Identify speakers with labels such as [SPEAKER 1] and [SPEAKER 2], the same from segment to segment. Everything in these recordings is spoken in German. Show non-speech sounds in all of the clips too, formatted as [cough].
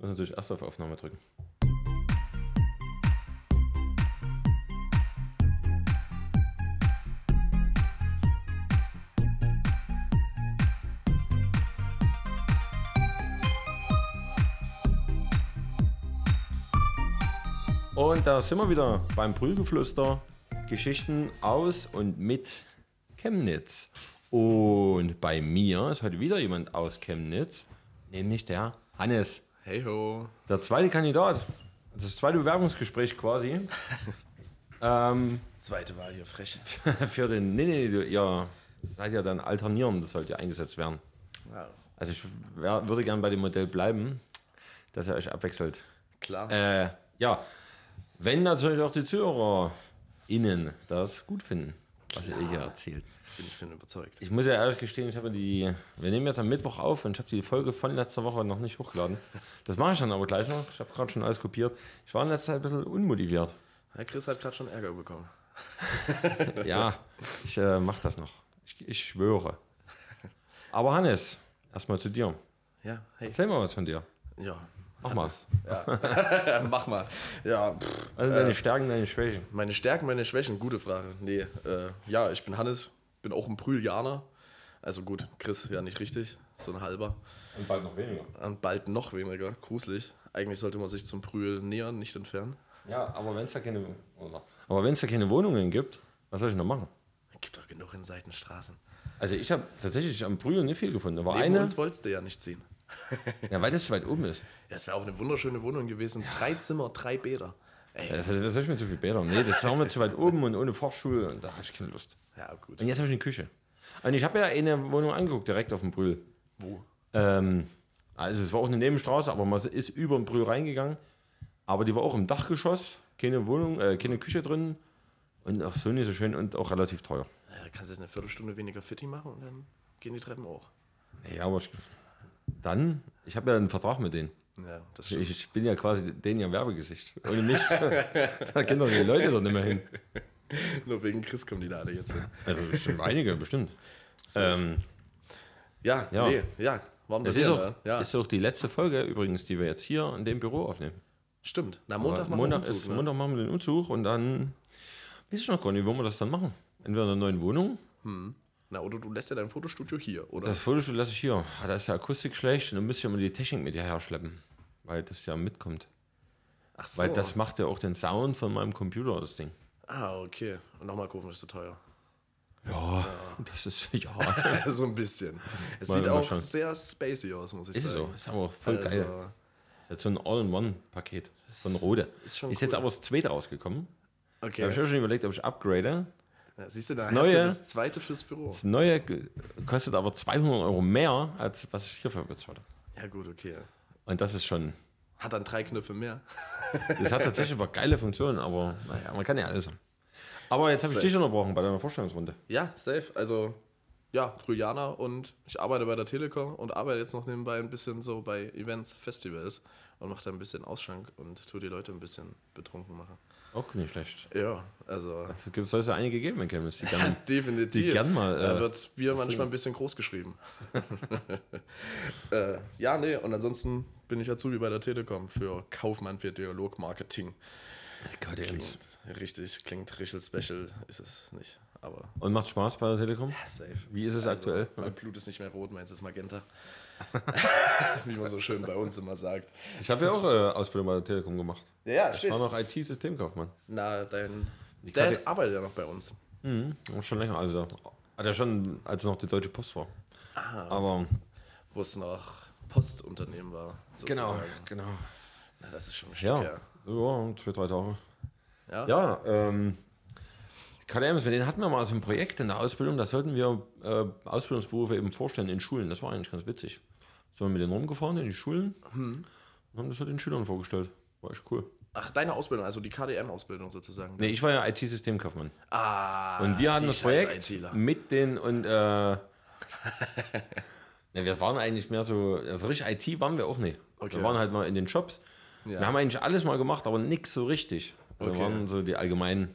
[SPEAKER 1] Und natürlich erst auf Aufnahme drücken. Und da sind wir wieder beim Brühlgeflüster. Geschichten aus und mit Chemnitz. Und bei mir ist heute wieder jemand aus Chemnitz, nämlich der Hannes.
[SPEAKER 2] Hey ho.
[SPEAKER 1] Der zweite Kandidat, das zweite Bewerbungsgespräch quasi, ähm, [laughs]
[SPEAKER 2] Zweite war hier [laughs] frech.
[SPEAKER 1] für den, nee, nee, du- ihr seid ja dann alternierend, das sollte ja eingesetzt werden.
[SPEAKER 2] Ja,
[SPEAKER 1] Also ich wär, würde gern bei dem Modell bleiben, dass ihr euch abwechselt.
[SPEAKER 2] klar.
[SPEAKER 1] Äh, ja, wenn natürlich auch die ZuhörerInnen das gut finden, was ihr hier erzählt.
[SPEAKER 2] Bin ich von überzeugt.
[SPEAKER 1] Ich muss ja ehrlich gestehen, ich habe die. Wir nehmen jetzt am Mittwoch auf und ich habe die Folge von letzter Woche noch nicht hochgeladen. Das mache ich dann aber gleich noch. Ich habe gerade schon alles kopiert. Ich war in letzter Zeit ein bisschen unmotiviert.
[SPEAKER 2] Herr Chris hat gerade schon Ärger bekommen.
[SPEAKER 1] Ja, ich äh, mache das noch. Ich, ich schwöre. Aber Hannes, erstmal zu dir.
[SPEAKER 2] Ja, hey.
[SPEAKER 1] Erzähl mal was von dir.
[SPEAKER 2] [laughs] Ja.
[SPEAKER 1] Mach mal's.
[SPEAKER 2] Äh, Mach mal. Ja, pff.
[SPEAKER 1] Also deine Stärken, deine Schwächen.
[SPEAKER 2] meine Stärken, meine Schwächen, gute Frage. Nee, äh, ja, ich bin Hannes, bin auch ein Brühljaner. Also gut, Chris ja nicht richtig, so ein halber.
[SPEAKER 1] Und bald noch weniger.
[SPEAKER 2] Und bald noch weniger, gruselig. Eigentlich sollte man sich zum Brühl nähern, nicht entfernen.
[SPEAKER 1] Ja, aber wenn es da keine. Oder, aber wenn es da keine Wohnungen gibt, was soll ich noch machen?
[SPEAKER 2] Gibt doch genug in Seitenstraßen.
[SPEAKER 1] Also ich habe tatsächlich am Brühl nicht viel gefunden. Da war
[SPEAKER 2] Neben
[SPEAKER 1] eine,
[SPEAKER 2] uns wolltest du ja nicht ziehen. [laughs]
[SPEAKER 1] ja, weil das so weit oben ist.
[SPEAKER 2] Ja, es wäre auch eine wunderschöne Wohnung gewesen. Drei Zimmer, drei Bäder. Ey,
[SPEAKER 1] Ja, Das das soll ich mir zu viel Bäder. Nee, das haben wir zu weit oben und ohne Fachschule und da habe ich keine Lust.
[SPEAKER 2] ja gut.
[SPEAKER 1] Und jetzt habe ich eine Küche. Und ich habe ja eine Wohnung angeguckt, direkt auf dem Brühl.
[SPEAKER 2] Wo?
[SPEAKER 1] Ähm, also es war auch eine Nebenstraße, aber man ist über den Brühl reingegangen. Aber die war auch im Dachgeschoss, keine Wohnung, äh, keine Küche drin. Und auch so nicht so schön und auch relativ teuer.
[SPEAKER 2] Ja, da kannst du jetzt eine Viertelstunde weniger Fitti machen und dann gehen die Treppen hoch.
[SPEAKER 1] Ja, aber ich, dann, ich habe ja einen Vertrag mit denen.
[SPEAKER 2] Ja, das stimmt.
[SPEAKER 1] Ich, ich bin ja quasi denen ja Werbegesicht. Ohne mich,
[SPEAKER 2] [laughs]
[SPEAKER 1] da gehen doch die Leute doch nicht mehr hin.
[SPEAKER 2] Nur wegen Chris kommen die da alle jetzt hin.
[SPEAKER 1] Also bestimmt einige, bestimmt. Ähm,
[SPEAKER 2] Ja,
[SPEAKER 1] Ja.
[SPEAKER 2] nee, ja. Warum
[SPEAKER 1] Das
[SPEAKER 2] das
[SPEAKER 1] ist
[SPEAKER 2] hier,
[SPEAKER 1] auch,
[SPEAKER 2] ne? Ja,
[SPEAKER 1] ist auch die letzte Folge übrigens, die wir jetzt hier in dem Büro aufnehmen.
[SPEAKER 2] stimmt. Na,
[SPEAKER 1] Aber
[SPEAKER 2] Montag machen wir
[SPEAKER 1] Montag,
[SPEAKER 2] Umzug,
[SPEAKER 1] ist,
[SPEAKER 2] ne?
[SPEAKER 1] Montag machen wir den Umzug und dann weiß ich noch gar nicht, wo wir das dann machen. Entweder in einer neuen Wohnung.
[SPEAKER 2] Na, oder du lässt ja dein Fotostudio hier, oder?
[SPEAKER 1] Das Fotostudio lasse ich hier. Ah, Da ist die Akustik schlecht und dann müsste ich immer die Technik mit hierher schleppen, weil das ja mitkommt.
[SPEAKER 2] Ach so.
[SPEAKER 1] Weil das macht ja auch den Sound von meinem Computer, das Ding.
[SPEAKER 2] ah, okay. Und nochmal Kurven ist
[SPEAKER 1] [laughs]
[SPEAKER 2] zu teuer.
[SPEAKER 1] Ja, das ist, [laughs] ja,
[SPEAKER 2] so ein bisschen. Es
[SPEAKER 1] Mal-
[SPEAKER 2] sieht
[SPEAKER 1] mal
[SPEAKER 2] auch
[SPEAKER 1] schauen.
[SPEAKER 2] sehr spacey aus, muss ich
[SPEAKER 1] ist so.
[SPEAKER 2] sagen.
[SPEAKER 1] Ist aber auch voll geil.
[SPEAKER 2] Also,
[SPEAKER 1] Das ist so ein All-in-One-Paket von Rode. Ist,
[SPEAKER 2] ist schon
[SPEAKER 1] jetzt
[SPEAKER 2] cool.
[SPEAKER 1] aber das zweite rausgekommen. Da habe ich
[SPEAKER 2] okay.
[SPEAKER 1] auch schon überlegt, ob ich upgrade.
[SPEAKER 2] Ja, siehst du, da
[SPEAKER 1] neue-
[SPEAKER 2] hast du das zweite fürs Büro.
[SPEAKER 1] Das neue ge- kostet aber 200 Euro mehr, als was ich hierfür bezahlt habe.
[SPEAKER 2] Ja, gut, okay.
[SPEAKER 1] Und das ist schon.
[SPEAKER 2] Hat dann drei Knöpfe mehr.
[SPEAKER 1] Das hat tatsächlich aber geile Funktionen, aber naja, man kann ja alles haben. Aber jetzt habe ich dich unterbrochen bei deiner Vorstellungsrunde.
[SPEAKER 2] Ja, safe. Also, ja, Brüjaner und ich arbeite bei der Telekom und arbeite jetzt noch nebenbei ein bisschen so bei Events, Festivals und mache da ein bisschen Ausschank und tue die Leute ein bisschen betrunken machen.
[SPEAKER 1] Auch nicht schlecht.
[SPEAKER 2] Ja, also
[SPEAKER 1] Es gibt- soll es ja einige geben in Chemnitz, die gerne.
[SPEAKER 2] [laughs] definitiv.
[SPEAKER 1] die gern mal, äh,
[SPEAKER 2] da wird Bier manchmal ein bisschen groß geschrieben. [laughs] äh, ja, nee, und ansonsten bin ich Azubi bei der Telekom für Kaufmann für Dialog Marketing.
[SPEAKER 1] [laughs] Gott, Jens.
[SPEAKER 2] Richtig, klingt richtig special, ist es nicht, aber
[SPEAKER 1] Und macht Spaß bei der Telekom?
[SPEAKER 2] safe.
[SPEAKER 1] Wie ist es aktuell?
[SPEAKER 2] Also, Mein Blut ist nicht mehr rot, meins ist magenta. [laughs] Wie man so schön bei uns immer sagt.
[SPEAKER 1] Ich habe ja auch äh, Ausbildung bei der Telekom gemacht.
[SPEAKER 2] Ja, ja,
[SPEAKER 1] Ich
[SPEAKER 2] stehst.
[SPEAKER 1] war noch IT-Systemkaufmann.
[SPEAKER 2] Na, dein
[SPEAKER 1] Karte-
[SPEAKER 2] Dad arbeitet ja noch bei uns.
[SPEAKER 1] Mhm. auch Schon länger, also. Hat er schon, als noch die Deutsche Post war. Aber
[SPEAKER 2] Wo es noch Postunternehmen war. sozusagen.
[SPEAKER 1] genau.
[SPEAKER 2] Na, das ist schon ein Stück
[SPEAKER 1] Ja.
[SPEAKER 2] her.
[SPEAKER 1] ja, zwei, drei Tage.
[SPEAKER 2] Ja?
[SPEAKER 1] Ja, ähm, KDMs, mit denen hatten wir mal so ein Projekt in der Ausbildung, das sollten wir äh, Ausbildungsberufe eben vorstellen in Schulen. Das war eigentlich ganz witzig. Sind wir mit denen rumgefahren in die Schulen und haben das halt den Schülern vorgestellt. War echt cool.
[SPEAKER 2] Ach, deine Ausbildung, also die KDM-Ausbildung sozusagen.
[SPEAKER 1] Nee, ich war ja IT-Systemkaufmann.
[SPEAKER 2] Ah,
[SPEAKER 1] Und wir hatten
[SPEAKER 2] die
[SPEAKER 1] das
[SPEAKER 2] scheiß
[SPEAKER 1] Projekt
[SPEAKER 2] ITler.
[SPEAKER 1] mit den und äh, [laughs] ne, wir waren eigentlich mehr so, also richtig IT waren wir auch nicht.
[SPEAKER 2] Okay.
[SPEAKER 1] Wir waren halt mal in den Shops.
[SPEAKER 2] Ja.
[SPEAKER 1] Wir haben eigentlich alles mal gemacht, aber nichts so richtig. Also
[SPEAKER 2] Okay.
[SPEAKER 1] waren so die allgemeinen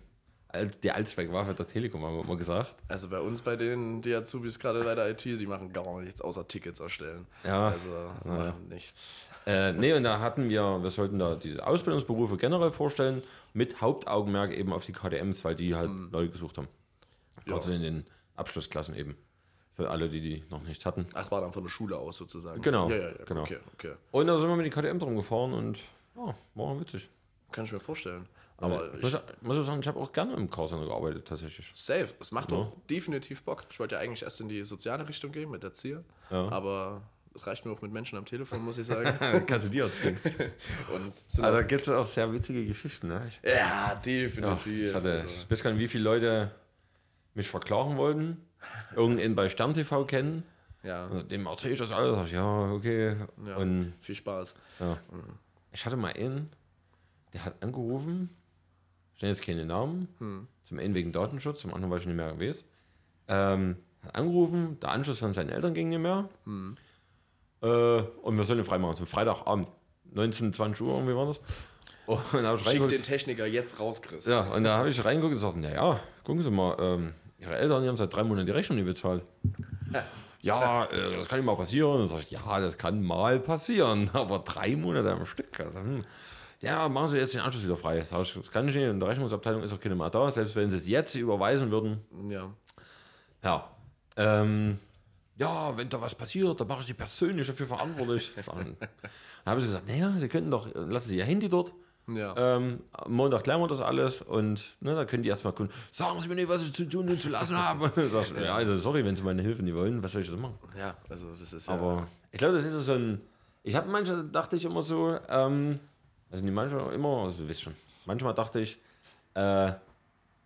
[SPEAKER 1] All- Die Allzweckwaffe der Telekom, haben wir immer gesagt.
[SPEAKER 2] Also bei uns, bei denen, die Azubis gerade bei der IT, die machen gar nichts außer Tickets erstellen.
[SPEAKER 1] Ja.
[SPEAKER 2] Also machen nichts.
[SPEAKER 1] Äh, nee, und da hatten wir, wir sollten da diese Ausbildungsberufe generell vorstellen, mit Hauptaugenmerk eben auf die KDMs, weil die halt Leute gesucht haben.
[SPEAKER 2] Mhm. Ja.
[SPEAKER 1] Gerade so in den Abschlussklassen eben. Für alle, die, die noch nichts hatten.
[SPEAKER 2] Ach, war dann von der Schule aus sozusagen.
[SPEAKER 1] Genau,
[SPEAKER 2] Ja, ja, ja.
[SPEAKER 1] genau.
[SPEAKER 2] Okay, okay.
[SPEAKER 1] Und da sind wir mit den KDM drum gefahren und ja, war witzig.
[SPEAKER 2] Kann ich mir vorstellen.
[SPEAKER 1] Aber
[SPEAKER 2] Aber
[SPEAKER 1] ich
[SPEAKER 2] ich,
[SPEAKER 1] muss, muss auch sagen, ich habe auch gerne im Callcenter gearbeitet, tatsächlich.
[SPEAKER 2] safe. Es macht doch definitiv Bock. Ich wollte ja eigentlich erst in die soziale Richtung gehen mit Erzieher. Aber es reicht mir auch mit Menschen am Telefon, muss ich
[SPEAKER 1] [laughs]
[SPEAKER 2] sagen.
[SPEAKER 1] [laughs] Kannst du dir erzählen.
[SPEAKER 2] Und sind
[SPEAKER 1] Also da gibt es auch sehr witzige Geschichten. Ne? Ich,
[SPEAKER 2] ja,
[SPEAKER 1] Ach,
[SPEAKER 2] definitiv.
[SPEAKER 1] ich, hatte,
[SPEAKER 2] Also,
[SPEAKER 1] ich weiß gar nicht, wie viele Leute mich verklagen [laughs] wollten, irgendeinen bei Stern TV kennen.
[SPEAKER 2] ja,
[SPEAKER 1] Also dem erzähle ich das alles. Sag ich, ja, okay.
[SPEAKER 2] ja.
[SPEAKER 1] Und
[SPEAKER 2] viel Spaß.
[SPEAKER 1] ich hatte mal einen, der hat angerufen, ich nenne jetzt keine Namen, zum einen wegen Datenschutz, zum anderen, weil ich nicht mehr weiß. Ähm, hat angerufen, der Anschluss von seinen Eltern ging nicht mehr. Äh, und wir sollen ihn freimachen, zum Freitagabend, 19, 20 Uhr, irgendwie war das. Und dann habe ich
[SPEAKER 2] Schick
[SPEAKER 1] reingeguckt,
[SPEAKER 2] den Techniker jetzt raus, Chris.
[SPEAKER 1] ja, und da habe ich reingeguckt und gesagt, naja, gucken Sie mal, ähm, Ihre Eltern die haben seit drei Monaten die Rechnung nicht bezahlt. Ja, äh, das kann ja mal passieren. Und dann sag ich, ja, das kann mal passieren, [laughs] aber drei Monate am Stück. Also, hm. Ja, machen Sie jetzt den Anschluss wieder frei. Sag ich, das kann ich nicht. In der Rechnungsabteilung ist auch keine mehr da. Selbst wenn Sie es jetzt überweisen würden.
[SPEAKER 2] ja.
[SPEAKER 1] Ja. Ähm, ja, wenn da was passiert, dann mache ich Sie persönlich dafür verantwortlich. [laughs] Dann habe ich gesagt, naja, Sie könnten doch, lassen Sie Ihr Handy dort.
[SPEAKER 2] ja.
[SPEAKER 1] Ähm, am Montag klären wir das alles und ne, da können die erstmal gucken, sagen Sie mir nicht, was ich zu tun und zu lassen habe. [laughs] Sag ich, ja, also sorry, wenn Sie meine Hilfe nicht wollen, was soll ich das machen?
[SPEAKER 2] Ja, also das ist ja.
[SPEAKER 1] Aber ich glaube, das ist so ein. Ich habe manchmal dachte ich immer so, ähm, also nicht manchmal immer, also du wisst schon, manchmal dachte ich, äh,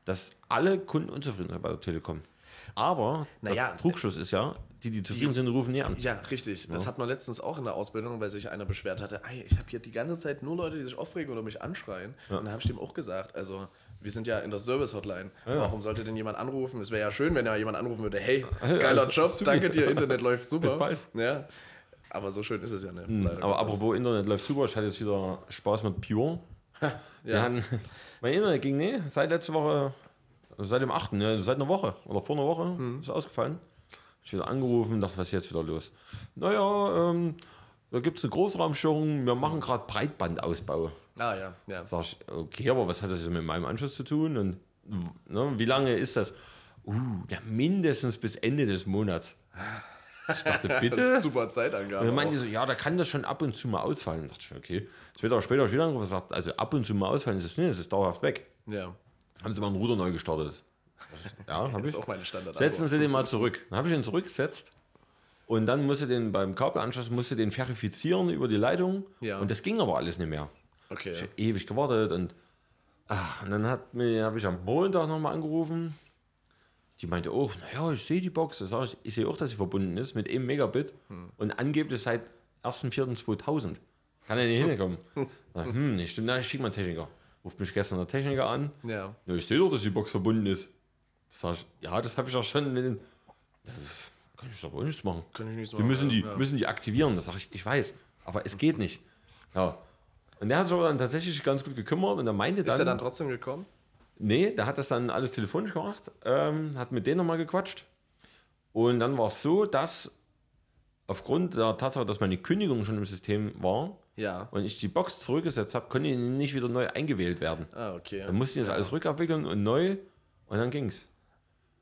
[SPEAKER 1] dass alle Kunden unzufrieden sind bei der Telekom. Aber
[SPEAKER 2] Naja,
[SPEAKER 1] der Trugschluss ist ja, die, die zufrieden sind, rufen nie an.
[SPEAKER 2] Ja, richtig. Das hat man letztens auch in der Ausbildung, weil sich einer beschwert hatte, Ey, ich habe hier die ganze Zeit nur Leute, die sich aufregen oder mich anschreien. Und da habe ich dem auch gesagt, also wir sind ja in der Service-Hotline. Warum sollte denn jemand anrufen? Es wäre ja schön, wenn ja jemand anrufen würde, hey, geiler
[SPEAKER 1] also,
[SPEAKER 2] Job,
[SPEAKER 1] super.
[SPEAKER 2] danke dir, Internet läuft
[SPEAKER 1] [laughs]
[SPEAKER 2] super.
[SPEAKER 1] Bis bald. Hm,
[SPEAKER 2] Ja. Aber so schön ist es ja nicht. leider
[SPEAKER 1] Aber
[SPEAKER 2] Gottes.
[SPEAKER 1] apropos Internet läuft super, ich hatte jetzt wieder Spaß mit
[SPEAKER 2] [laughs]
[SPEAKER 1] Pure. Die hatten, mein Internet ging nee, seit letzte Woche, also seit dem 8., ja, seit einer Woche oder vor einer Woche
[SPEAKER 2] Mhm.
[SPEAKER 1] ist ausgefallen. Ich wieder angerufen, dachte, was ist jetzt wieder los? Naja, ähm, da gibt es eine Großraumstörung, wir machen gerade Breitbandausbau.
[SPEAKER 2] Ah ja, ja.
[SPEAKER 1] Sag ich, okay, aber was hat das jetzt mit meinem Anschluss zu tun? Und ne, wie lange ist das? Uh, ja, mindestens bis Ende des Monats. Ich
[SPEAKER 2] [laughs]
[SPEAKER 1] dachte, bitte?
[SPEAKER 2] Das ist super Zeitangabe.
[SPEAKER 1] Und dann meinte
[SPEAKER 2] auch.
[SPEAKER 1] die so, ja, da kann das schon ab und zu mal ausfallen. Da dachte ich, okay. Zwei Tage später habe ich wieder angerufen und gesagt, also ab und zu mal ausfallen ist es nicht, es ist dauerhaft weg.
[SPEAKER 2] ja,
[SPEAKER 1] Haben sie mal einen Ruder neu gestartet.
[SPEAKER 2] [laughs]
[SPEAKER 1] Ja, habe
[SPEAKER 2] das
[SPEAKER 1] ich.
[SPEAKER 2] ist auch meine Standard.
[SPEAKER 1] Setzen Sie den mal zurück. Dann habe ich den zurückgesetzt und dann musste den beim Kabelanschluss musste den verifizieren über die Leitung
[SPEAKER 2] Ja.
[SPEAKER 1] und das ging aber alles nicht mehr. Ich
[SPEAKER 2] Okay.
[SPEAKER 1] habe ewig gewartet und, ah, und dann hat mir habe ich am Montag nochmal angerufen. Die meinte auch, naja, ich sehe die Box. Da sag ich, ich sehe auch, dass sie verbunden ist mit einem Megabit und angeblich seit 1.4.2000. Kann er nicht hinkommen. Sag, hm, nicht stimmt, nein, ich schicke mal einen Techniker. Ruft mich gestern der Techniker an.
[SPEAKER 2] Ja.
[SPEAKER 1] Ja, ich sehe doch, dass die Box verbunden ist. Sag ich, ja, das habe ich doch schon mit den. Ja, Kann ich doch wohl nichts machen.
[SPEAKER 2] Kann ich nichts
[SPEAKER 1] Die
[SPEAKER 2] machen,
[SPEAKER 1] müssen
[SPEAKER 2] ja,
[SPEAKER 1] die,
[SPEAKER 2] ja.
[SPEAKER 1] müssen die aktivieren. Das sage ich, ich weiß. Aber es geht nicht. Ja. Und der hat sich aber dann tatsächlich ganz gut gekümmert und er meinte dann.
[SPEAKER 2] Ist er dann trotzdem gekommen?
[SPEAKER 1] Nee, der hat das dann alles telefonisch gemacht, ähm, hat mit denen nochmal gequatscht. Und dann war es so, dass aufgrund der Tatsache, dass meine Kündigung schon im System war
[SPEAKER 2] Ja.
[SPEAKER 1] und ich die Box zurückgesetzt habe, konnte die nicht wieder neu eingewählt werden.
[SPEAKER 2] Ah, okay.
[SPEAKER 1] Dann mussten die das alles rückabwickeln und neu und dann ging's.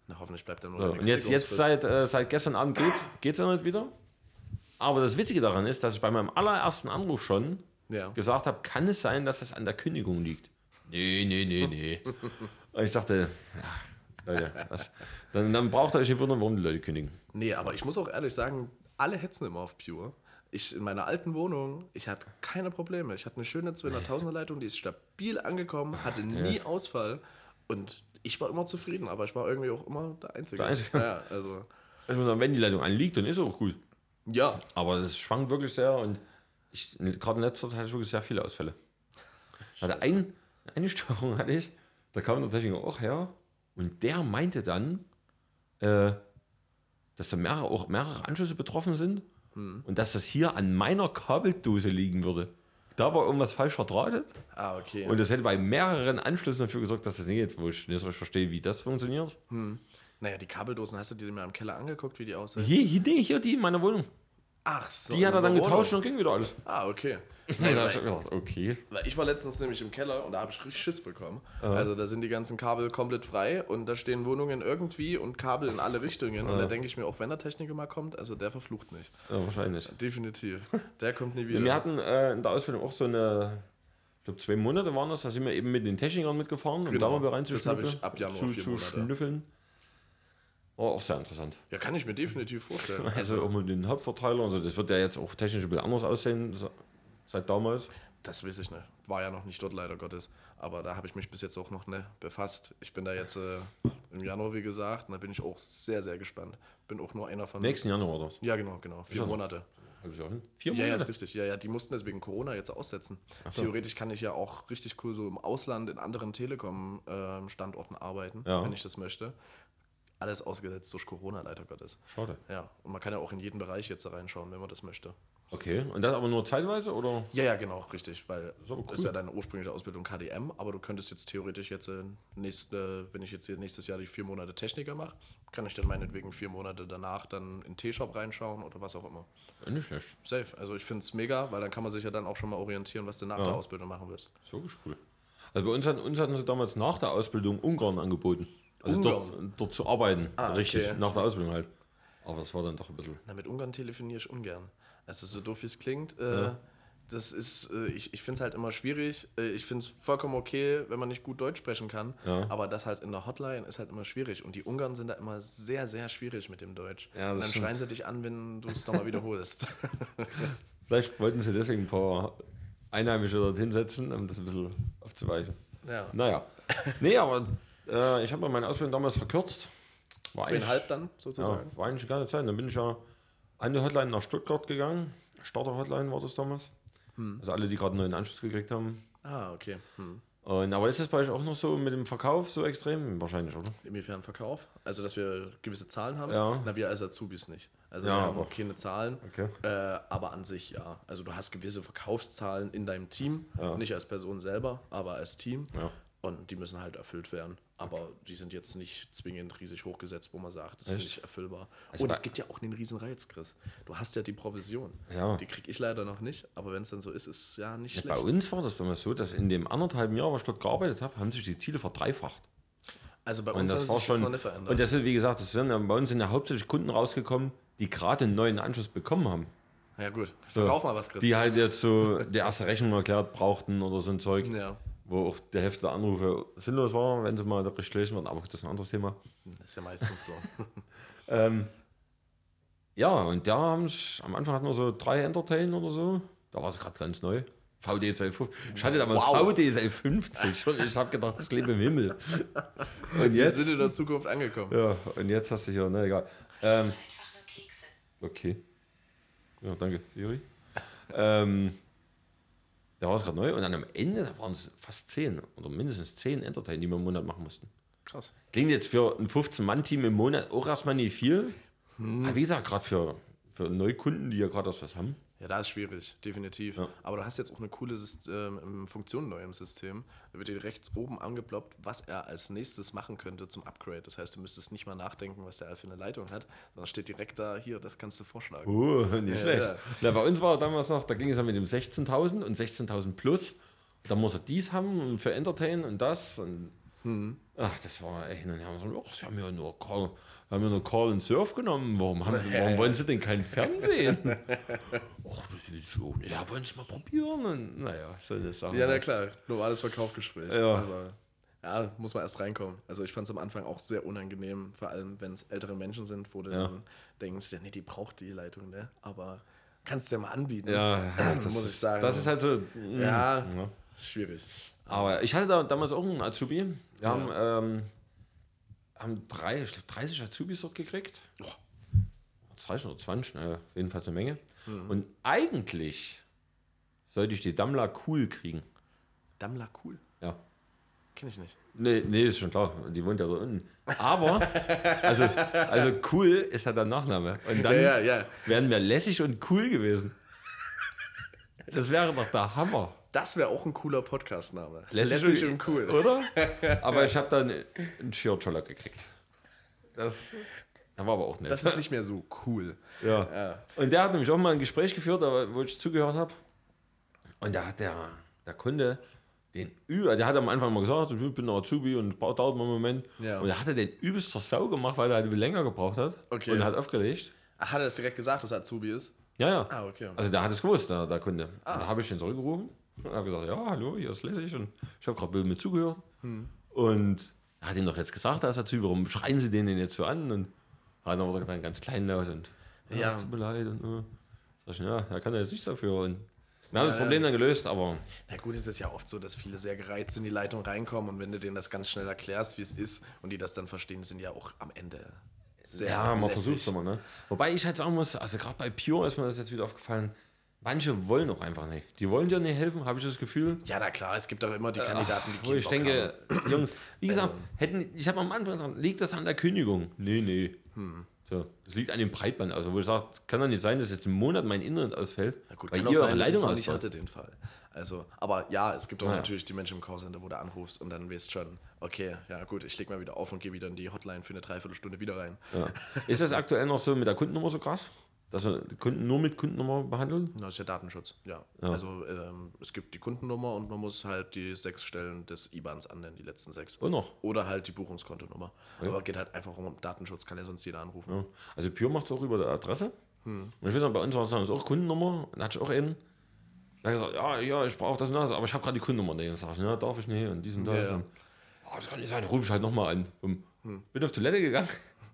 [SPEAKER 2] Na, hoffentlich bleibt er nur
[SPEAKER 1] So,
[SPEAKER 2] seine
[SPEAKER 1] und jetzt, jetzt
[SPEAKER 2] Kündigungsfrist.
[SPEAKER 1] seit, äh, seit gestern Abend geht geht's ja nicht wieder. Aber das Witzige daran ist, dass ich bei meinem allerersten Anruf schon
[SPEAKER 2] Ja.
[SPEAKER 1] gesagt habe, kann es sein, dass das an der Kündigung liegt? Nee, nee, nee,
[SPEAKER 2] [laughs]
[SPEAKER 1] nee. und ich dachte, ja, Leute, das, dann, dann braucht ihr euch nicht wundern, warum die Leute kündigen.
[SPEAKER 2] Nee, aber ich muss auch ehrlich sagen, alle hetzen immer auf Pure. Ich in meiner alten Wohnung, ich hatte keine Probleme. Ich hatte eine schöne 200.000er Leitung, die ist stabil angekommen, hatte nie Ausfall und ich war immer zufrieden, aber ich war irgendwie auch immer der Einzige.
[SPEAKER 1] Der Einzige.
[SPEAKER 2] Ja, also,
[SPEAKER 1] Ich muss sagen, wenn die Leitung anliegt, dann ist es auch gut.
[SPEAKER 2] ja,
[SPEAKER 1] Aber das schwankt wirklich sehr und ich, gerade in letzter Zeit hatte ich wirklich sehr viele Ausfälle. Ich hatte ein, eine Störung hatte ich, da kam der Techniker auch her und der meinte dann, äh, dass da mehrere, auch mehrere Anschlüsse betroffen sind und dass das hier an meiner Kabeldose liegen würde. da war irgendwas falsch verdrahtet.
[SPEAKER 2] Ah, okay.
[SPEAKER 1] Und das hätte bei mehreren Anschlüssen dafür gesorgt, dass das nicht geht, wo ich nicht so richtig verstehe, wie das funktioniert.
[SPEAKER 2] naja, die Kabeldosen, hast du dir mal im Keller angeguckt, wie die aussehen?
[SPEAKER 1] Hier, hier, nee, hier, die in meiner Wohnung.
[SPEAKER 2] Ach so.
[SPEAKER 1] Mhm. Die hat er dann
[SPEAKER 2] eine
[SPEAKER 1] getauscht
[SPEAKER 2] Wohnung.
[SPEAKER 1] und ging wieder alles.
[SPEAKER 2] Ah, okay.
[SPEAKER 1] Und
[SPEAKER 2] Nee,
[SPEAKER 1] da hab ich
[SPEAKER 2] weil,
[SPEAKER 1] gedacht, okay.
[SPEAKER 2] weil ich war letztens nämlich im Keller und da habe ich richtig Schiss bekommen. Also da sind die ganzen Kabel komplett frei und da stehen Wohnungen irgendwie und Kabel in alle Richtungen. Und da denke ich mir, auch wenn der Techniker mal kommt, also der verflucht nicht.
[SPEAKER 1] Ja, wahrscheinlich.
[SPEAKER 2] Definitiv. Der kommt nie
[SPEAKER 1] Wir
[SPEAKER 2] wieder.
[SPEAKER 1] hatten äh, in der Ausbildung auch so eine, ich glaube zwei Monate waren das, da sind wir eben mit den Technikern mitgefahren, um da mal
[SPEAKER 2] Genau.
[SPEAKER 1] wieder
[SPEAKER 2] Das habe
[SPEAKER 1] reinzuschnüffeln.
[SPEAKER 2] ich ab Januar
[SPEAKER 1] zu,
[SPEAKER 2] vier
[SPEAKER 1] zu
[SPEAKER 2] Monate.
[SPEAKER 1] schnüffeln. War auch sehr
[SPEAKER 2] [laughs]
[SPEAKER 1] interessant.
[SPEAKER 2] Ja, kann ich mir definitiv vorstellen.
[SPEAKER 1] Also auch mit den Hauptverteiler und so, das wird ja jetzt auch technisch ein bisschen anders aussehen se- seit damals.
[SPEAKER 2] Das weiß ich nicht. War ja noch nicht dort, leider Gottes. Aber da habe ich mich bis jetzt auch noch ne, befasst. Ich bin da jetzt äh, im Januar, wie gesagt, und da bin ich auch sehr, sehr gespannt. Bin auch nur einer von.
[SPEAKER 1] Nächsten Januar war das.
[SPEAKER 2] Ja, genau, genau. Vier
[SPEAKER 1] Schon.
[SPEAKER 2] Monate.
[SPEAKER 1] Hab ich auch hin. Vier
[SPEAKER 2] Ja, ja, ist
[SPEAKER 1] Monate.
[SPEAKER 2] richtig. Ja, ja, die mussten deswegen Corona jetzt aussetzen. Theoretisch kann ich ja auch richtig cool so im Ausland in anderen Telekom-Standorten arbeiten,
[SPEAKER 1] Ja.
[SPEAKER 2] wenn ich das möchte. Alles ausgesetzt durch Corona, leider Gottes.
[SPEAKER 1] Schade.
[SPEAKER 2] Ja, und man kann ja auch in jeden Bereich jetzt da reinschauen, wenn man das möchte.
[SPEAKER 1] Okay, und das aber nur zeitweise oder?
[SPEAKER 2] Ja, ja, genau, richtig, weil
[SPEAKER 1] aber
[SPEAKER 2] das
[SPEAKER 1] cool.
[SPEAKER 2] ist ja deine ursprüngliche Ausbildung KDM, aber du könntest jetzt theoretisch jetzt äh, nächste, wenn ich jetzt hier nächstes Jahr die vier Monate Techniker mache, kann ich dann meinetwegen vier Monate danach dann in T-Shop reinschauen oder was auch immer.
[SPEAKER 1] Nicht schlecht.
[SPEAKER 2] Safe. Also ich finde es mega, weil dann kann man sich ja dann auch schon mal orientieren, was du nach der Ausbildung machen willst.
[SPEAKER 1] So ist cool. Also bei uns, hatten- uns hatten sie damals nach der Ausbildung Ungarn angeboten. Also
[SPEAKER 2] Ungarn?
[SPEAKER 1] dort, dort zu arbeiten.
[SPEAKER 2] Ah,
[SPEAKER 1] richtig,
[SPEAKER 2] okay.
[SPEAKER 1] nach der Ausbildung halt. Aber das war dann doch ein bisschen.
[SPEAKER 2] Na, mit Ungarn telefoniere ich ungern. Also so doof wie es klingt, äh, das ist, äh, ich, ich finde es halt immer schwierig. Äh, ich finde es vollkommen okay, wenn man nicht gut Deutsch sprechen kann,
[SPEAKER 1] Ja.
[SPEAKER 2] aber das halt in der Hotline ist halt immer schwierig. Und die Ungarn sind da immer sehr, sehr schwierig mit dem Deutsch.
[SPEAKER 1] Ja, das
[SPEAKER 2] Und dann
[SPEAKER 1] stimmt.
[SPEAKER 2] schreien sie dich an, wenn du
[SPEAKER 1] [laughs]
[SPEAKER 2] es nochmal wiederholst. [laughs]
[SPEAKER 1] Vielleicht wollten sie deswegen ein paar Einheimische dort hinsetzen, um das ein bisschen aufzuweichen.
[SPEAKER 2] ja.
[SPEAKER 1] Naja. Nee, aber äh, ich habe ja meine Ausbildung damals verkürzt. War eigentlich-
[SPEAKER 2] Zweieinhalb dann sozusagen.
[SPEAKER 1] Ja, war eigentlich eine geile Zeit. Dann bin ich ja an die Hotline nach Stuttgart gegangen. Starter-Hotline war das damals.
[SPEAKER 2] Hm.
[SPEAKER 1] Also alle, die gerade einen neuen Anschluss gekriegt haben.
[SPEAKER 2] Ah, okay. Hm.
[SPEAKER 1] Und, aber ist das bei euch auch noch so mit dem Verkauf so extrem? Wahrscheinlich, oder?
[SPEAKER 2] Inwiefern Verkauf? Also, dass wir gewisse Zahlen haben?
[SPEAKER 1] Ja.
[SPEAKER 2] Na, wir als Azubis nicht. Also,
[SPEAKER 1] Ja,
[SPEAKER 2] wir haben
[SPEAKER 1] aber-
[SPEAKER 2] keine Zahlen,
[SPEAKER 1] Okay.
[SPEAKER 2] äh, aber an sich ja. Also, du hast gewisse Verkaufszahlen in deinem Team, nicht als Person selber, aber als Team.
[SPEAKER 1] Ja.
[SPEAKER 2] Und die müssen halt erfüllt werden. Aber die sind jetzt nicht zwingend riesig hochgesetzt, wo man sagt, das ist nicht erfüllbar. Und
[SPEAKER 1] Also bei-
[SPEAKER 2] es gibt ja auch einen riesen Reiz, Chris. Du hast ja die Provision.
[SPEAKER 1] Ja.
[SPEAKER 2] Die kriege ich leider noch nicht, aber wenn es dann so ist, ist ja nicht
[SPEAKER 1] Bei
[SPEAKER 2] schlecht.
[SPEAKER 1] uns war das damals so, dass in dem anderthalben Jahr, was ich dort gearbeitet habe, haben sich die Ziele verdreifacht.
[SPEAKER 2] Also, bei
[SPEAKER 1] Und
[SPEAKER 2] uns
[SPEAKER 1] das
[SPEAKER 2] hat
[SPEAKER 1] war
[SPEAKER 2] sich jetzt
[SPEAKER 1] schon.
[SPEAKER 2] noch nicht verändert.
[SPEAKER 1] Und das sind, wie gesagt, das sind ja bei uns sind ja hauptsächlich Kunden rausgekommen, die gerade einen neuen Anschluss bekommen haben.
[SPEAKER 2] ja, gut.
[SPEAKER 1] So,
[SPEAKER 2] Verkauf mal was, Chris.
[SPEAKER 1] Die halt jetzt so die erste Rechnung erklärt brauchten oder so ein Zeug,
[SPEAKER 2] ja.
[SPEAKER 1] wo auch die Hälfte der Anrufe sinnlos war, wenn sie mal richtig gelesen wurden. Aber das ist ein anderes Thema.
[SPEAKER 2] Ist ja meistens so.
[SPEAKER 1] Ähm, ja, und da haben sich, am Anfang hatten wir so drei Entertain oder so. Da war es gerade ganz neu. VDSL 50. Ich hatte damals
[SPEAKER 2] Wow.
[SPEAKER 1] VDSL 50 und ich habe gedacht, ich lebe im
[SPEAKER 2] [laughs]
[SPEAKER 1] Himmel. Und
[SPEAKER 2] Wir
[SPEAKER 1] jetzt,
[SPEAKER 2] sind in der Zukunft angekommen.
[SPEAKER 1] ja, und jetzt hast du hier, ne, egal. Ähm,
[SPEAKER 3] Einfach nur Kekse.
[SPEAKER 1] Okay. Ja, danke, Siri. ähm, da war es gerade neu und dann am Ende da waren es fast zehn oder mindestens zehn Entertain, die wir im Monat machen mussten.
[SPEAKER 2] Krass.
[SPEAKER 1] Klingt jetzt für ein 15-Mann-Team im Monat auch erstmal nicht viel. Aber wie gesagt, gerade für, für Neukunden, die ja gerade erst was haben.
[SPEAKER 2] Ja, da ist schwierig, definitiv. Aber du hast jetzt auch eine coole Syst- ähm, Funktion neu im System. Da wird dir rechts oben angeploppt, was er als nächstes machen könnte zum Upgrade. Das heißt, du müsstest nicht mal nachdenken, was der für eine Leitung hat, sondern steht direkt da, hier, das kannst du vorschlagen.
[SPEAKER 1] Oh, nicht
[SPEAKER 2] Ja,
[SPEAKER 1] schlecht.
[SPEAKER 2] ja.
[SPEAKER 1] Na, bei uns war damals noch, da ging es ja mit dem 16.000 und 16.000 plus. Da muss er dies haben und für Entertain und das. Und
[SPEAKER 2] Mhm.
[SPEAKER 1] Ach, das war echt. Und dann haben wir gesagt, ach, sie haben ja nur Call, haben ja nur Call and Surf genommen. Warum, haben sie,
[SPEAKER 2] [laughs]
[SPEAKER 1] warum wollen sie denn kein Fernsehen? ach, das ist schon. Ja, wollen sie mal probieren. Und, naja, so eine Sache.
[SPEAKER 2] Ja, na klar, normales Verkaufgespräch.
[SPEAKER 1] Ja.
[SPEAKER 2] Aber ja, muss man erst reinkommen. Also ich fand es am Anfang auch sehr unangenehm, vor allem wenn es ältere Menschen sind, wo du dann denkst, ja, nee, die braucht die Leitung, ne? Aber kannst du ja mal anbieten.
[SPEAKER 1] ja, das,
[SPEAKER 2] [clears throat] muss ich sagen.
[SPEAKER 1] Das ist halt so.
[SPEAKER 2] Ja, schwierig.
[SPEAKER 1] Aber ich hatte da damals auch einen Azubi. Wir haben, ähm, haben drei, ich glaub, 30 Azubis dort gekriegt.
[SPEAKER 2] Oh,
[SPEAKER 1] 30 oder ne, 20, naja, jedenfalls eine Menge. Und eigentlich sollte ich die Dammler cool kriegen.
[SPEAKER 2] Dammler cool.
[SPEAKER 1] Ja.
[SPEAKER 2] Kenne ich nicht.
[SPEAKER 1] Nee, nee, ist schon klar. Die wohnt ja da unten. Aber, also, also cool ist ja der Nachname. Und dann
[SPEAKER 2] Ja, ja, ja.
[SPEAKER 1] wären wir lässig und cool gewesen. Das wäre doch der Hammer.
[SPEAKER 2] Das wäre auch ein cooler Podcast-Name.
[SPEAKER 1] Lässig
[SPEAKER 2] und cool. [laughs]
[SPEAKER 1] Oder? Aber ich habe dann einen Schirrtscholler gekriegt. Das, das war aber auch nett.
[SPEAKER 2] Das ist nicht mehr so cool.
[SPEAKER 1] ja. Und der hat nämlich auch mal ein Gespräch geführt, aber wo ich zugehört habe. Und da hat der, der Kunde den über, der hat am Anfang mal gesagt, ich bin ein Azubi und dauert mal einen Moment.
[SPEAKER 2] Ja.
[SPEAKER 1] Und da hat er den übelst zur Sau gemacht, weil er halt länger gebraucht hat
[SPEAKER 2] Okay.
[SPEAKER 1] und hat aufgelegt.
[SPEAKER 2] Ach, hat er das direkt gesagt, dass er Azubi ist?
[SPEAKER 1] Ja, ja.
[SPEAKER 2] Ah, okay. Ah.
[SPEAKER 1] Also da hat es gewusst, der, der Kunde. Und Da habe ich ihn zurückgerufen und habe gesagt, ja, hallo, hier ist Lässig. Und ich habe gerade mit zugehört.
[SPEAKER 2] Hm.
[SPEAKER 1] Und er hat ihm doch jetzt gesagt, da ist er zu, warum schreien sie den denn jetzt so an? Und hat dann aber dann ganz kleinlaut und ja,
[SPEAKER 2] Ja.
[SPEAKER 1] tut mir leid. Und, äh. sag ich, ja, er kann ja jetzt nichts dafür. Und wir haben das Problem dann gelöst, aber
[SPEAKER 2] Na gut, es ist ja oft so, dass viele sehr gereizt in die Leitung reinkommen und wenn du denen das ganz schnell erklärst, wie es ist und die das dann verstehen, sind ja auch am Ende sehr
[SPEAKER 1] ja, man
[SPEAKER 2] lässig.
[SPEAKER 1] versucht es immer. Ne? Wobei ich halt sagen muss, also gerade bei Pure ist mir das jetzt wieder aufgefallen, manche wollen auch einfach nicht. Die wollen dir nicht helfen, habe ich das Gefühl.
[SPEAKER 2] Ja, na klar, es gibt auch immer die Kandidaten, die
[SPEAKER 1] Wo
[SPEAKER 2] keinen
[SPEAKER 1] ich
[SPEAKER 2] Bock
[SPEAKER 1] denke, [clears throat] Jungs, wie gesagt,
[SPEAKER 2] Also-
[SPEAKER 1] hätten, ich habe am Anfang gesagt, liegt das an der Kündigung? Nee, nee.
[SPEAKER 2] Hm.
[SPEAKER 1] So, das liegt an dem Breitband. Also, wo ich sage, kann doch nicht sein, dass jetzt einen Monat mein Internet ausfällt,
[SPEAKER 2] Na gut,
[SPEAKER 1] weil
[SPEAKER 2] kann
[SPEAKER 1] ihr
[SPEAKER 2] auch
[SPEAKER 1] eure
[SPEAKER 2] sein, dass ich es
[SPEAKER 1] Leitung
[SPEAKER 2] noch nicht
[SPEAKER 1] ausfällt.
[SPEAKER 2] hatte, den Fall. Also, aber ja, es gibt auch
[SPEAKER 1] Naja.
[SPEAKER 2] natürlich die Menschen im Callcenter, wo du anrufst und dann weißt schon, okay, ja gut, ich leg mal wieder auf und gehe wieder in die Hotline für eine Dreiviertelstunde wieder rein.
[SPEAKER 1] Ja. Ist das aktuell noch so mit der Kundennummer so krass? Dass wir Kunden nur mit Kundennummer behandeln?
[SPEAKER 2] Das ist ja Datenschutz, ja. Also ähm, es gibt die Kundennummer und man muss halt die sechs Stellen des IBANs annehmen, die letzten sechs.
[SPEAKER 1] Und noch.
[SPEAKER 2] Oder halt die Buchungskontonummer. Aber geht halt einfach um Datenschutz, kann ja sonst jeder anrufen.
[SPEAKER 1] Ja. Also Pure macht es auch über die Adresse.
[SPEAKER 2] Hm.
[SPEAKER 1] Und ich weiß noch, bei uns war es dann auch Kundennummer. Und da hatte ich auch einen. Da hat gesagt, ja, ja, ich brauche das und das, aber ich habe gerade die Kundennummer. Und dann sag ich, ja, darf ich nicht und dies und das.
[SPEAKER 2] Ja. Hm.
[SPEAKER 1] Und, "Ah, das kann nicht sein, rufe ich halt nochmal an. Und Bin auf Toilette gegangen,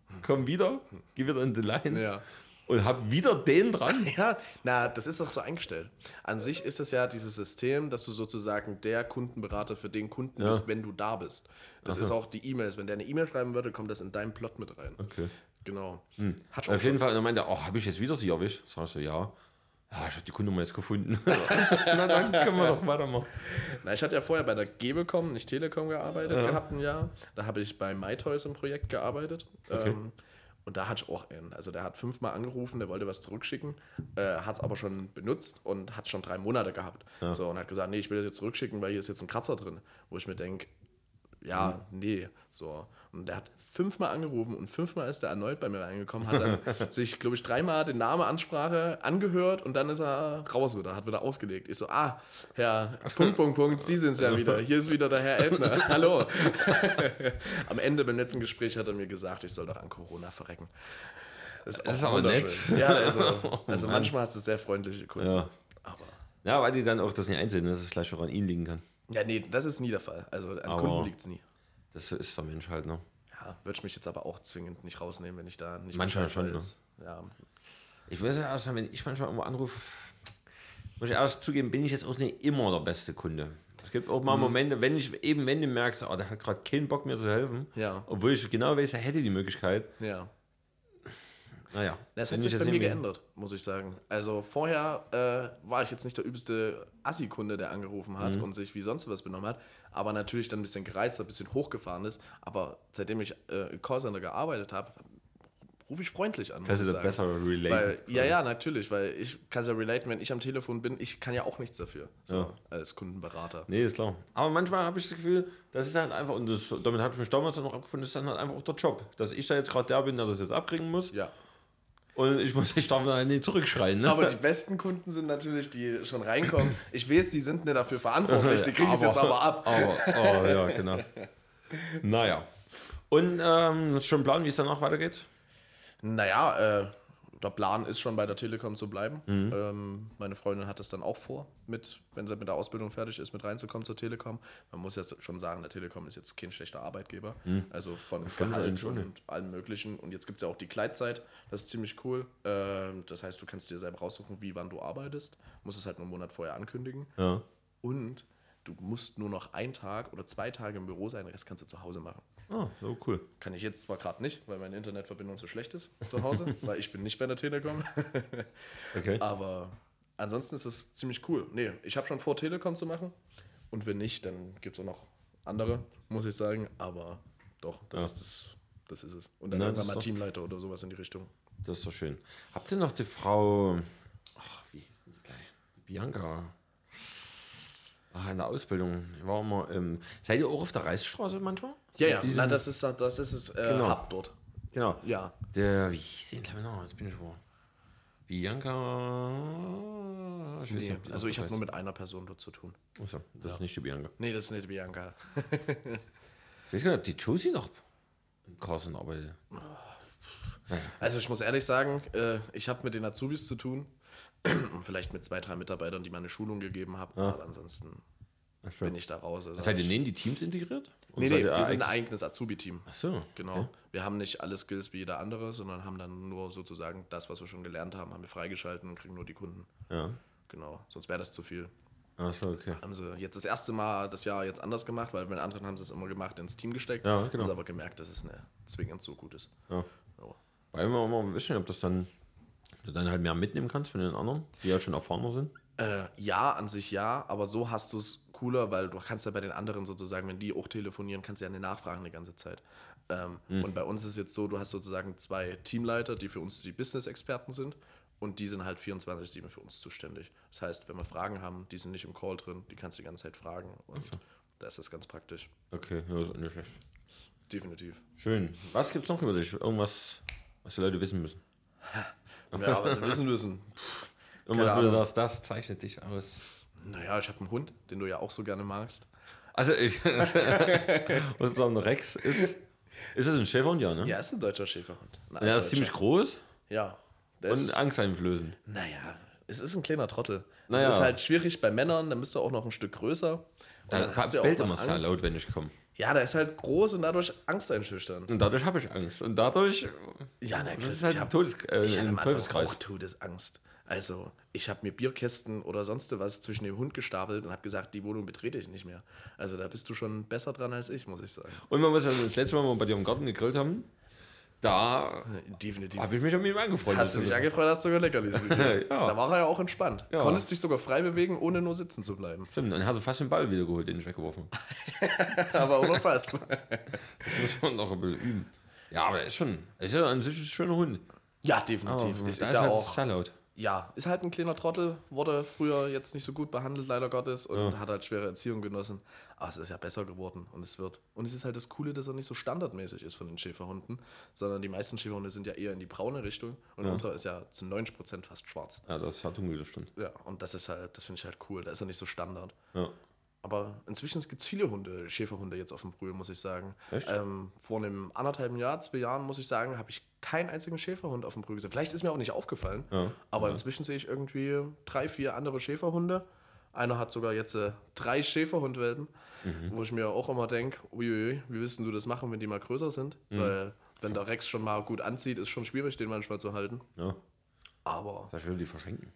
[SPEAKER 1] [laughs] komm wieder, geh wieder in die Line
[SPEAKER 2] Ja.
[SPEAKER 1] und hab wieder den dran.
[SPEAKER 2] [laughs] Ja, na, das ist doch so eingestellt. An sich ist es ja dieses System, dass du sozusagen der Kundenberater für den Kunden bist, wenn du da bist. Das ist auch die E-Mails. Wenn der eine E-Mail schreiben würde, kommt das in deinem Plot mit rein.
[SPEAKER 1] Okay.
[SPEAKER 2] Genau. Hat schon
[SPEAKER 1] Auf jeden Fall, und dann meinte er, ach, habe ich jetzt wieder sie erwischt? Sag ich so, ja. Ja, ich habe die Kundennummer jetzt gefunden. [laughs] Na dann können wir doch weitermachen.
[SPEAKER 2] Na, ich hatte ja vorher bei der Gebelcom, nicht Telekom, gearbeitet gehabt ein Jahr. Da habe ich bei MyToys im Projekt gearbeitet. Ähm, und da hatte ich auch einen. Also der hat fünfmal angerufen, der wollte was zurückschicken, äh, hat es aber schon benutzt und hat es schon drei Monate gehabt. So, und hat gesagt, nee, ich will das jetzt zurückschicken, weil hier ist jetzt ein Kratzer drin. Wo ich mir denke, ja, nee, so. Und der hat fünfmal angerufen und fünfmal ist er erneut bei mir reingekommen, hat
[SPEAKER 1] [laughs]
[SPEAKER 2] dann sich, glaube ich, dreimal den Namen Ansprache angehört und dann ist er raus wieder, hat wieder ausgelegt. Ich so, ah, Herr, Punkt, Punkt, Punkt, Sie sind's ja wieder. Hier ist wieder der
[SPEAKER 1] [laughs]
[SPEAKER 2] Herr Elbner. Hallo. [laughs] Am Ende beim letzten Gespräch hat er mir gesagt, ich soll doch an Corona verrecken.
[SPEAKER 1] Das ist
[SPEAKER 2] auch
[SPEAKER 1] aber nett. Oh
[SPEAKER 2] wunderschön.
[SPEAKER 1] [laughs]
[SPEAKER 2] Ja, also, also manchmal hast du sehr freundliche Kunden.
[SPEAKER 1] Ja.
[SPEAKER 2] Aber
[SPEAKER 1] Ja, weil die dann auch das nicht einsehen, dass es vielleicht auch an ihnen liegen kann.
[SPEAKER 2] ja, nee, das ist nie der Fall. Also an Kunden liegt's nie.
[SPEAKER 1] Das ist der Mensch halt, ne?
[SPEAKER 2] Ja, würde ich mich jetzt aber auch zwingend nicht rausnehmen, wenn ich da nicht
[SPEAKER 1] Manchmal
[SPEAKER 2] Bescheid
[SPEAKER 1] schon, ne?
[SPEAKER 2] weiß. Ja.
[SPEAKER 1] Ich muss ja erst sagen, wenn ich manchmal irgendwo anrufe, muss ich erst zugeben, bin ich jetzt auch nicht immer der beste Kunde. Es gibt auch mal
[SPEAKER 2] Mhm.
[SPEAKER 1] Momente, wenn ich eben, wenn du merkst, oh, der hat gerade keinen Bock mir zu helfen,
[SPEAKER 2] Ja.
[SPEAKER 1] obwohl ich genau weiß, er hätte die Möglichkeit.
[SPEAKER 2] ja.
[SPEAKER 1] Naja,
[SPEAKER 2] Das
[SPEAKER 1] wenn
[SPEAKER 2] hat
[SPEAKER 1] ich
[SPEAKER 2] sich
[SPEAKER 1] jetzt
[SPEAKER 2] bei mir
[SPEAKER 1] nicht-
[SPEAKER 2] geändert, muss ich sagen. Also vorher äh, war ich jetzt nicht der übelste Assi-Kunde, der angerufen hat
[SPEAKER 1] Mhm.
[SPEAKER 2] und sich wie sonst was benommen hat, aber natürlich dann ein bisschen gereizt, ein bisschen hochgefahren ist. Aber seitdem ich äh, im Callcenter gearbeitet habe, rufe ich freundlich an.
[SPEAKER 1] Kannst
[SPEAKER 2] muss
[SPEAKER 1] du
[SPEAKER 2] ich
[SPEAKER 1] das
[SPEAKER 2] sagen.
[SPEAKER 1] besser relaten?
[SPEAKER 2] Weil, ja, ja, natürlich, weil ich kann ja relaten, wenn ich am Telefon bin, ich kann ja auch nichts dafür, so,
[SPEAKER 1] Ja.
[SPEAKER 2] als Kundenberater.
[SPEAKER 1] Nee, ist klar. Aber manchmal habe ich das Gefühl, das ist halt einfach, und das, damit habe ich mich damals dann noch abgefunden, das ist dann halt einfach auch der Job. Dass ich da jetzt gerade der bin, der das jetzt abkriegen muss.
[SPEAKER 2] Ja.
[SPEAKER 1] Und ich muss, ich darf dann nicht zurückschreien. Ne?
[SPEAKER 2] Aber die besten Kunden sind natürlich, die schon reinkommen. Ich weiß, die sind nicht dafür verantwortlich, sie kriegen es jetzt aber ab.
[SPEAKER 1] [laughs] Aber, oh, ja, genau. Naja. Und ähm, hast du schon einen Plan, wie es danach weitergeht?
[SPEAKER 2] Naja, äh, der Plan ist schon bei der Telekom zu bleiben.
[SPEAKER 1] Mhm.
[SPEAKER 2] Ähm, meine Freundin hat es dann auch vor, mit, wenn sie mit der Ausbildung fertig ist, mit reinzukommen zur Telekom. Man muss jetzt schon sagen, der Telekom ist jetzt kein schlechter Arbeitgeber. Also von Gehalt
[SPEAKER 1] eigentlich Mhm. schon,
[SPEAKER 2] und
[SPEAKER 1] ja.
[SPEAKER 2] allem Möglichen. Und jetzt gibt es ja auch die Gleitzeit, das ist ziemlich cool. Ähm, das heißt, du kannst dir selber raussuchen, wie wann du arbeitest. Musst es halt nur einen Monat vorher ankündigen.
[SPEAKER 1] Ja.
[SPEAKER 2] Und du musst nur noch einen Tag oder zwei Tage im Büro sein, den Rest kannst du zu Hause machen.
[SPEAKER 1] Ah, so cool.
[SPEAKER 2] Kann ich jetzt zwar gerade nicht, weil meine Internetverbindung so schlecht ist
[SPEAKER 1] [laughs]
[SPEAKER 2] zu Hause, weil ich bin nicht bei der Telekom.
[SPEAKER 1] Okay.
[SPEAKER 2] Aber ansonsten ist es ziemlich cool. Nee, ich habe schon vor, Telekom zu machen. Und wenn nicht, dann gibt es auch noch andere, muss ich sagen. Aber doch, das ist das, das ist es. Und dann
[SPEAKER 1] Na,
[SPEAKER 2] irgendwann
[SPEAKER 1] das
[SPEAKER 2] mal
[SPEAKER 1] ist doch-
[SPEAKER 2] Teamleiter oder sowas in die Richtung.
[SPEAKER 1] Das ist doch schön. Habt ihr noch die Frau. Ach, wie hieß denn die gleich? Die Bianca. Ach, in der Ausbildung. Ich war immer, ähm, seid ihr auch auf der Reichsstraße manchmal?
[SPEAKER 2] Ja, ja,
[SPEAKER 1] Mit diesem-
[SPEAKER 2] na, das ist das ist es äh,
[SPEAKER 1] Genau.
[SPEAKER 2] Hub dort.
[SPEAKER 1] Genau.
[SPEAKER 2] Ja.
[SPEAKER 1] Der, wie hieß der Laminar? Jetzt bin ich vor. Bianca. Ich weiß
[SPEAKER 2] Nee,
[SPEAKER 1] ob die
[SPEAKER 2] also
[SPEAKER 1] auch
[SPEAKER 2] ich habe
[SPEAKER 1] heißt.
[SPEAKER 2] nur mit einer Person dort zu tun.
[SPEAKER 1] Achso, das ist nicht die Bianca.
[SPEAKER 2] Nee, das ist nicht Bianca.
[SPEAKER 1] Ich weiß gar nicht, ob die Josie noch in Carson arbeitet.
[SPEAKER 2] Also ich muss ehrlich sagen, äh, ich habe mit den Azubis zu tun. [clears throat] Und Vielleicht mit zwei, drei Mitarbeitern, die mal eine Schulung gegeben haben. Aber ansonsten bin ich da raus. Also
[SPEAKER 1] Seid ihr neben die Teams integriert? Und
[SPEAKER 2] nee,
[SPEAKER 1] seid
[SPEAKER 2] nee,
[SPEAKER 1] ihr
[SPEAKER 2] wir sind
[SPEAKER 1] eig-
[SPEAKER 2] ein eigenes Azubi-Team.
[SPEAKER 1] Achso.
[SPEAKER 2] Genau. Wir haben nicht alle Skills wie jeder andere, sondern haben dann nur sozusagen das, was wir schon gelernt haben, haben wir freigeschalten und kriegen nur die Kunden.
[SPEAKER 1] Ja.
[SPEAKER 2] Genau. Sonst wäre das zu viel.
[SPEAKER 1] Achso, okay.
[SPEAKER 2] Haben sie jetzt das erste Mal das Jahr jetzt anders gemacht, weil bei den anderen haben sie es immer gemacht, ins Team gesteckt.
[SPEAKER 1] Ja, genau.
[SPEAKER 2] Haben sie aber gemerkt, dass es ne, zwingend so gut ist.
[SPEAKER 1] Ja.
[SPEAKER 2] Ja.
[SPEAKER 1] Weil wir mal wissen, ob das dann, ob du dann halt mehr mitnehmen kannst von den anderen, die ja schon erfahrener sind.
[SPEAKER 2] Äh, ja, an sich ja, aber so hast du es cooler, weil du kannst ja bei den anderen sozusagen, wenn die auch telefonieren, kannst du ja eine nachfragen die ganze Zeit. Ähm,
[SPEAKER 1] Mhm.
[SPEAKER 2] Und bei uns ist jetzt so, du hast sozusagen zwei Teamleiter, die für uns die Business-Experten sind und die sind halt 24-7 für uns zuständig. Das heißt, wenn wir Fragen haben, die sind nicht im Call drin, die kannst du die ganze Zeit fragen und da ist das ganz praktisch.
[SPEAKER 1] Okay, ja, ist auch nicht schlecht. [laughs]
[SPEAKER 2] Definitiv.
[SPEAKER 1] Schön. Was gibt's noch über dich? Irgendwas, was die Leute wissen müssen?
[SPEAKER 2] Ja, aber sie wissen müssen.
[SPEAKER 1] Irgendwas, wo du
[SPEAKER 2] Ahnung.
[SPEAKER 1] sagst, das zeichnet dich aus.
[SPEAKER 2] Naja, ich habe einen Hund, den du ja auch so gerne magst.
[SPEAKER 1] Also, ich [laughs] muss sagen, Rex ist. Ist das ein Schäferhund? Ja, ne?
[SPEAKER 2] Ja, ist ein deutscher Schäferhund. Ein
[SPEAKER 1] Der ist
[SPEAKER 2] altdeutscher.
[SPEAKER 1] ziemlich groß
[SPEAKER 2] Ja. Der ist-
[SPEAKER 1] und angsteinflößend.
[SPEAKER 2] Naja, es ist ein kleiner Trottel.
[SPEAKER 1] Naja.
[SPEAKER 2] Es ist halt schwierig bei Männern, dann bist du auch noch ein Stück größer. Und
[SPEAKER 1] Da
[SPEAKER 2] dann hast du ja auch
[SPEAKER 1] bellt
[SPEAKER 2] noch
[SPEAKER 1] immer sehr
[SPEAKER 2] Angst.
[SPEAKER 1] laut, wenn ich komme.
[SPEAKER 2] Ja, der ist halt groß und dadurch Angst einschüchtern.
[SPEAKER 1] Und dadurch habe ich Angst. Und dadurch.
[SPEAKER 2] Ja, na,
[SPEAKER 1] Das
[SPEAKER 2] Chris,
[SPEAKER 1] ist halt
[SPEAKER 2] ich
[SPEAKER 1] ein
[SPEAKER 2] hab-
[SPEAKER 1] Todes- äh,
[SPEAKER 2] ich
[SPEAKER 1] ein
[SPEAKER 2] hatte am Anfang
[SPEAKER 1] Teufelskreis.
[SPEAKER 2] auch Todesangst. Also, ich habe mir Bierkästen oder sonst was zwischen dem Hund gestapelt und habe gesagt, die Wohnung betrete ich nicht mehr. Also, da bist du schon besser dran als ich, muss ich sagen.
[SPEAKER 1] Und man muss also das letzte Mal, wo wir bei dir im Garten gegrillt haben, da
[SPEAKER 2] Definitiv.
[SPEAKER 1] habe ich mich an ihm angefreundet. Also,
[SPEAKER 2] Hast du dich angefreut, hast du sogar Leckerlis gegeben.
[SPEAKER 1] [laughs] Ja.
[SPEAKER 2] Da war er ja auch entspannt.
[SPEAKER 1] Ja.
[SPEAKER 2] Konntest dich sogar frei bewegen, ohne nur sitzen zu bleiben. [laughs]
[SPEAKER 1] Stimmt, dann hast du fast den Ball wieder geholt, den ich weggeworfen habe.
[SPEAKER 2] Aber auch noch fast.
[SPEAKER 1] Das muss man noch ein bisschen üben. Ja, aber er ist schon. Er ist ja an sich ein schöner Hund.
[SPEAKER 2] Ja, definitiv.
[SPEAKER 1] Aber
[SPEAKER 2] es
[SPEAKER 1] da
[SPEAKER 2] ist ja
[SPEAKER 1] halt
[SPEAKER 2] auch
[SPEAKER 1] sehr laut.
[SPEAKER 2] ja, ist halt ein kleiner Trottel, wurde früher jetzt nicht so gut behandelt, leider Gottes, und hat halt schwere Erziehung genossen. Aber es ist ja besser geworden und es wird. Und es ist halt das Coole, dass er nicht so standardmäßig ist von den Schäferhunden, sondern die meisten Schäferhunde sind ja eher in die braune Richtung und unserer ist ja zu 90% fast schwarz.
[SPEAKER 1] Ja, das hat Hunger stimmt.
[SPEAKER 2] Ja, und das ist halt, das finde ich halt cool, da ist er nicht so Standard.
[SPEAKER 1] Ja.
[SPEAKER 2] Aber inzwischen gibt es viele Hunde, Schäferhunde jetzt auf dem Brühl, muss ich sagen.
[SPEAKER 1] Echt?
[SPEAKER 2] Ähm, vor einem anderthalben Jahr, zwei Jahren, muss ich sagen, habe ich keinen einzigen Schäferhund auf dem Brühl gesehen. Vielleicht ist mir auch nicht aufgefallen,
[SPEAKER 1] Ja, Mhm.
[SPEAKER 2] aber inzwischen sehe ich irgendwie drei, vier andere Schäferhunde. Einer hat sogar jetzt äh, drei Schäferhundwelpen,
[SPEAKER 1] Mhm.
[SPEAKER 2] wo ich mir auch immer denke, uiuiui, wie willst denn du das machen, wenn die mal größer sind?
[SPEAKER 1] Mhm.
[SPEAKER 2] Weil wenn der Rex schon mal gut anzieht, ist schon schwierig, den manchmal zu halten.
[SPEAKER 1] Ja.
[SPEAKER 2] Aber
[SPEAKER 1] Das würde die verschenken.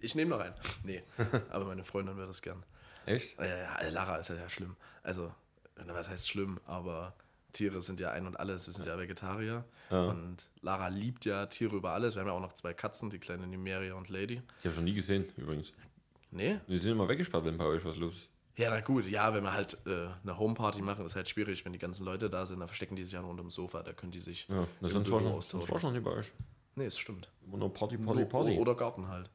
[SPEAKER 2] ich nehme noch einen.
[SPEAKER 1] [laughs]
[SPEAKER 2] Nee, aber meine Freundin wird das gern.
[SPEAKER 1] Echt?
[SPEAKER 2] Äh, also Lara ist ja sehr schlimm. Also, na, was heißt schlimm, aber Tiere sind ja ein und alles. Wir sind ja Vegetarier. Und Lara liebt ja Tiere über alles. Wir haben ja auch noch zwei Katzen, die kleine Nimeria und Lady.
[SPEAKER 1] Ich habe schon nie gesehen, übrigens.
[SPEAKER 2] Nee?
[SPEAKER 1] Die sind immer weggesperrt, wenn bei euch was los ist.
[SPEAKER 2] Ja, na gut. Ja, wenn wir halt äh, eine Homeparty machen, ist halt schwierig. Wenn die ganzen Leute da sind, dann verstecken die sich ja nur unter dem Sofa. Da können die sich
[SPEAKER 1] Ja,
[SPEAKER 2] im
[SPEAKER 1] das sonst war
[SPEAKER 2] Büro
[SPEAKER 1] schon, sonst
[SPEAKER 2] austauschen.
[SPEAKER 1] war schon nicht bei euch.
[SPEAKER 2] Nee, es stimmt.
[SPEAKER 1] Immer nur Party, Party,
[SPEAKER 2] Nur-
[SPEAKER 1] Party.
[SPEAKER 2] Oder Garten halt.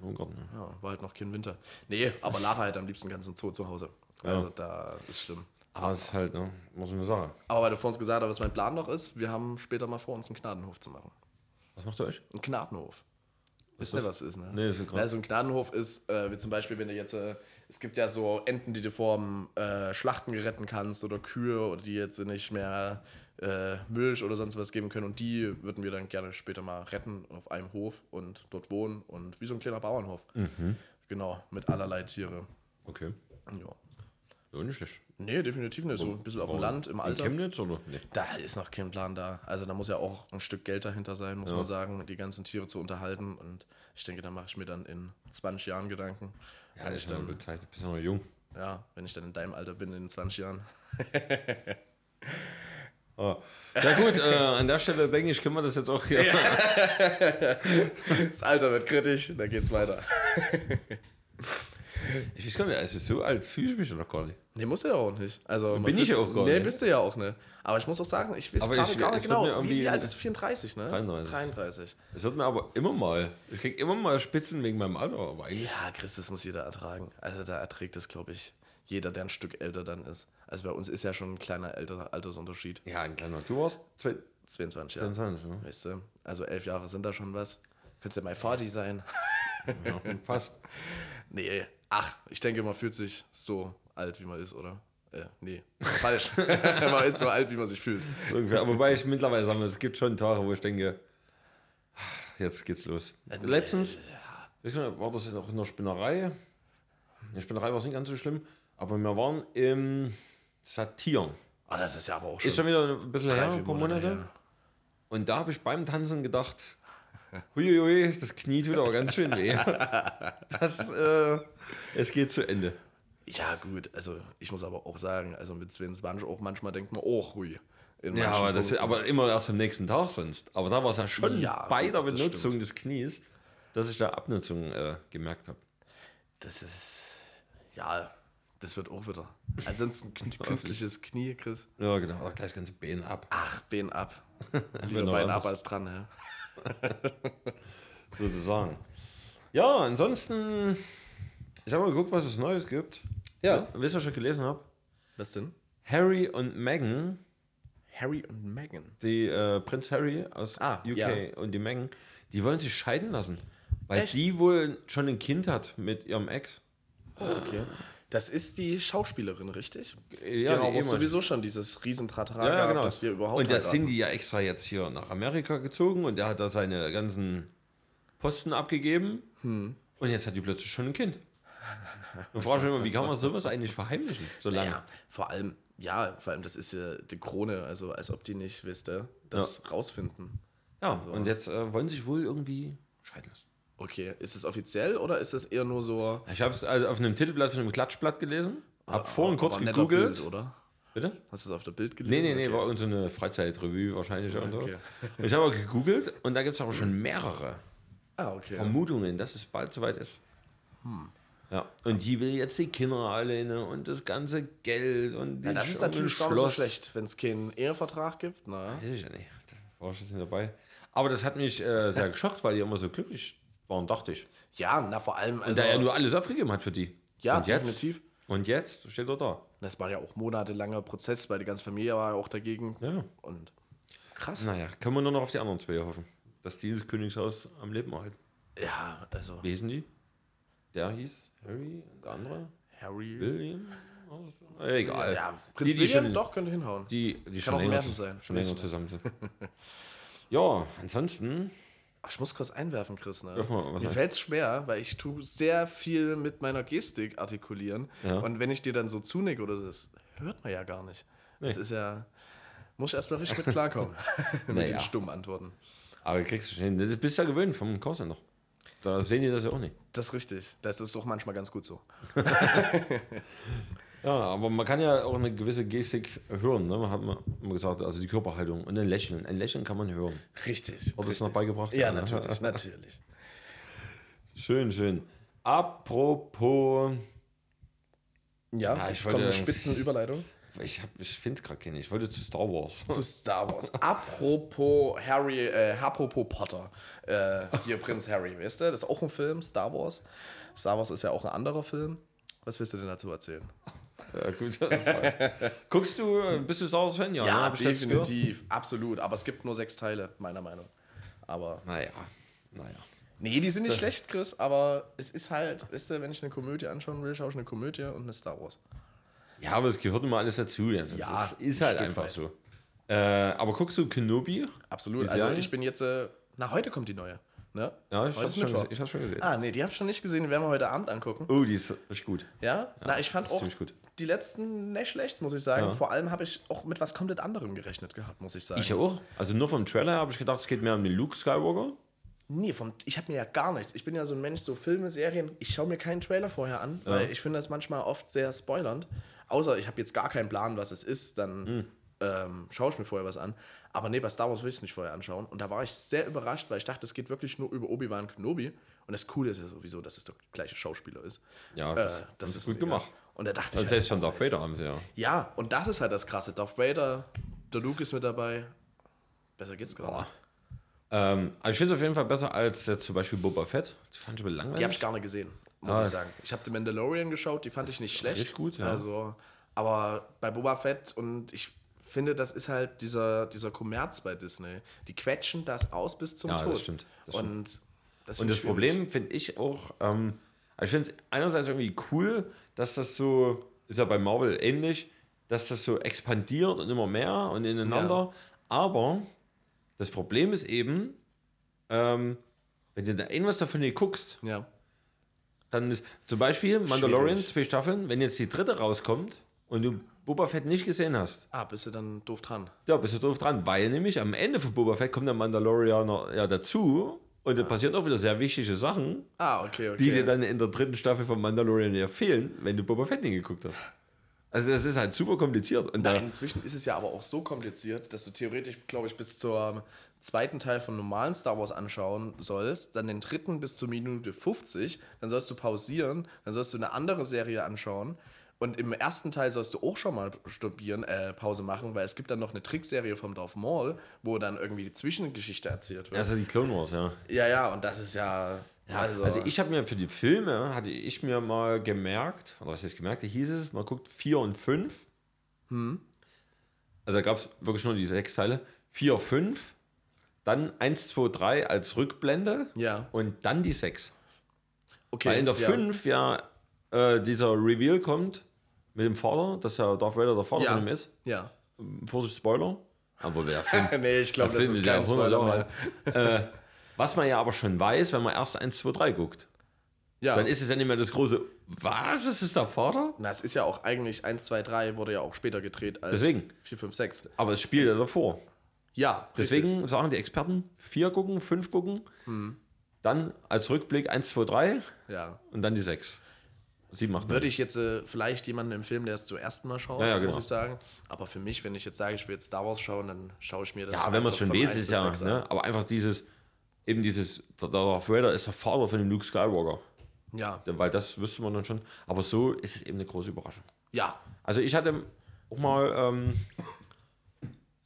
[SPEAKER 1] Nur im Garten, ja.
[SPEAKER 2] Ja, war halt noch kein Winter. Nee, aber Lara hat am liebsten ganzen Zoo zu Hause. Also da ist schlimm.
[SPEAKER 1] Aber es ist halt, ne, muss eine Sache.
[SPEAKER 2] Aber weil du vor uns gesagt hast, was mein Plan noch ist, wir haben später mal vor, uns einen Gnadenhof zu machen.
[SPEAKER 1] Was macht ihr euch?
[SPEAKER 2] Ein Gnadenhof. Wisst ihr, was es ist, ne?
[SPEAKER 1] Nee, ist ja krass.
[SPEAKER 2] Also ein Gnadenhof ist, äh, wie zum Beispiel, wenn du jetzt, äh, es gibt ja so Enten, die du vor dem äh, Schlachten retten kannst oder Kühe oder die jetzt nicht mehr äh, Milch oder sonst was geben können und die würden wir dann gerne später mal retten auf einem Hof und dort wohnen und wie so ein kleiner Bauernhof. Genau, mit allerlei Tiere.
[SPEAKER 1] Okay.
[SPEAKER 2] Ja.
[SPEAKER 1] Ja, nicht schlecht.
[SPEAKER 2] Nee, definitiv nicht. So ein bisschen auf dem
[SPEAKER 1] Warum?
[SPEAKER 2] Land, im Alter.
[SPEAKER 1] In Chemnitz oder? Nee.
[SPEAKER 2] Da ist noch kein Plan da. Also da muss ja auch ein Stück Geld dahinter sein, muss man sagen, die ganzen Tiere zu unterhalten. Und ich denke, da mache ich mir dann in 20 Jahren Gedanken.
[SPEAKER 1] Ja, ich dann bezeichnet, bist ja noch jung.
[SPEAKER 2] Ja, wenn ich dann in deinem Alter bin, in 20 Jahren. [laughs]
[SPEAKER 1] Ah. Ja gut, äh, an der Stelle denke ich, können wir das jetzt auch [laughs] hier.
[SPEAKER 2] Das Alter wird kritisch, da geht's weiter.
[SPEAKER 1] Ich weiß gar nicht, also so alt fühle ich mich noch gar nicht.
[SPEAKER 2] Nee, muss ja auch nicht. Also, man
[SPEAKER 1] Bin ich ja
[SPEAKER 2] fühlt's-
[SPEAKER 1] auch gar
[SPEAKER 2] Nee,
[SPEAKER 1] nicht.
[SPEAKER 2] bist du ja auch nicht. Aber ich muss auch sagen, ich weiß
[SPEAKER 1] Aber
[SPEAKER 2] gerade
[SPEAKER 1] ich-
[SPEAKER 2] gar
[SPEAKER 1] es
[SPEAKER 2] nicht
[SPEAKER 1] wird mir
[SPEAKER 2] genau. Wie,
[SPEAKER 1] irgendwie-
[SPEAKER 2] wie alt bist du? 34, ne?
[SPEAKER 1] 33.
[SPEAKER 2] 33.
[SPEAKER 1] Es wird mir aber immer mal, ich krieg immer mal Spitzen wegen meinem Alter, aber eigentlich.
[SPEAKER 2] Ja, Chris, das muss jeder ertragen. Also da erträgt es, glaube ich, jeder, der ein Stück älter dann ist. Also bei uns ist ja schon ein kleiner älter Altersunterschied.
[SPEAKER 1] Ja, ein kleiner. Du warst zwei-
[SPEAKER 2] 22 Jahre.
[SPEAKER 1] 22, ne?
[SPEAKER 2] Weißt du? Also elf Jahre sind da schon was. Könntest ja mein Vati sein. [laughs]
[SPEAKER 1] [laughs] Ja, fast.
[SPEAKER 2] nee, ach, ich denke, man fühlt sich so alt, wie man ist, oder? Äh, nee, falsch. [laughs] man ist so alt, wie man sich fühlt.
[SPEAKER 1] Ungefähr. Wobei ich mittlerweile sagen muss, es gibt schon Tage, wo ich denke, jetzt geht's los. Letztens, weiß gar nicht, war das noch in der Spinnerei? In der Spinnerei war es nicht ganz so schlimm, aber wir waren im Satir.
[SPEAKER 2] Ah, das ist ja aber auch schon
[SPEAKER 1] Ist schon wieder ein bisschen her,
[SPEAKER 2] vier
[SPEAKER 1] ein paar Monate.
[SPEAKER 2] Monate
[SPEAKER 1] Und da habe ich beim Tanzen gedacht, [laughs] huiuiui, das Knie tut aber ganz schön [laughs] weh. Das, äh, es geht zu Ende.
[SPEAKER 2] Ja, gut, also ich muss aber auch sagen, also mit Sven Swansch auch manchmal denkt man, oh, hui. In
[SPEAKER 1] Ja,
[SPEAKER 2] manchen
[SPEAKER 1] aber, das,
[SPEAKER 2] Punkten.
[SPEAKER 1] aber immer erst am nächsten Tag sonst. Aber da war es ja schon
[SPEAKER 2] Ja,
[SPEAKER 1] bei
[SPEAKER 2] gut,
[SPEAKER 1] der
[SPEAKER 2] das
[SPEAKER 1] Benutzung
[SPEAKER 2] stimmt.
[SPEAKER 1] des Knies, dass ich da Abnutzung äh, gemerkt habe.
[SPEAKER 2] Das ist, ja, das wird auch wieder.
[SPEAKER 1] [laughs]
[SPEAKER 2] Ansonsten kn- künstliches Knie, Chris.
[SPEAKER 1] Ja, genau. Oder gleich das ganze Bein ab.
[SPEAKER 2] Ach,
[SPEAKER 1] [laughs]
[SPEAKER 2] Bein ab.
[SPEAKER 1] Wenn
[SPEAKER 2] Lieber
[SPEAKER 1] du
[SPEAKER 2] Bein
[SPEAKER 1] einfach-
[SPEAKER 2] ab als dran, hä?
[SPEAKER 1] sozusagen. Ja, ansonsten, ich habe mal geguckt, was es Neues gibt.
[SPEAKER 2] Ja.
[SPEAKER 1] Wisst ihr, was ich gelesen habe?
[SPEAKER 2] Was denn?
[SPEAKER 1] Harry und Meghan,
[SPEAKER 2] Harry und Meghan.
[SPEAKER 1] die äh, Prinz Harry aus
[SPEAKER 2] Ah,
[SPEAKER 1] UK
[SPEAKER 2] ja.
[SPEAKER 1] und die Meghan, die wollen sich scheiden lassen. Weil
[SPEAKER 2] Echt?
[SPEAKER 1] die wohl schon ein Kind hat mit ihrem Ex.
[SPEAKER 2] Oh, okay. Das ist die Schauspielerin, richtig?
[SPEAKER 1] Ja,
[SPEAKER 2] genau,
[SPEAKER 1] die
[SPEAKER 2] wo es
[SPEAKER 1] ehemalige.
[SPEAKER 2] sowieso schon dieses Riesentratra
[SPEAKER 1] Ja,
[SPEAKER 2] gab,
[SPEAKER 1] ja, genau.
[SPEAKER 2] dass wir überhaupt
[SPEAKER 1] und da
[SPEAKER 2] heiraten.
[SPEAKER 1] sind die ja extra jetzt hier nach Amerika gezogen und der hat da seine ganzen Posten abgegeben.
[SPEAKER 2] Hm.
[SPEAKER 1] Und jetzt hat die plötzlich schon ein Kind. Und frage mich immer, wie kann man sowas eigentlich verheimlichen, so lange?
[SPEAKER 2] Ja, vor allem, ja, vor allem, das ist ja die Krone, also als ob die nicht, wisst ihr, das rausfinden.
[SPEAKER 1] Ja, und jetzt äh, wollen sich wohl irgendwie scheiden lassen.
[SPEAKER 2] Okay, ist es offiziell oder ist es eher nur so.
[SPEAKER 1] Ich habe es also auf einem Titelblatt von einem Klatschblatt gelesen, habe vorhin
[SPEAKER 2] Ah, Aber
[SPEAKER 1] kurz
[SPEAKER 2] war netter
[SPEAKER 1] gegoogelt.
[SPEAKER 2] Bild, oder?
[SPEAKER 1] Bitte?
[SPEAKER 2] Hast du es auf der Bild gelesen?
[SPEAKER 1] Nee, nee, nee,
[SPEAKER 2] Okay.
[SPEAKER 1] war irgendeine Freizeitrevue wahrscheinlich. und so.
[SPEAKER 2] okay.
[SPEAKER 1] Und ich habe aber gegoogelt und da gibt es aber schon mehrere
[SPEAKER 2] Ah, okay.
[SPEAKER 1] Vermutungen, dass es bald soweit ist.
[SPEAKER 2] Hm.
[SPEAKER 1] Ja, und die will jetzt die Kinder alleine und das ganze Geld und
[SPEAKER 2] Ja,
[SPEAKER 1] den
[SPEAKER 2] das
[SPEAKER 1] Sch-
[SPEAKER 2] ist
[SPEAKER 1] und
[SPEAKER 2] natürlich
[SPEAKER 1] ein
[SPEAKER 2] gar nicht so schlecht, wenn es keinen Ehevertrag gibt. Na,
[SPEAKER 1] Weiß ich ja nicht. Da war ich jetzt nicht dabei. Aber das hat mich äh, sehr geschockt, weil die immer so glücklich waren, dachte ich.
[SPEAKER 2] ja, na vor allem. Also,
[SPEAKER 1] Da er nur alles aufgegeben hat für die.
[SPEAKER 2] ja,
[SPEAKER 1] und jetzt,
[SPEAKER 2] definitiv.
[SPEAKER 1] Und jetzt steht er da.
[SPEAKER 2] Das war ja auch monatelanger Prozess, weil die ganze Familie war ja auch dagegen.
[SPEAKER 1] Ja.
[SPEAKER 2] Und krass.
[SPEAKER 1] Naja, können wir nur noch auf die anderen zwei hoffen, dass die das Königshaus am Leben erhalten.
[SPEAKER 2] Ja, also
[SPEAKER 1] Lesen die? Der hieß Harry und der andere?
[SPEAKER 2] Harry.
[SPEAKER 1] William? Egal.
[SPEAKER 2] Ja, Prinz
[SPEAKER 1] die, Äh, die
[SPEAKER 2] William
[SPEAKER 1] schon,
[SPEAKER 2] doch könnte hinhauen.
[SPEAKER 1] Die, die
[SPEAKER 2] auch
[SPEAKER 1] schon
[SPEAKER 2] ein
[SPEAKER 1] länger,
[SPEAKER 2] Märchen sein.
[SPEAKER 1] Schon länger zusammen sind. [laughs] ja, ansonsten,
[SPEAKER 2] Ach, ich muss kurz einwerfen, Chris. Ne?
[SPEAKER 1] Wirf mal was
[SPEAKER 2] Mir
[SPEAKER 1] ein.
[SPEAKER 2] fällt es schwer, weil ich tue sehr viel mit meiner Gestik artikulieren.
[SPEAKER 1] Ja.
[SPEAKER 2] Und wenn ich dir dann so zunicke oder so, das hört man ja gar nicht. Das ist ja. Muss ich erstmal richtig mit
[SPEAKER 1] [laughs]
[SPEAKER 2] klarkommen. [laughs] mit
[SPEAKER 1] Naja.
[SPEAKER 2] den stummen Antworten.
[SPEAKER 1] aber kriegst du schon hin. Das bist du ja gewöhnt vom Kurs noch. Da sehen die das ja auch nicht.
[SPEAKER 2] Das ist richtig. Das ist doch manchmal ganz gut so.
[SPEAKER 1] Ja, aber man kann ja auch eine gewisse Gestik hören, ne? Man hat mal immer gesagt, also die Körperhaltung und ein Lächeln. Ein Lächeln kann man hören.
[SPEAKER 2] Richtig.
[SPEAKER 1] Wurde es noch beigebracht? ne?
[SPEAKER 2] Ja,
[SPEAKER 1] [laughs]
[SPEAKER 2] natürlich, natürlich.
[SPEAKER 1] Schön, schön. Apropos,
[SPEAKER 2] Ja,
[SPEAKER 1] Ja, ich
[SPEAKER 2] jetzt kommt eine
[SPEAKER 1] wollte-
[SPEAKER 2] Spitzenüberleitung
[SPEAKER 1] ich, hab- ich finde es gerade keine, ich wollte zu Star Wars. [laughs]
[SPEAKER 2] zu Star Wars. apropos Harry, äh, apropos Potter. Äh, hier Prinz Harry, weißt du? Das ist auch ein Film, Star Wars. Star Wars ist ja auch ein anderer Film. Was willst du denn dazu erzählen?
[SPEAKER 1] Ja, gut, das war's. Guckst du, äh, bist du Star Wars-Fan? Ja, ne? Hab ich letztens gehört.
[SPEAKER 2] Ah, definitiv, absolut. Aber es gibt nur sechs Teile, meiner Meinung. Aber
[SPEAKER 1] Naja, naja.
[SPEAKER 2] nee, die sind nicht schlecht, Chris, aber es ist halt, weißt du, wenn ich eine Komödie anschauen will, schaue ich eine Komödie und eine Star Wars.
[SPEAKER 1] Ja, aber es gehört immer alles dazu. Jens. Das
[SPEAKER 2] Ja,
[SPEAKER 1] ja, ist, ist
[SPEAKER 2] ein
[SPEAKER 1] halt
[SPEAKER 2] Stück
[SPEAKER 1] einfach
[SPEAKER 2] weit.
[SPEAKER 1] so. Äh, aber guckst du Kenobi?
[SPEAKER 2] Absolut.
[SPEAKER 1] Die
[SPEAKER 2] Also
[SPEAKER 1] Serie?
[SPEAKER 2] ich bin jetzt, äh, na, heute kommt die neue. Ne?
[SPEAKER 1] Ja, ich
[SPEAKER 2] Heute
[SPEAKER 1] hab's
[SPEAKER 2] ist
[SPEAKER 1] schon
[SPEAKER 2] Mittwoch.
[SPEAKER 1] gesehen- ich hab's schon gesehen.
[SPEAKER 2] Ah, nee, die hab ich schon nicht gesehen, die werden wir heute Abend angucken.
[SPEAKER 1] Oh, die ist echt gut.
[SPEAKER 2] Ja? Na, ich fand
[SPEAKER 1] ist
[SPEAKER 2] auch
[SPEAKER 1] ziemlich gut.
[SPEAKER 2] die letzten nicht schlecht, muss ich sagen.
[SPEAKER 1] Ja.
[SPEAKER 2] Vor allem habe ich auch mit was komplett anderem gerechnet gehabt, muss ich sagen.
[SPEAKER 1] Ich auch. Also nur vom Trailer habe ich gedacht, es geht mehr um den Luke Skywalker.
[SPEAKER 2] nee, vom, ich habe mir ja gar nichts. Ich bin ja so ein Mensch, so Filme, Serien, ich schaue mir keinen Trailer vorher
[SPEAKER 1] Hm.
[SPEAKER 2] an, weil ich finde das manchmal oft sehr spoilernd. Außer ich habe jetzt gar keinen Plan, was es ist, dann ähm, schaue ich mir vorher was an. Aber nee, bei Star Wars will ich es nicht vorher anschauen. Und da war ich sehr überrascht, weil ich dachte, es geht wirklich nur über Obi-Wan Kenobi. Und das Coole ist ja sowieso, dass es der gleiche Schauspieler ist.
[SPEAKER 1] Ja, das,
[SPEAKER 2] Äh,
[SPEAKER 1] das ist gut
[SPEAKER 2] mega.
[SPEAKER 1] gemacht.
[SPEAKER 2] Und da dachte
[SPEAKER 1] Also
[SPEAKER 2] ich, halt,
[SPEAKER 1] selbst schon Darth Vader haben sie ja.
[SPEAKER 2] ja, und das ist halt das Krasse. Darth Vader, der Luke ist mit dabei. Besser geht's gerade. nicht.
[SPEAKER 1] Ähm, aber ich finde es auf jeden Fall besser als jetzt zum Beispiel Boba Fett. Die fand ich aber langweilig.
[SPEAKER 2] Die habe ich gar nicht gesehen, muss
[SPEAKER 1] Ah.
[SPEAKER 2] ich sagen. Ich habe The Mandalorian geschaut, die fand ich nicht schlecht.
[SPEAKER 1] richtig gut, ja.
[SPEAKER 2] Also, aber bei Boba Fett und ich finde, das ist halt dieser, dieser Kommerz bei Disney. Die quetschen das aus bis zum
[SPEAKER 1] Ja, das
[SPEAKER 2] Tod.
[SPEAKER 1] stimmt, das
[SPEAKER 2] und
[SPEAKER 1] stimmt.
[SPEAKER 2] das,
[SPEAKER 1] Und
[SPEAKER 2] finde
[SPEAKER 1] das
[SPEAKER 2] ich schwierig.
[SPEAKER 1] Problem finde ich auch, ähm, also ich finde es einerseits irgendwie cool, dass das so, ist ja bei Marvel ähnlich, dass das so expandiert und immer mehr und ineinander. Aber das Problem ist eben, ähm, wenn du da irgendwas davon nicht guckst,
[SPEAKER 2] Ja,
[SPEAKER 1] dann ist zum Beispiel Mandalorian,
[SPEAKER 2] Schwierig.
[SPEAKER 1] zwei Staffeln, wenn jetzt die dritte rauskommt und du Boba Fett nicht gesehen hast,
[SPEAKER 2] ah, bist du dann doof dran.
[SPEAKER 1] ja, bist du doof dran, weil nämlich am Ende von Boba Fett kommt der Mandalorianer ja dazu und da passieren auch wieder sehr wichtige Sachen,
[SPEAKER 2] Ah, okay, okay.
[SPEAKER 1] die dir dann in der dritten Staffel von Mandalorian ja fehlen, wenn du Boba Fett nie geguckt hast. Also das ist halt super kompliziert. Und
[SPEAKER 2] Nein,
[SPEAKER 1] da,
[SPEAKER 2] inzwischen ist es ja aber auch so kompliziert, dass du theoretisch, glaube ich, bis zum zweiten Teil von normalen Star Wars anschauen sollst, dann den dritten bis zur Minute 50, dann sollst du pausieren, dann sollst du eine andere Serie anschauen und im ersten Teil sollst du auch schon mal stoppieren, äh, Pause machen, weil es gibt dann noch eine Trickserie vom Darth Maul, wo dann irgendwie die Zwischengeschichte erzählt wird.
[SPEAKER 1] also die Clone Wars, ja.
[SPEAKER 2] Ja, ja, und das ist ja...
[SPEAKER 1] Also, also ich habe mir für die Filme, hatte ich mir mal gemerkt, oder was ich gemerkt, da hieß es, man guckt 4 und 5.
[SPEAKER 2] Hm.
[SPEAKER 1] Also da gab es wirklich nur die sechs Teile. 4, 5, dann 1, 2, 3 als Rückblende
[SPEAKER 2] Ja.
[SPEAKER 1] und dann die 6.
[SPEAKER 2] okay,
[SPEAKER 1] Weil in der
[SPEAKER 2] ja.
[SPEAKER 1] 5 ja, äh, dieser Reveal kommt mit dem Vater, dass ja Darth Vader der Vater
[SPEAKER 2] Ja.
[SPEAKER 1] von ihm ist.
[SPEAKER 2] Ja. [laughs]
[SPEAKER 1] Vorsicht, Spoiler. Aber wer Film,
[SPEAKER 2] nee, ich glaube, das
[SPEAKER 1] Film
[SPEAKER 2] ist
[SPEAKER 1] ist ja
[SPEAKER 2] kein
[SPEAKER 1] 100
[SPEAKER 2] Spoiler
[SPEAKER 1] Jahre
[SPEAKER 2] mehr.
[SPEAKER 1] alt. [laughs] Äh, was man ja aber schon weiß, wenn man erst 1, 2, 3 guckt,
[SPEAKER 2] Ja.
[SPEAKER 1] dann ist es ja nicht mehr das große, was, ist es der Vater?
[SPEAKER 2] Na, es ist ja auch eigentlich 1, 2, 3 wurde ja auch später gedreht als
[SPEAKER 1] Deswegen.
[SPEAKER 2] 4, 5, 6.
[SPEAKER 1] Aber es spielt ja davor.
[SPEAKER 2] Ja,
[SPEAKER 1] Deswegen
[SPEAKER 2] richtig.
[SPEAKER 1] sagen die Experten, 4 gucken, 5 gucken,
[SPEAKER 2] Hm.
[SPEAKER 1] dann als Rückblick 1, 2, 3
[SPEAKER 2] Ja.
[SPEAKER 1] und dann die 6. 7 macht
[SPEAKER 2] Würde ich jetzt äh, vielleicht jemanden empfehlen, der es zum ersten Mal schaut,
[SPEAKER 1] Ja, ja,
[SPEAKER 2] muss
[SPEAKER 1] genau.
[SPEAKER 2] ich sagen. Aber für mich, wenn ich jetzt sage, ich will jetzt Star Wars schauen, dann schaue ich mir das
[SPEAKER 1] Ja, wenn man es
[SPEAKER 2] einfach
[SPEAKER 1] schon
[SPEAKER 2] von
[SPEAKER 1] weiß,
[SPEAKER 2] 1
[SPEAKER 1] ist
[SPEAKER 2] bis
[SPEAKER 1] ja,
[SPEAKER 2] 6 an.
[SPEAKER 1] ne? aber einfach dieses, eben dieses, der Darth Vader ist der Vater von dem Luke Skywalker.
[SPEAKER 2] Ja,
[SPEAKER 1] Weil das wüsste man dann schon. Aber so ist es eben eine große Überraschung.
[SPEAKER 2] ja.
[SPEAKER 1] Also ich hatte auch mal ähm,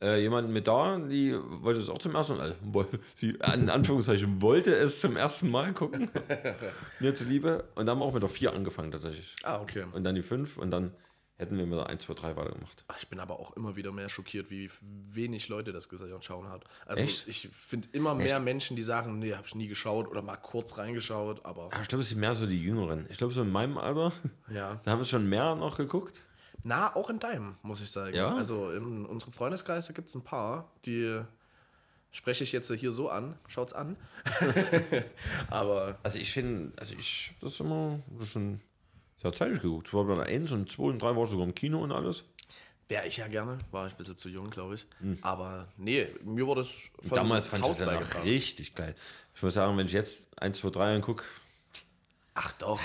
[SPEAKER 1] äh, jemanden mit da, die wollte es auch zum ersten Mal, also woll- sie äh, in Anführungszeichen wollte es zum ersten Mal [laughs] gucken, mir zuliebe. Und dann haben wir auch mit der 4 angefangen tatsächlich.
[SPEAKER 2] Ah, okay.
[SPEAKER 1] Und dann die 5 und dann hätten wir mit der 1, 2, 3 weitergemacht.
[SPEAKER 2] Ach, Ich bin aber auch immer wieder mehr schockiert, wie wenig Leute das gesagt schauen hat. Also
[SPEAKER 1] Echt?
[SPEAKER 2] ich finde immer mehr Menschen, die sagen, nee, habe ich nie geschaut oder mal kurz reingeschaut, aber
[SPEAKER 1] Aber Ah, ich glaube, es sind mehr so die Jüngeren. Ich glaube, so in meinem Alter, [laughs]
[SPEAKER 2] ja.
[SPEAKER 1] da haben es schon mehr noch geguckt.
[SPEAKER 2] Na, auch in deinem, muss ich sagen.
[SPEAKER 1] Ja?
[SPEAKER 2] Also in unserem Freundeskreis, da gibt es ein paar, die spreche ich jetzt hier so an,
[SPEAKER 1] [laughs]
[SPEAKER 2] schaut's an. [laughs] Aber
[SPEAKER 1] Also ich finde, also ich, das ist immer schon sehr zeitig geguckt. Ich war bei der 1 und 2 und 3 war ich sogar im Kino und alles.
[SPEAKER 2] wäre ich ja gerne, war ich ein bisschen zu jung, glaube ich. Aber nee, mir wurde es von
[SPEAKER 1] Hm. Damals fand ich
[SPEAKER 2] Haus
[SPEAKER 1] das ja noch
[SPEAKER 2] beigebracht.
[SPEAKER 1] richtig geil. Ich muss sagen, wenn ich jetzt 1, 2, 3 angucke,
[SPEAKER 2] Ach doch,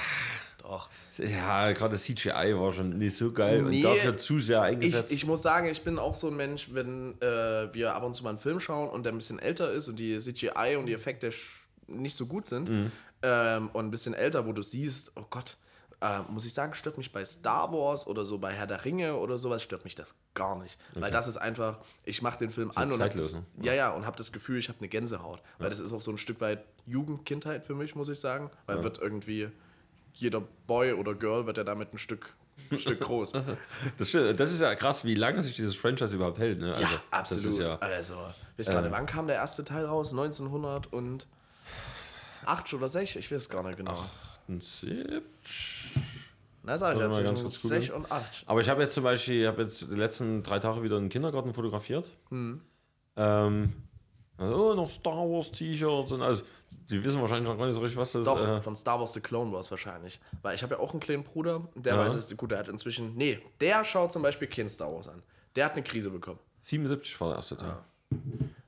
[SPEAKER 2] doch.
[SPEAKER 1] ja, gerade das CGI war schon nicht so geil
[SPEAKER 2] Nee.
[SPEAKER 1] und dafür zu sehr
[SPEAKER 2] Ich,
[SPEAKER 1] eingesetzt.
[SPEAKER 2] ich muss sagen, ich bin auch so ein Mensch, wenn äh, wir ab und zu mal einen Film schauen und der ein bisschen älter ist und die CGI und die
[SPEAKER 1] Mhm.
[SPEAKER 2] Effekte sch- nicht so gut sind ähm, und ein bisschen älter, wo du siehst, oh Gott, äh, muss ich sagen, stört mich bei Star Wars oder so bei Herr der Ringe oder sowas, stört mich das gar nicht. Weil das ist einfach, ich mache den Film an und hab
[SPEAKER 1] zeitlos,
[SPEAKER 2] das,
[SPEAKER 1] ne?
[SPEAKER 2] ja, ja, und habe das Gefühl, ich habe eine Gänsehaut. Weil das ist auch so ein Stück weit Jugendkindheit für mich, muss ich sagen. Weil wird irgendwie jeder Boy oder Girl wird ja damit ein Stück, ein Stück
[SPEAKER 1] [laughs]
[SPEAKER 2] groß.
[SPEAKER 1] das, stimmt. das ist ja krass, wie lange sich dieses Franchise überhaupt hält. Ne?
[SPEAKER 2] Ja,
[SPEAKER 1] Also, Das
[SPEAKER 2] absolut.
[SPEAKER 1] ist ja, ähm,
[SPEAKER 2] also, wisst gerade, wann kam der erste Teil raus? 1900 und 8 oder 6? Ich weiß gar nicht genau.
[SPEAKER 1] ein Sieb.
[SPEAKER 2] Na, sag ich ja,
[SPEAKER 1] mal ganz
[SPEAKER 2] zwischen
[SPEAKER 1] kurz
[SPEAKER 2] 6 und 8.
[SPEAKER 1] Aber ich habe jetzt zum Beispiel, ich habe jetzt die letzten drei Tage wieder einen Kindergarten fotografiert.
[SPEAKER 2] Mhm.
[SPEAKER 1] Ähm, also, oh, noch Star Wars T-Shirts und alles. Die wissen wahrscheinlich noch gar nicht so richtig, was das äh,
[SPEAKER 2] Doch,
[SPEAKER 1] ist.
[SPEAKER 2] von Star Wars The Clone Wars wahrscheinlich. Weil ich habe ja auch einen kleinen Bruder, der weiß es, gut, der hat inzwischen. Nee, der schaut zum Beispiel kein Star Wars an. Der hat eine Krise bekommen.
[SPEAKER 1] 77 war der erste Teil.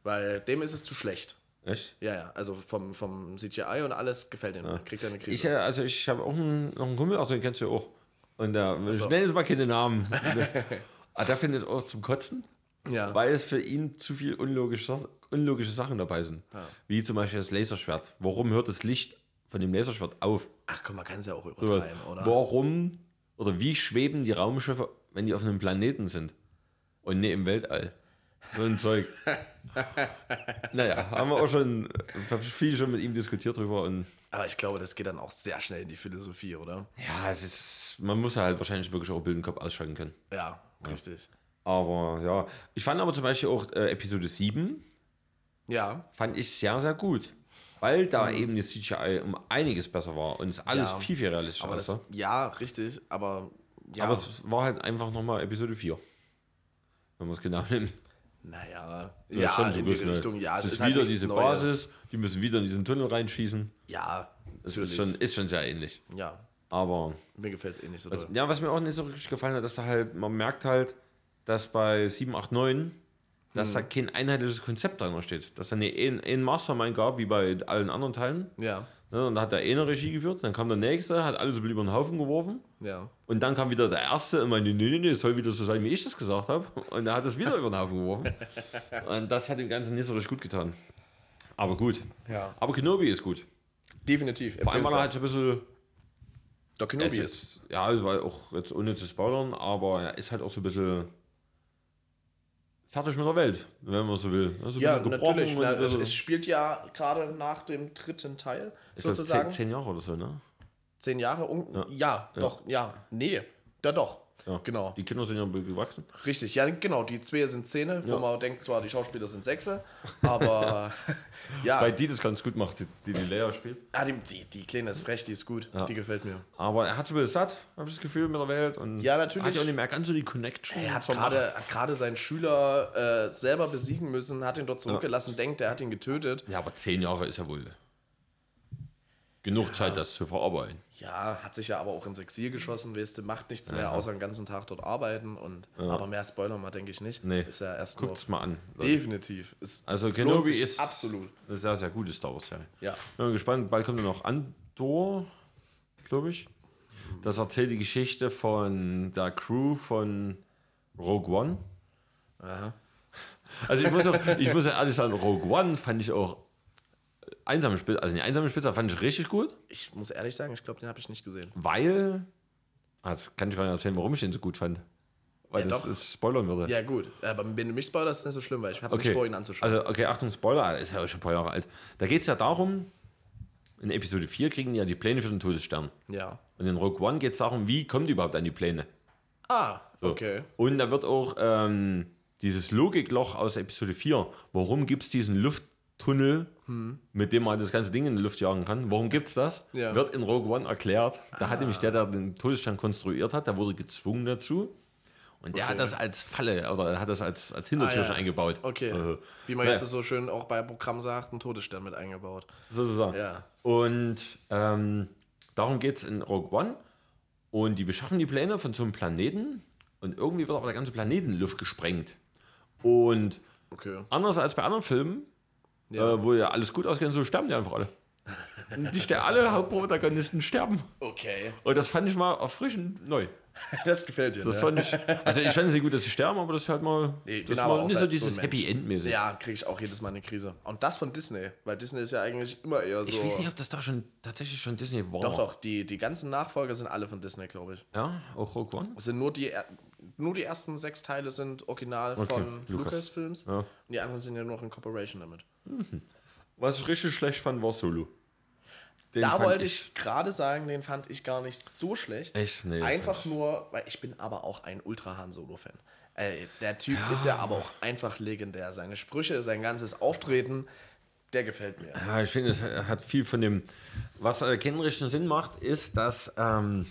[SPEAKER 2] Weil dem ist es zu schlecht.
[SPEAKER 1] Echt?
[SPEAKER 2] Ja, ja. Also vom, vom CGI und alles gefällt ihm. Kriegt er eine Krise.
[SPEAKER 1] Ich, äh, also ich habe auch einen, noch einen Kumpel, also den
[SPEAKER 2] [laughs]
[SPEAKER 1] kennst du ja auch. Und der, ich nenne jetzt mal keine Namen. Ah, der findet es auch zum Kotzen.
[SPEAKER 2] Ja.
[SPEAKER 1] weil es für ihn zu viel unlogische, unlogische Sachen dabei sind. Wie zum Beispiel das Laserschwert. Warum hört das Licht von dem Laserschwert auf?
[SPEAKER 2] Ach komm, man kann es ja auch
[SPEAKER 1] Sowas.
[SPEAKER 2] übertreiben, oder?
[SPEAKER 1] Warum oder wie schweben die Raumschiffe, wenn die auf einem Planeten sind und nicht im Weltall? So ein
[SPEAKER 2] [laughs]
[SPEAKER 1] Zeug. naja, haben wir auch schon hab viel schon mit ihm diskutiert drüber und
[SPEAKER 2] Aber ich glaube, das geht dann auch sehr schnell in die Philosophie, oder?
[SPEAKER 1] ja, es ist, man muss halt wahrscheinlich wirklich auch Bild im Kopf ausschalten können.
[SPEAKER 2] Ja, richtig.
[SPEAKER 1] Aber ja, ich fand aber zum Beispiel auch äh, Episode 7
[SPEAKER 2] Ja,
[SPEAKER 1] fand ich sehr, sehr gut. Weil da eben die CGI um einiges besser war und es alles
[SPEAKER 2] Ja.
[SPEAKER 1] viel, viel realistischer
[SPEAKER 2] aber das,
[SPEAKER 1] aussah.
[SPEAKER 2] ja, richtig, aber ja,
[SPEAKER 1] Aber es war halt einfach nochmal Episode 4. Wenn man es genau nimmt.
[SPEAKER 2] naja, ja, in die
[SPEAKER 1] groß, ne?
[SPEAKER 2] Richtung, ja,
[SPEAKER 1] es
[SPEAKER 2] es
[SPEAKER 1] ist,
[SPEAKER 2] ist halt
[SPEAKER 1] wieder
[SPEAKER 2] nichts
[SPEAKER 1] diese
[SPEAKER 2] Neues.
[SPEAKER 1] Basis, die müssen wieder in diesen Tunnel reinschießen.
[SPEAKER 2] Ja,
[SPEAKER 1] Das ist
[SPEAKER 2] natürlich.
[SPEAKER 1] schon, ist schon sehr ähnlich.
[SPEAKER 2] ja,
[SPEAKER 1] Aber
[SPEAKER 2] mir gefällt es eh nicht so doll.
[SPEAKER 1] ja, was mir auch nicht so richtig gefallen hat, dass da halt, man merkt halt, dass bei 789, dass da kein einheitliches Konzept dahinter steht. Dass da nicht ein, ein Mastermind gab, wie bei allen anderen Teilen.
[SPEAKER 2] Ja,
[SPEAKER 1] Ne? Und da hat der eine Regie geführt, dann kam der nächste, hat alles über den Haufen geworfen.
[SPEAKER 2] ja.
[SPEAKER 1] Und dann kam wieder der Erste und meinte, nee, nee, nee, es soll wieder so sein, wie ich das gesagt habe. Und er hat es wieder über den Haufen geworfen. Und das hat dem Ganzen nicht so richtig gut getan. Aber gut.
[SPEAKER 2] Ja.
[SPEAKER 1] Aber Kenobi ist gut.
[SPEAKER 2] Definitiv.
[SPEAKER 1] Vor allem, weil er halt so ein bisschen...
[SPEAKER 2] Doc
[SPEAKER 1] Er ist
[SPEAKER 2] Kenobi ist.
[SPEAKER 1] jetzt, ja, es war auch jetzt ohne zu spoilern, aber er ist halt auch so ein bisschen fertig mit der Welt, wenn man so will. Also
[SPEAKER 2] Ja, natürlich.
[SPEAKER 1] Und
[SPEAKER 2] Na,
[SPEAKER 1] ein
[SPEAKER 2] es,
[SPEAKER 1] bisschen,
[SPEAKER 2] es spielt ja gerade nach dem dritten Teil
[SPEAKER 1] ich glaub,
[SPEAKER 2] sozusagen.
[SPEAKER 1] Zehn,
[SPEAKER 2] Zehn,
[SPEAKER 1] zehn Jahre oder so, ne?
[SPEAKER 2] Jahre. Un ja. doch, ja. Nee, da doch.
[SPEAKER 1] Ja.
[SPEAKER 2] Genau.
[SPEAKER 1] Die Kinder sind ja ein bisschen gewachsen.
[SPEAKER 2] Richtig, ja, genau. Die zwei sind Szene, wo man denkt, zwar die Schauspieler sind Sechse,
[SPEAKER 1] [laughs]
[SPEAKER 2] aber [laughs] ja,
[SPEAKER 1] Weil die das ganz gut macht, die die, die Leia spielt.
[SPEAKER 2] ah, die, die, die Kleine ist frech, die ist gut, die gefällt mir.
[SPEAKER 1] Aber er hat so ein bisschen satt, habe ich das Gefühl, mit der Welt. Und
[SPEAKER 2] Ja, natürlich.
[SPEAKER 1] Hat ja auch nicht mehr ganz so die Connection.
[SPEAKER 2] Er hat
[SPEAKER 1] zur Macht.
[SPEAKER 2] gerade hat gerade seinen Schüler äh, selber besiegen müssen, hat ihn dort zurückgelassen, denkt, er hat ihn getötet.
[SPEAKER 1] ja, aber zehn Jahre ist ja wohl genug Zeit, das zu verarbeiten.
[SPEAKER 2] Ja, hat sich ja aber auch ins Exil geschossen, weißt du, macht nichts mehr, außer den ganzen Tag dort arbeiten. Und, Aber mehr Spoiler mal, denke ich nicht.
[SPEAKER 1] Nee.
[SPEAKER 2] Ist ja erst
[SPEAKER 1] Guckt's mal an.
[SPEAKER 2] nur. Definitiv. Es,
[SPEAKER 1] Also
[SPEAKER 2] es
[SPEAKER 1] Kenobi
[SPEAKER 2] lohnt sich
[SPEAKER 1] ist-
[SPEAKER 2] Absolut.
[SPEAKER 1] Das ist ja sehr gute Star Wars-Serie.
[SPEAKER 2] Ja.
[SPEAKER 1] Bin mal gespannt. Bald kommt ja noch Andor, glaube ich. Das erzählt die Geschichte von der Crew von Rogue One. Also ich muss auch, ich muss ja alles sagen, Rogue One fand ich auch einsame Spitze, also die einsame Spitze fand ich richtig gut,
[SPEAKER 2] Ich muss ehrlich sagen, ich glaube, den habe ich nicht gesehen.
[SPEAKER 1] weil, ah, das kann ich gar nicht erzählen, warum ich den so gut fand. Weil
[SPEAKER 2] Ja,
[SPEAKER 1] das
[SPEAKER 2] doch.
[SPEAKER 1] ist spoilern würde.
[SPEAKER 2] Ja, gut. Aber wenn du mich spoilerst, ist das nicht so schlimm, weil ich habe nicht vor, ihn anzuschauen.
[SPEAKER 1] Also, okay, Achtung, Spoiler, ist ja auch schon ein paar Jahre alt. Da geht es ja darum, in Episode 4 kriegen die ja die Pläne für den Todesstern.
[SPEAKER 2] ja.
[SPEAKER 1] Und in Rogue One geht es darum, wie kommen die überhaupt an die Pläne.
[SPEAKER 2] Ah, okay.
[SPEAKER 1] Und da wird auch ähm, dieses Logikloch aus Episode 4, warum gibt es diesen Lufttunnel, mit dem man das ganze Ding in die Luft jagen kann, warum gibt es das,
[SPEAKER 2] Hm. Ja. Ah.
[SPEAKER 1] wird in Rogue One erklärt. Da hat nämlich der, der den Todesstern konstruiert hat, der wurde gezwungen dazu. Und der hat das als Falle, oder hat das als, als Hintertür
[SPEAKER 2] Ah, ja.
[SPEAKER 1] schon eingebaut.
[SPEAKER 2] Okay.
[SPEAKER 1] Äh,
[SPEAKER 2] Wie man
[SPEAKER 1] naja.
[SPEAKER 2] jetzt so schön auch bei Programm sagt, einen Todesstern mit eingebaut.
[SPEAKER 1] sozusagen.
[SPEAKER 2] Ja.
[SPEAKER 1] Und ähm, darum geht es in Rogue One. Und die beschaffen die Pläne von so einem Planeten. Und irgendwie wird aber der ganze Planeten in Luft gesprengt. Und
[SPEAKER 2] Okay.
[SPEAKER 1] anders als bei anderen Filmen,
[SPEAKER 2] Ja.
[SPEAKER 1] äh, wo ja alles gut ausgeht, so sterben die einfach alle. Und Nicht der alle Hauptprotagonisten sterben.
[SPEAKER 2] Okay.
[SPEAKER 1] Und das fand ich mal erfrischend neu.
[SPEAKER 2] [laughs] Das gefällt dir.
[SPEAKER 1] Das
[SPEAKER 2] ne?
[SPEAKER 1] fand ich, also ich fand es nicht gut, dass sie sterben, aber das ist halt mal,
[SPEAKER 2] Nee,
[SPEAKER 1] das
[SPEAKER 2] bin
[SPEAKER 1] ist
[SPEAKER 2] aber
[SPEAKER 1] mal
[SPEAKER 2] auch
[SPEAKER 1] nicht so
[SPEAKER 2] halt so
[SPEAKER 1] dieses
[SPEAKER 2] ein Mensch.
[SPEAKER 1] Happy End mäßig.
[SPEAKER 2] Ja, kriege ich auch jedes Mal eine Krise. Und das von Disney, weil Disney ist ja eigentlich immer eher so.
[SPEAKER 1] Ich weiß nicht, ob das da schon tatsächlich schon Disney war.
[SPEAKER 2] doch, doch, die, die ganzen Nachfolger sind alle von Disney, glaube ich.
[SPEAKER 1] Ja, auch Rogue One.
[SPEAKER 2] Es sind nur die, er- nur die ersten sechs Teile sind original von
[SPEAKER 1] Lucas.
[SPEAKER 2] Lucasfilms
[SPEAKER 1] Ja.
[SPEAKER 2] und die anderen sind ja nur noch in Corporation damit.
[SPEAKER 1] Was ich richtig schlecht fand, war Solo. Den
[SPEAKER 2] Da
[SPEAKER 1] fand
[SPEAKER 2] wollte ich, gerade sagen, den fand ich gar nicht so schlecht.
[SPEAKER 1] Echt? Nee, das
[SPEAKER 2] einfach nur, weil ich bin aber auch ein Ultra Han Solo Fan. Ey, der Typ ist ja aber auch einfach legendär. Seine Sprüche, sein ganzes Auftreten, der gefällt mir.
[SPEAKER 1] Ja, ich finde, es hat viel von dem. Was äh, keinen richtigen Sinn macht, ist, dass. Ähm,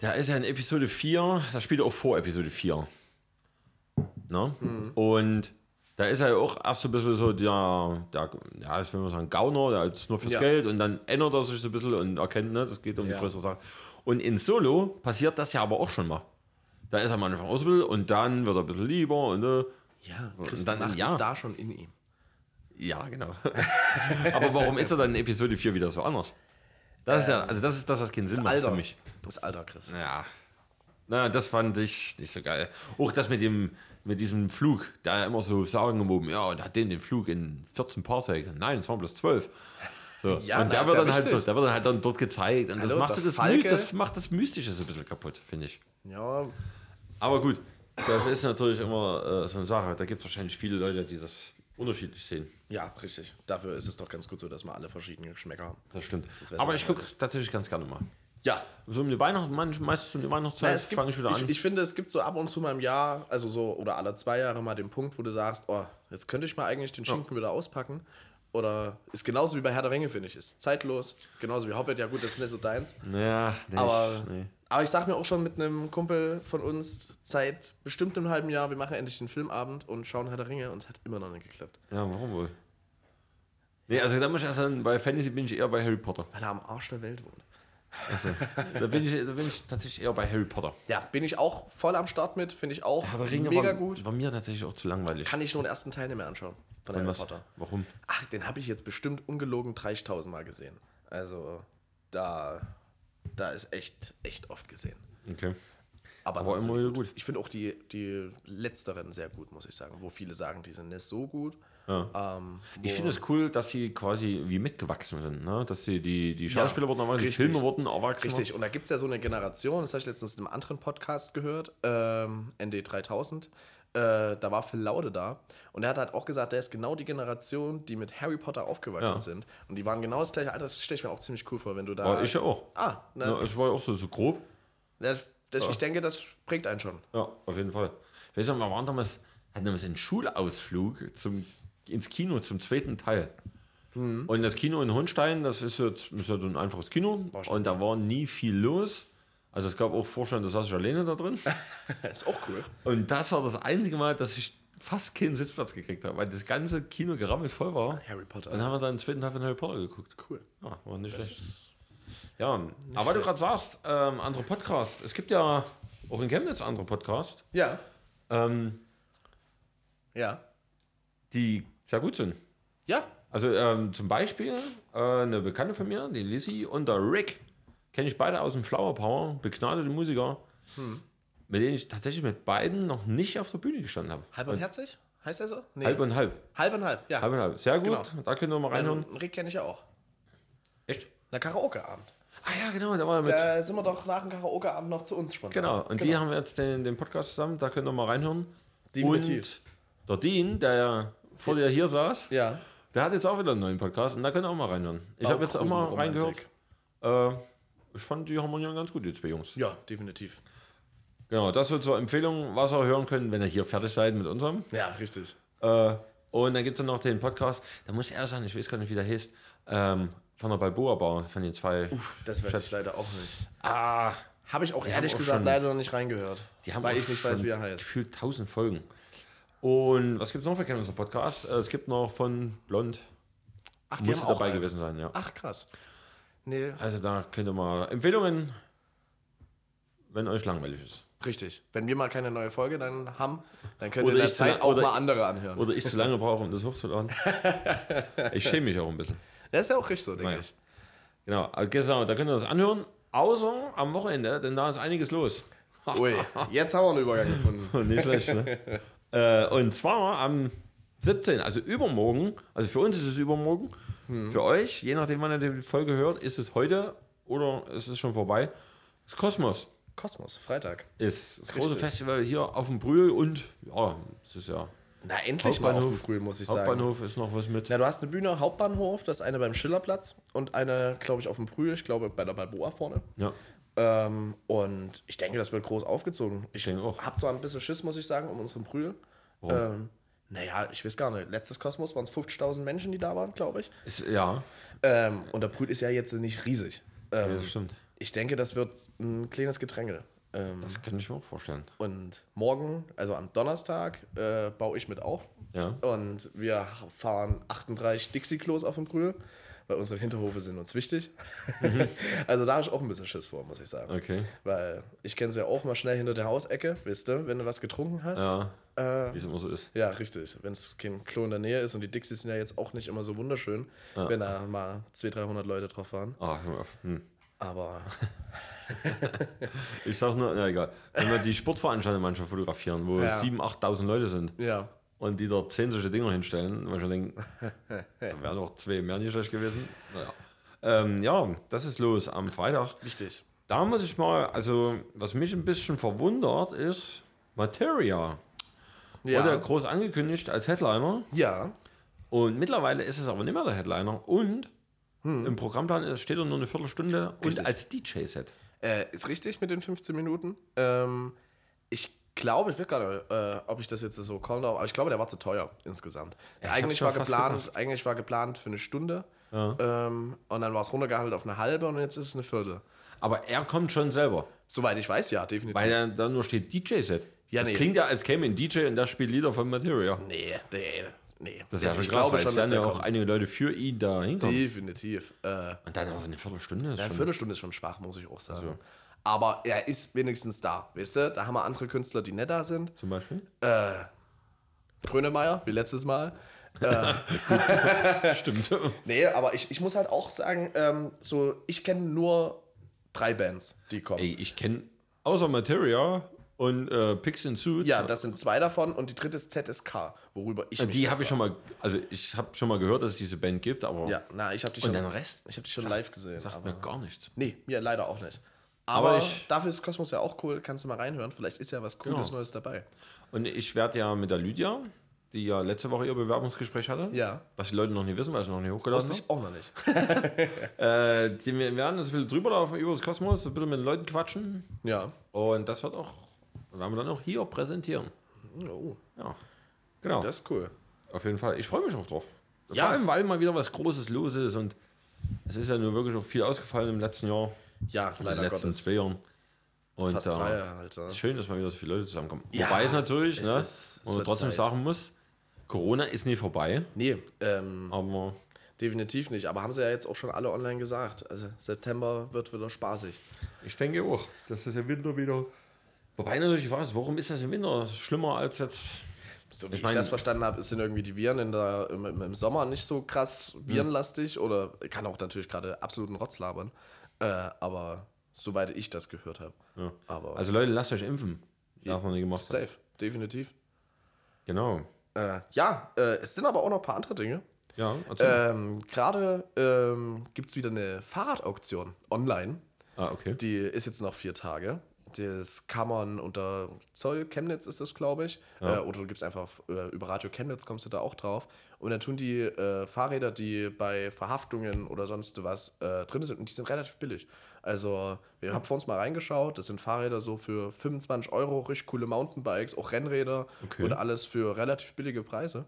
[SPEAKER 1] da ist ja in Episode 4, da spielt er auch vor Episode 4. Ne?
[SPEAKER 2] Mhm.
[SPEAKER 1] Und da ist er ja auch erst so ein bisschen so der, der ja, ich will mal sagen, Gauner, der ist nur fürs
[SPEAKER 2] Ja.
[SPEAKER 1] Geld und dann ändert er sich so ein bisschen und erkennt, ne, das geht um die
[SPEAKER 2] Ja.
[SPEAKER 1] größere Sache. Und in Solo passiert das ja aber auch schon mal. Da ist er am Anfang aus und dann wird er ein bisschen lieber und ne,
[SPEAKER 2] Ja,
[SPEAKER 1] Und
[SPEAKER 2] Christi
[SPEAKER 1] dann-
[SPEAKER 2] macht
[SPEAKER 1] ja.
[SPEAKER 2] es da schon in ihm.
[SPEAKER 1] Ja, genau. [laughs] Aber warum ist er dann in Episode 4 wieder so anders? Das ist ja, also das ist das, was keinen Sinn macht
[SPEAKER 2] Alter.
[SPEAKER 1] für mich.
[SPEAKER 2] Das Alter, Chris.
[SPEAKER 1] Ja. Na, das fand ich nicht so geil. Auch das mit dem mit diesem Flug, da immer so sagen oben, ja, und hat den den Flug in 14 Parsec. Nein, es waren bloß 12. So.
[SPEAKER 2] [laughs] Ja,
[SPEAKER 1] und der
[SPEAKER 2] na, ist
[SPEAKER 1] wird,
[SPEAKER 2] ja
[SPEAKER 1] dann halt,
[SPEAKER 2] wichtig.
[SPEAKER 1] dort- der wird dann halt dann dort gezeigt. Und das,
[SPEAKER 2] Hallo,
[SPEAKER 1] macht
[SPEAKER 2] der
[SPEAKER 1] das, My-
[SPEAKER 2] Falke.
[SPEAKER 1] das macht das Mystische so ein bisschen kaputt, finde ich.
[SPEAKER 2] Ja,
[SPEAKER 1] Aber gut, das ist natürlich immer äh, so eine Sache. Da gibt es wahrscheinlich viele Leute, die das unterschiedlich sehen.
[SPEAKER 2] ja, richtig. Dafür ist es doch ganz gut so, dass wir alle verschiedene Geschmäcker haben.
[SPEAKER 1] Das stimmt.
[SPEAKER 2] wär's
[SPEAKER 1] Aber
[SPEAKER 2] auch
[SPEAKER 1] ich gucke tatsächlich ganz gerne mal.
[SPEAKER 2] Ja,
[SPEAKER 1] So um die Weihnachten, manch- meistens um die
[SPEAKER 2] Na,
[SPEAKER 1] Weihnachtszeit
[SPEAKER 2] es gibt,
[SPEAKER 1] fange ich wieder an.
[SPEAKER 2] Ich, ich finde, es gibt so ab und zu mal im Jahr, also so oder alle zwei Jahre mal den Punkt, wo du sagst, oh, jetzt könnte ich mal eigentlich den Schinken wieder auspacken. Oder ist genauso wie bei Herr der Ringe, finde ich. Ist zeitlos. Genauso wie Hobbit, ja gut, das ist nicht so deins.
[SPEAKER 1] ja, nee,
[SPEAKER 2] Aber,
[SPEAKER 1] ich- nee.
[SPEAKER 2] aber ich sag mir auch schon mit einem Kumpel von uns seit bestimmt einem halben Jahr, wir machen endlich den Filmabend und schauen Herr der Ringe und es hat immer noch nicht geklappt.
[SPEAKER 1] Ja, warum wohl? Nee, also da muss ich erst sagen, bei Fantasy bin ich eher bei Harry Potter.
[SPEAKER 2] Weil er am Arsch der Welt wohnt.
[SPEAKER 1] Also, da, bin ich, da bin ich tatsächlich eher bei Harry Potter.
[SPEAKER 2] Ja, bin ich auch voll am Start mit, finde ich auch
[SPEAKER 1] Herr der Ringe
[SPEAKER 2] mega
[SPEAKER 1] war,
[SPEAKER 2] gut.
[SPEAKER 1] war mir tatsächlich auch zu langweilig.
[SPEAKER 2] Kann ich nur den ersten Teil nicht mehr anschauen von
[SPEAKER 1] Und
[SPEAKER 2] Harry
[SPEAKER 1] was-
[SPEAKER 2] Potter.
[SPEAKER 1] Warum?
[SPEAKER 2] Ach, den habe ich jetzt bestimmt ungelogen 30.000 Mal gesehen. Also da, da ist echt, echt oft gesehen.
[SPEAKER 1] Okay.
[SPEAKER 2] Aber,
[SPEAKER 1] Aber
[SPEAKER 2] ansonsten
[SPEAKER 1] immer wieder gut.
[SPEAKER 2] Ich finde auch die, die letzteren sehr gut, muss ich sagen. Wo viele sagen, die sind nicht so gut. Ähm,
[SPEAKER 1] Ich
[SPEAKER 2] wo-
[SPEAKER 1] finde es cool, dass sie quasi wie mitgewachsen sind, ne? Dass sie die, die Schauspieler wurden erwachsen, die
[SPEAKER 2] richtig.
[SPEAKER 1] Filme wurden erwachsen.
[SPEAKER 2] Richtig, und da gibt es ja so eine Generation, das habe ich letztens in einem anderen Podcast gehört, ähm, ND 3000, äh, da war Phil Laude da und er hat halt auch gesagt, der ist genau die Generation, die mit Harry Potter aufgewachsen
[SPEAKER 1] Ja.
[SPEAKER 2] sind und die waren genau das gleiche Alter, das stelle ich mir auch ziemlich cool vor, wenn du da...
[SPEAKER 1] War ich ja auch.
[SPEAKER 2] Ah, na,
[SPEAKER 1] Ja, ich war ja auch so, so grob.
[SPEAKER 2] Das, das, Ich denke, das prägt
[SPEAKER 1] [laughs]
[SPEAKER 2] einen schon.
[SPEAKER 1] Ja, auf jeden Fall. Ich weiß noch, wir waren damals, hatten damals einen Schulausflug zum, ins Kino zum zweiten Teil. Und das Kino in Hohenstein, das ist jetzt ist ja so ein einfaches Kino. Und da war nie viel los. Also es gab auch Vorstand, das saß ich alleine da drin.
[SPEAKER 2] ist auch cool.
[SPEAKER 1] Und das war das einzige Mal, dass ich fast keinen Sitzplatz gekriegt habe, weil das ganze Kino gerammelt voll war.
[SPEAKER 2] Harry Potter.
[SPEAKER 1] Dann haben wir dann den zweiten Teil von Harry Potter geguckt.
[SPEAKER 2] Cool.
[SPEAKER 1] Ja, war nicht schlecht. Ja, aber weil du gerade sagst, ähm, andere Podcasts. Es gibt ja auch in Chemnitz andere Podcasts.
[SPEAKER 2] Ja,
[SPEAKER 1] Ähm,
[SPEAKER 2] ja,
[SPEAKER 1] die sehr gut sind.
[SPEAKER 2] ja.
[SPEAKER 1] Also ähm, zum Beispiel äh, eine Bekannte von mir, die Lizzie und der Rick, kenne ich beide aus dem Flower Power, begnadete Musiker,
[SPEAKER 2] Hm.
[SPEAKER 1] mit denen ich tatsächlich mit beiden noch nicht auf der Bühne gestanden habe.
[SPEAKER 2] Halb und herzig? Heißt er so? Nee.
[SPEAKER 1] halb und halb.
[SPEAKER 2] halb und halb, ja.
[SPEAKER 1] Halb und halb. Sehr gut,
[SPEAKER 2] Genau.
[SPEAKER 1] da könnt ihr mal
[SPEAKER 2] Also,
[SPEAKER 1] reinhören.
[SPEAKER 2] Rick kenne ich ja auch.
[SPEAKER 1] Echt?
[SPEAKER 2] Na, Karaoke-Abend.
[SPEAKER 1] Ah ja, genau, da war er mit.
[SPEAKER 2] Da sind wir doch nach dem Karaoke-Abend noch zu uns spontan.
[SPEAKER 1] Genau, und die haben wir jetzt den, den Podcast zusammen, da könnt ihr mal reinhören.
[SPEAKER 2] Definitiv.
[SPEAKER 1] Und der Dean, der ja vor dir hier saß,
[SPEAKER 2] Ja.
[SPEAKER 1] der hat jetzt auch wieder einen neuen Podcast und da könnt ihr auch mal reinhören. Ich habe jetzt auch mal
[SPEAKER 2] Baukrubenromantik.
[SPEAKER 1] reingehört. Äh, ich fand die harmonieren ganz gut, die zwei Jungs.
[SPEAKER 2] Ja, definitiv.
[SPEAKER 1] Genau, das wird zur Empfehlung, was ihr hören könnt, wenn ihr hier fertig seid mit unserem.
[SPEAKER 2] Ja, richtig.
[SPEAKER 1] Äh, und dann gibt es dann noch den Podcast, da muss ich ehrlich sagen, ich weiß gar nicht, wie der heißt, ähm, von der Balboa Bar, von den zwei.
[SPEAKER 2] Das weiß ich leider auch nicht.
[SPEAKER 1] Ah,
[SPEAKER 2] Habe ich auch ehrlich
[SPEAKER 1] auch
[SPEAKER 2] gesagt
[SPEAKER 1] schon-
[SPEAKER 2] leider noch nicht reingehört.
[SPEAKER 1] die haben
[SPEAKER 2] weil
[SPEAKER 1] auch
[SPEAKER 2] ich nicht weiß,
[SPEAKER 1] schon
[SPEAKER 2] wie er heißt.
[SPEAKER 1] Gefühlt tausend Folgen. Und was gibt es noch für unseren Podcast? Äh, Es gibt noch von Blond,
[SPEAKER 2] Ach,
[SPEAKER 1] muss dabei
[SPEAKER 2] einen.
[SPEAKER 1] gewesen sein, ja.
[SPEAKER 2] Ach, krass. Nee,
[SPEAKER 1] Also da könnt ihr mal Empfehlungen, wenn euch langweilig ist.
[SPEAKER 2] richtig. Wenn wir mal keine neue Folge dann haben, dann könnt ihr
[SPEAKER 1] Oder
[SPEAKER 2] in der
[SPEAKER 1] ich zu
[SPEAKER 2] Zeit
[SPEAKER 1] lang-
[SPEAKER 2] auch
[SPEAKER 1] oder-
[SPEAKER 2] mal andere anhören.
[SPEAKER 1] Oder ich zu lange brauche, um das hochzuladen. Ich schäme mich auch ein bisschen.
[SPEAKER 2] Das ist ja auch richtig so, denke
[SPEAKER 1] Naja.
[SPEAKER 2] ich.
[SPEAKER 1] Genau, also genau, da könnt ihr das anhören, außer am Wochenende, denn da ist einiges los.
[SPEAKER 2] Ui, jetzt haben wir einen Übergang
[SPEAKER 1] [laughs]
[SPEAKER 2] gefunden.
[SPEAKER 1] Nicht schlecht, ne? äh, und zwar am 17., also übermorgen, also für uns ist es übermorgen, für euch, je nachdem, wann ihr die Folge hört, ist es heute oder ist es schon vorbei. Das Kosmos
[SPEAKER 2] Kosmos, Freitag.
[SPEAKER 1] ist das große
[SPEAKER 2] Richtig.
[SPEAKER 1] Festival hier auf dem Brühl und ja, es ist ja.
[SPEAKER 2] Na, endlich mal auf dem
[SPEAKER 1] Hauptbahnhof.
[SPEAKER 2] Früh, muss ich sagen.
[SPEAKER 1] Hauptbahnhof ist noch was mit.
[SPEAKER 2] Na, du hast eine Bühne, Hauptbahnhof, das ist eine beim Schillerplatz und eine, glaube ich, auf dem Brühl, ich glaube, bei der Balboa vorne.
[SPEAKER 1] Ja.
[SPEAKER 2] Ähm, und ich denke, das wird groß aufgezogen. Ich
[SPEAKER 1] denke auch.
[SPEAKER 2] habe zwar ein bisschen Schiss, muss ich sagen, um unseren Brühl. Ähm, naja, ich weiß gar nicht. Letztes Kosmos waren es 50.000 Menschen, die da waren, glaube ich.
[SPEAKER 1] Ist, ja,
[SPEAKER 2] Ähm, und der Brühl ist ja jetzt nicht riesig. Ähm,
[SPEAKER 1] das stimmt.
[SPEAKER 2] ich denke, das wird ein kleines Getränke. Ähm,
[SPEAKER 1] Das kann ich mir auch vorstellen.
[SPEAKER 2] und morgen, also am Donnerstag, äh, baue ich mit auf.
[SPEAKER 1] Ja.
[SPEAKER 2] Und wir fahren 38 Dixie-Klos auf dem Brühl, weil unsere Hinterhofe sind uns wichtig. [laughs] also da habe ich auch ein bisschen Schiss vor, muss ich sagen.
[SPEAKER 1] Mhm. Okay.
[SPEAKER 2] Weil ich kenne es ja auch mal schnell hinter der Hausecke, wisst ihr, wenn du was getrunken hast.
[SPEAKER 1] Ja,
[SPEAKER 2] Ja, äh,
[SPEAKER 1] wie es immer so ist.
[SPEAKER 2] ja richtig. Wenn es kein Klo in der Nähe ist und die Dixies sind ja jetzt auch nicht immer so wunderschön, wenn da mal 200, 300 Leute drauf waren.
[SPEAKER 1] [laughs] Ah, hör mal auf. Hm.
[SPEAKER 2] Aber
[SPEAKER 1] Ich sag nur, na egal. Wenn wir die Sportveranstaltung manchmal fotografieren, wo
[SPEAKER 2] Ja.
[SPEAKER 1] 7.000, 8.000 Leute sind
[SPEAKER 2] Ja.
[SPEAKER 1] und die dort 10 solche Dinger hinstellen, manchmal [laughs] denken, da wären noch zwei mehr nicht schlecht gewesen. Naja. Ähm, ja, das ist los am Freitag.
[SPEAKER 2] Richtig.
[SPEAKER 1] Da muss ich mal, also was mich ein bisschen verwundert ist, Materia
[SPEAKER 2] Ja.
[SPEAKER 1] wurde groß angekündigt als Headliner
[SPEAKER 2] ja.
[SPEAKER 1] und mittlerweile ist es aber nicht mehr der Headliner und im Programmplan ist- steht er nur eine Viertelstunde und
[SPEAKER 2] Richtig.
[SPEAKER 1] als DJ-Set.
[SPEAKER 2] Äh, ist richtig mit den 15 Minuten. Ähm, ich glaube, ich weiß gar nicht, äh, ob ich das jetzt so call darf, aber ich glaube, der war zu teuer insgesamt.
[SPEAKER 1] hab's
[SPEAKER 2] eigentlich,
[SPEAKER 1] mir
[SPEAKER 2] war
[SPEAKER 1] fast
[SPEAKER 2] geplant, eigentlich war geplant für eine Stunde ähm, und dann war es runtergehandelt auf eine halbe und jetzt ist es eine Viertel.
[SPEAKER 1] Aber er kommt schon selber,
[SPEAKER 2] Soweit ich weiß, ja, definitiv.
[SPEAKER 1] weil er da nur steht DJ-Set.
[SPEAKER 2] Ja,
[SPEAKER 1] das
[SPEAKER 2] nee.
[SPEAKER 1] klingt ja, als käme ein DJ und der spielt Lieder von Materia.
[SPEAKER 2] nee, nee, nee.
[SPEAKER 1] Das ist ja schon
[SPEAKER 2] ich
[SPEAKER 1] krass,
[SPEAKER 2] glaube
[SPEAKER 1] weil
[SPEAKER 2] schon,
[SPEAKER 1] es werden
[SPEAKER 2] dass der
[SPEAKER 1] ja auch
[SPEAKER 2] kommt.
[SPEAKER 1] einige Leute für ihn da hinkommen.
[SPEAKER 2] Definitiv. Äh,
[SPEAKER 1] Und dann auf eine Viertelstunde ist
[SPEAKER 2] Eine
[SPEAKER 1] schon... Also.
[SPEAKER 2] Viertelstunde ist schon schwach, muss ich auch sagen. Aber er ist wenigstens da, weißt du? Da haben wir andere Künstler, die nicht da sind.
[SPEAKER 1] Zum Beispiel?
[SPEAKER 2] Grönemeyer, wie letztes Mal.
[SPEAKER 1] Stimmt. [laughs]
[SPEAKER 2] Nee, aber ich, ich muss halt auch sagen, ähm, so, ich kenne nur drei Bands, die kommen.
[SPEAKER 1] Ey, ich kenne außer Materia und äh, Pigs in Suits.
[SPEAKER 2] Ja, das sind zwei davon und die dritte ist ZSK, worüber ich mich
[SPEAKER 1] Äh, die
[SPEAKER 2] sehr
[SPEAKER 1] habe ich schon mal, also ich habe schon mal gehört, dass es diese Band gibt, aber
[SPEAKER 2] freue. Ja, na, ich habe die
[SPEAKER 1] und
[SPEAKER 2] schon.
[SPEAKER 1] den Rest
[SPEAKER 2] Ich habe die schon live gesehen.
[SPEAKER 1] sagt
[SPEAKER 2] aber-
[SPEAKER 1] mir gar nichts.
[SPEAKER 2] Nee, mir leider auch nicht.
[SPEAKER 1] Aber
[SPEAKER 2] Aber,
[SPEAKER 1] ich-
[SPEAKER 2] dafür ist Kosmos ja auch cool, kannst du mal reinhören. Vielleicht ist ja was Cooles
[SPEAKER 1] Genau.
[SPEAKER 2] Neues dabei.
[SPEAKER 1] Und ich werde ja mit der Lydia, die ja letzte Woche ihr Bewerbungsgespräch hatte,
[SPEAKER 2] Ja.
[SPEAKER 1] was die Leute noch nicht wissen, weil ich noch nicht hochgeladen
[SPEAKER 2] Wusste ich auch noch nicht. [laughs]
[SPEAKER 1] habe, äh, die, wir werden uns ein bisschen drüber laufen über das Kosmos, ein bisschen mit den Leuten quatschen
[SPEAKER 2] Ja.
[SPEAKER 1] und das wird auch, werden wir dann auch hier präsentieren.
[SPEAKER 2] Oh,
[SPEAKER 1] Ja, genau,
[SPEAKER 2] das ist cool.
[SPEAKER 1] auf jeden Fall. Ich freue mich auch drauf.
[SPEAKER 2] Ja.
[SPEAKER 1] Vor allem, weil mal wieder was Großes los ist und es ist ja nur wirklich auch viel ausgefallen im letzten Jahr.
[SPEAKER 2] Ja,
[SPEAKER 1] in den
[SPEAKER 2] leider
[SPEAKER 1] letzten
[SPEAKER 2] Gottes.
[SPEAKER 1] zwei Jahren. Und
[SPEAKER 2] Fast
[SPEAKER 1] äh,
[SPEAKER 2] drei Jahre alt. Ja.
[SPEAKER 1] ist schön, dass mal wieder so viele Leute zusammenkommen.
[SPEAKER 2] Ja,
[SPEAKER 1] Wobei es natürlich,
[SPEAKER 2] es
[SPEAKER 1] ne,
[SPEAKER 2] ist- es
[SPEAKER 1] und
[SPEAKER 2] wird
[SPEAKER 1] trotzdem
[SPEAKER 2] Zeit.
[SPEAKER 1] sagen muss, Corona ist nie vorbei,
[SPEAKER 2] Nee, ähm,
[SPEAKER 1] aber
[SPEAKER 2] definitiv nicht. Aber haben sie ja jetzt auch schon alle online gesagt. Also September wird wieder spaßig.
[SPEAKER 1] ich denke auch, dass das im Winter wieder. Wobei natürlich die Frage ist, warum ist das im Winter schlimmer als jetzt?
[SPEAKER 2] So wie
[SPEAKER 1] Ich
[SPEAKER 2] ich,
[SPEAKER 1] mein-
[SPEAKER 2] das verstanden habe, sind irgendwie die Viren in der, im, im- im Sommer nicht so krass
[SPEAKER 1] Hm.
[SPEAKER 2] virenlastig oder kann auch natürlich gerade absoluten Rotz labern. Äh, aber soweit ich das gehört habe.
[SPEAKER 1] Ja.
[SPEAKER 2] Aber
[SPEAKER 1] Also Leute, lasst euch impfen. Das noch nie gemacht. hat.
[SPEAKER 2] safe, definitiv.
[SPEAKER 1] Genau.
[SPEAKER 2] Äh, ja, äh, es sind aber auch noch ein paar andere Dinge.
[SPEAKER 1] Ja, erzähl.
[SPEAKER 2] Ähm, gerade ähm, gibt es wieder eine Fahrradauktion online.
[SPEAKER 1] ah, okay.
[SPEAKER 2] Die ist jetzt noch vier Tage. Das kann man unter Zoll Chemnitz ist das, glaube ich. Äh, oder du gibst einfach äh, über Radio Chemnitz, kommst du da auch drauf. Und dann tun die äh, Fahrräder, die bei Verhaftungen oder sonst was äh, drin sind, und die sind relativ billig. Also, wir haben vor uns mal reingeschaut. Das sind Fahrräder so für 25 Euro, richtig coole Mountainbikes, auch Rennräder
[SPEAKER 1] Okay.
[SPEAKER 2] und alles für relativ billige Preise.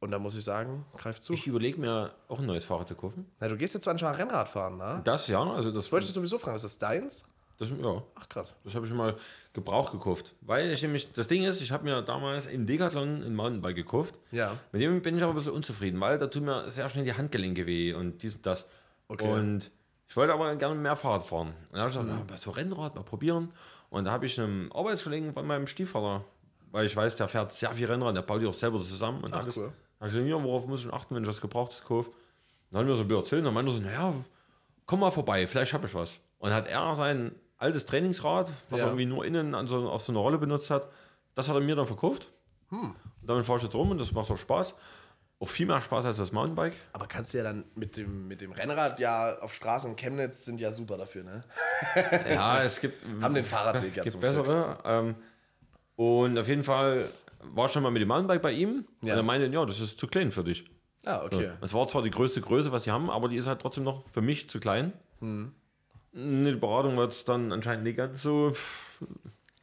[SPEAKER 2] Und da muss ich sagen, greif zu.
[SPEAKER 1] Ich überlege mir auch ein neues Fahrrad zu kaufen.
[SPEAKER 2] Na, du gehst jetzt manchmal Rennrad fahren, ne?
[SPEAKER 1] Das ja, also das,
[SPEAKER 2] Ich wollte dich sowieso fragen, ist das deins?
[SPEAKER 1] das ja,
[SPEAKER 2] Ach, krass.
[SPEAKER 1] Das habe ich mal Gebrauch gekauft. Weil ich nämlich, das Ding ist, ich habe mir damals im Decathlon ein Mountainbike gekauft.
[SPEAKER 2] Ja.
[SPEAKER 1] Mit dem bin ich aber ein bisschen unzufrieden, weil da tun mir sehr schnell die Handgelenke weh und dies und das.
[SPEAKER 2] Okay. Mhm.
[SPEAKER 1] Und ich wollte aber gerne mehr Fahrrad fahren. Und da habe ich gesagt, na, was so Rennrad, mal probieren. Und da habe ich einem Arbeitskollegen von meinem Stiefvater, weil ich weiß, der fährt sehr viel Rennrad, der baut die auch selber zusammen. Und
[SPEAKER 2] Ach,
[SPEAKER 1] alles.
[SPEAKER 2] cool.
[SPEAKER 1] Da habe ich gesagt, ja, worauf muss ich achten, wenn ich was Gebrauchtes kaufe? Dann haben wir so ein Bild erzählt und dann meinte er so, naja, komm mal vorbei, vielleicht habe ich was. Und hat er sein altes Trainingsrad, was
[SPEAKER 2] Ja.
[SPEAKER 1] er irgendwie nur innen an so, auf so einer Rolle benutzt hat, das hat er mir dann verkauft.
[SPEAKER 2] Hm.
[SPEAKER 1] Und damit fahre ich jetzt rum und das macht auch Spaß. Auch viel mehr Spaß als das Mountainbike.
[SPEAKER 2] Aber kannst du ja dann mit dem, mit dem Rennrad ja auf Straßen in Chemnitz sind ja super dafür, ne?
[SPEAKER 1] Ja, es
[SPEAKER 2] [laughs]
[SPEAKER 1] gibt,
[SPEAKER 2] Haben den Fahrradweg ja
[SPEAKER 1] gibt
[SPEAKER 2] zum Glück.
[SPEAKER 1] bessere. Ähm, und auf jeden Fall war ich schon mal mit dem Mountainbike bei ihm.
[SPEAKER 2] Ja.
[SPEAKER 1] Und er meinte, ja, das ist zu klein für dich.
[SPEAKER 2] Ah, okay.
[SPEAKER 1] Das war zwar die größte Größe, was sie haben, aber die ist halt trotzdem noch für mich zu klein.
[SPEAKER 2] Hm.
[SPEAKER 1] Die Beratung war jetzt dann anscheinend nicht ganz so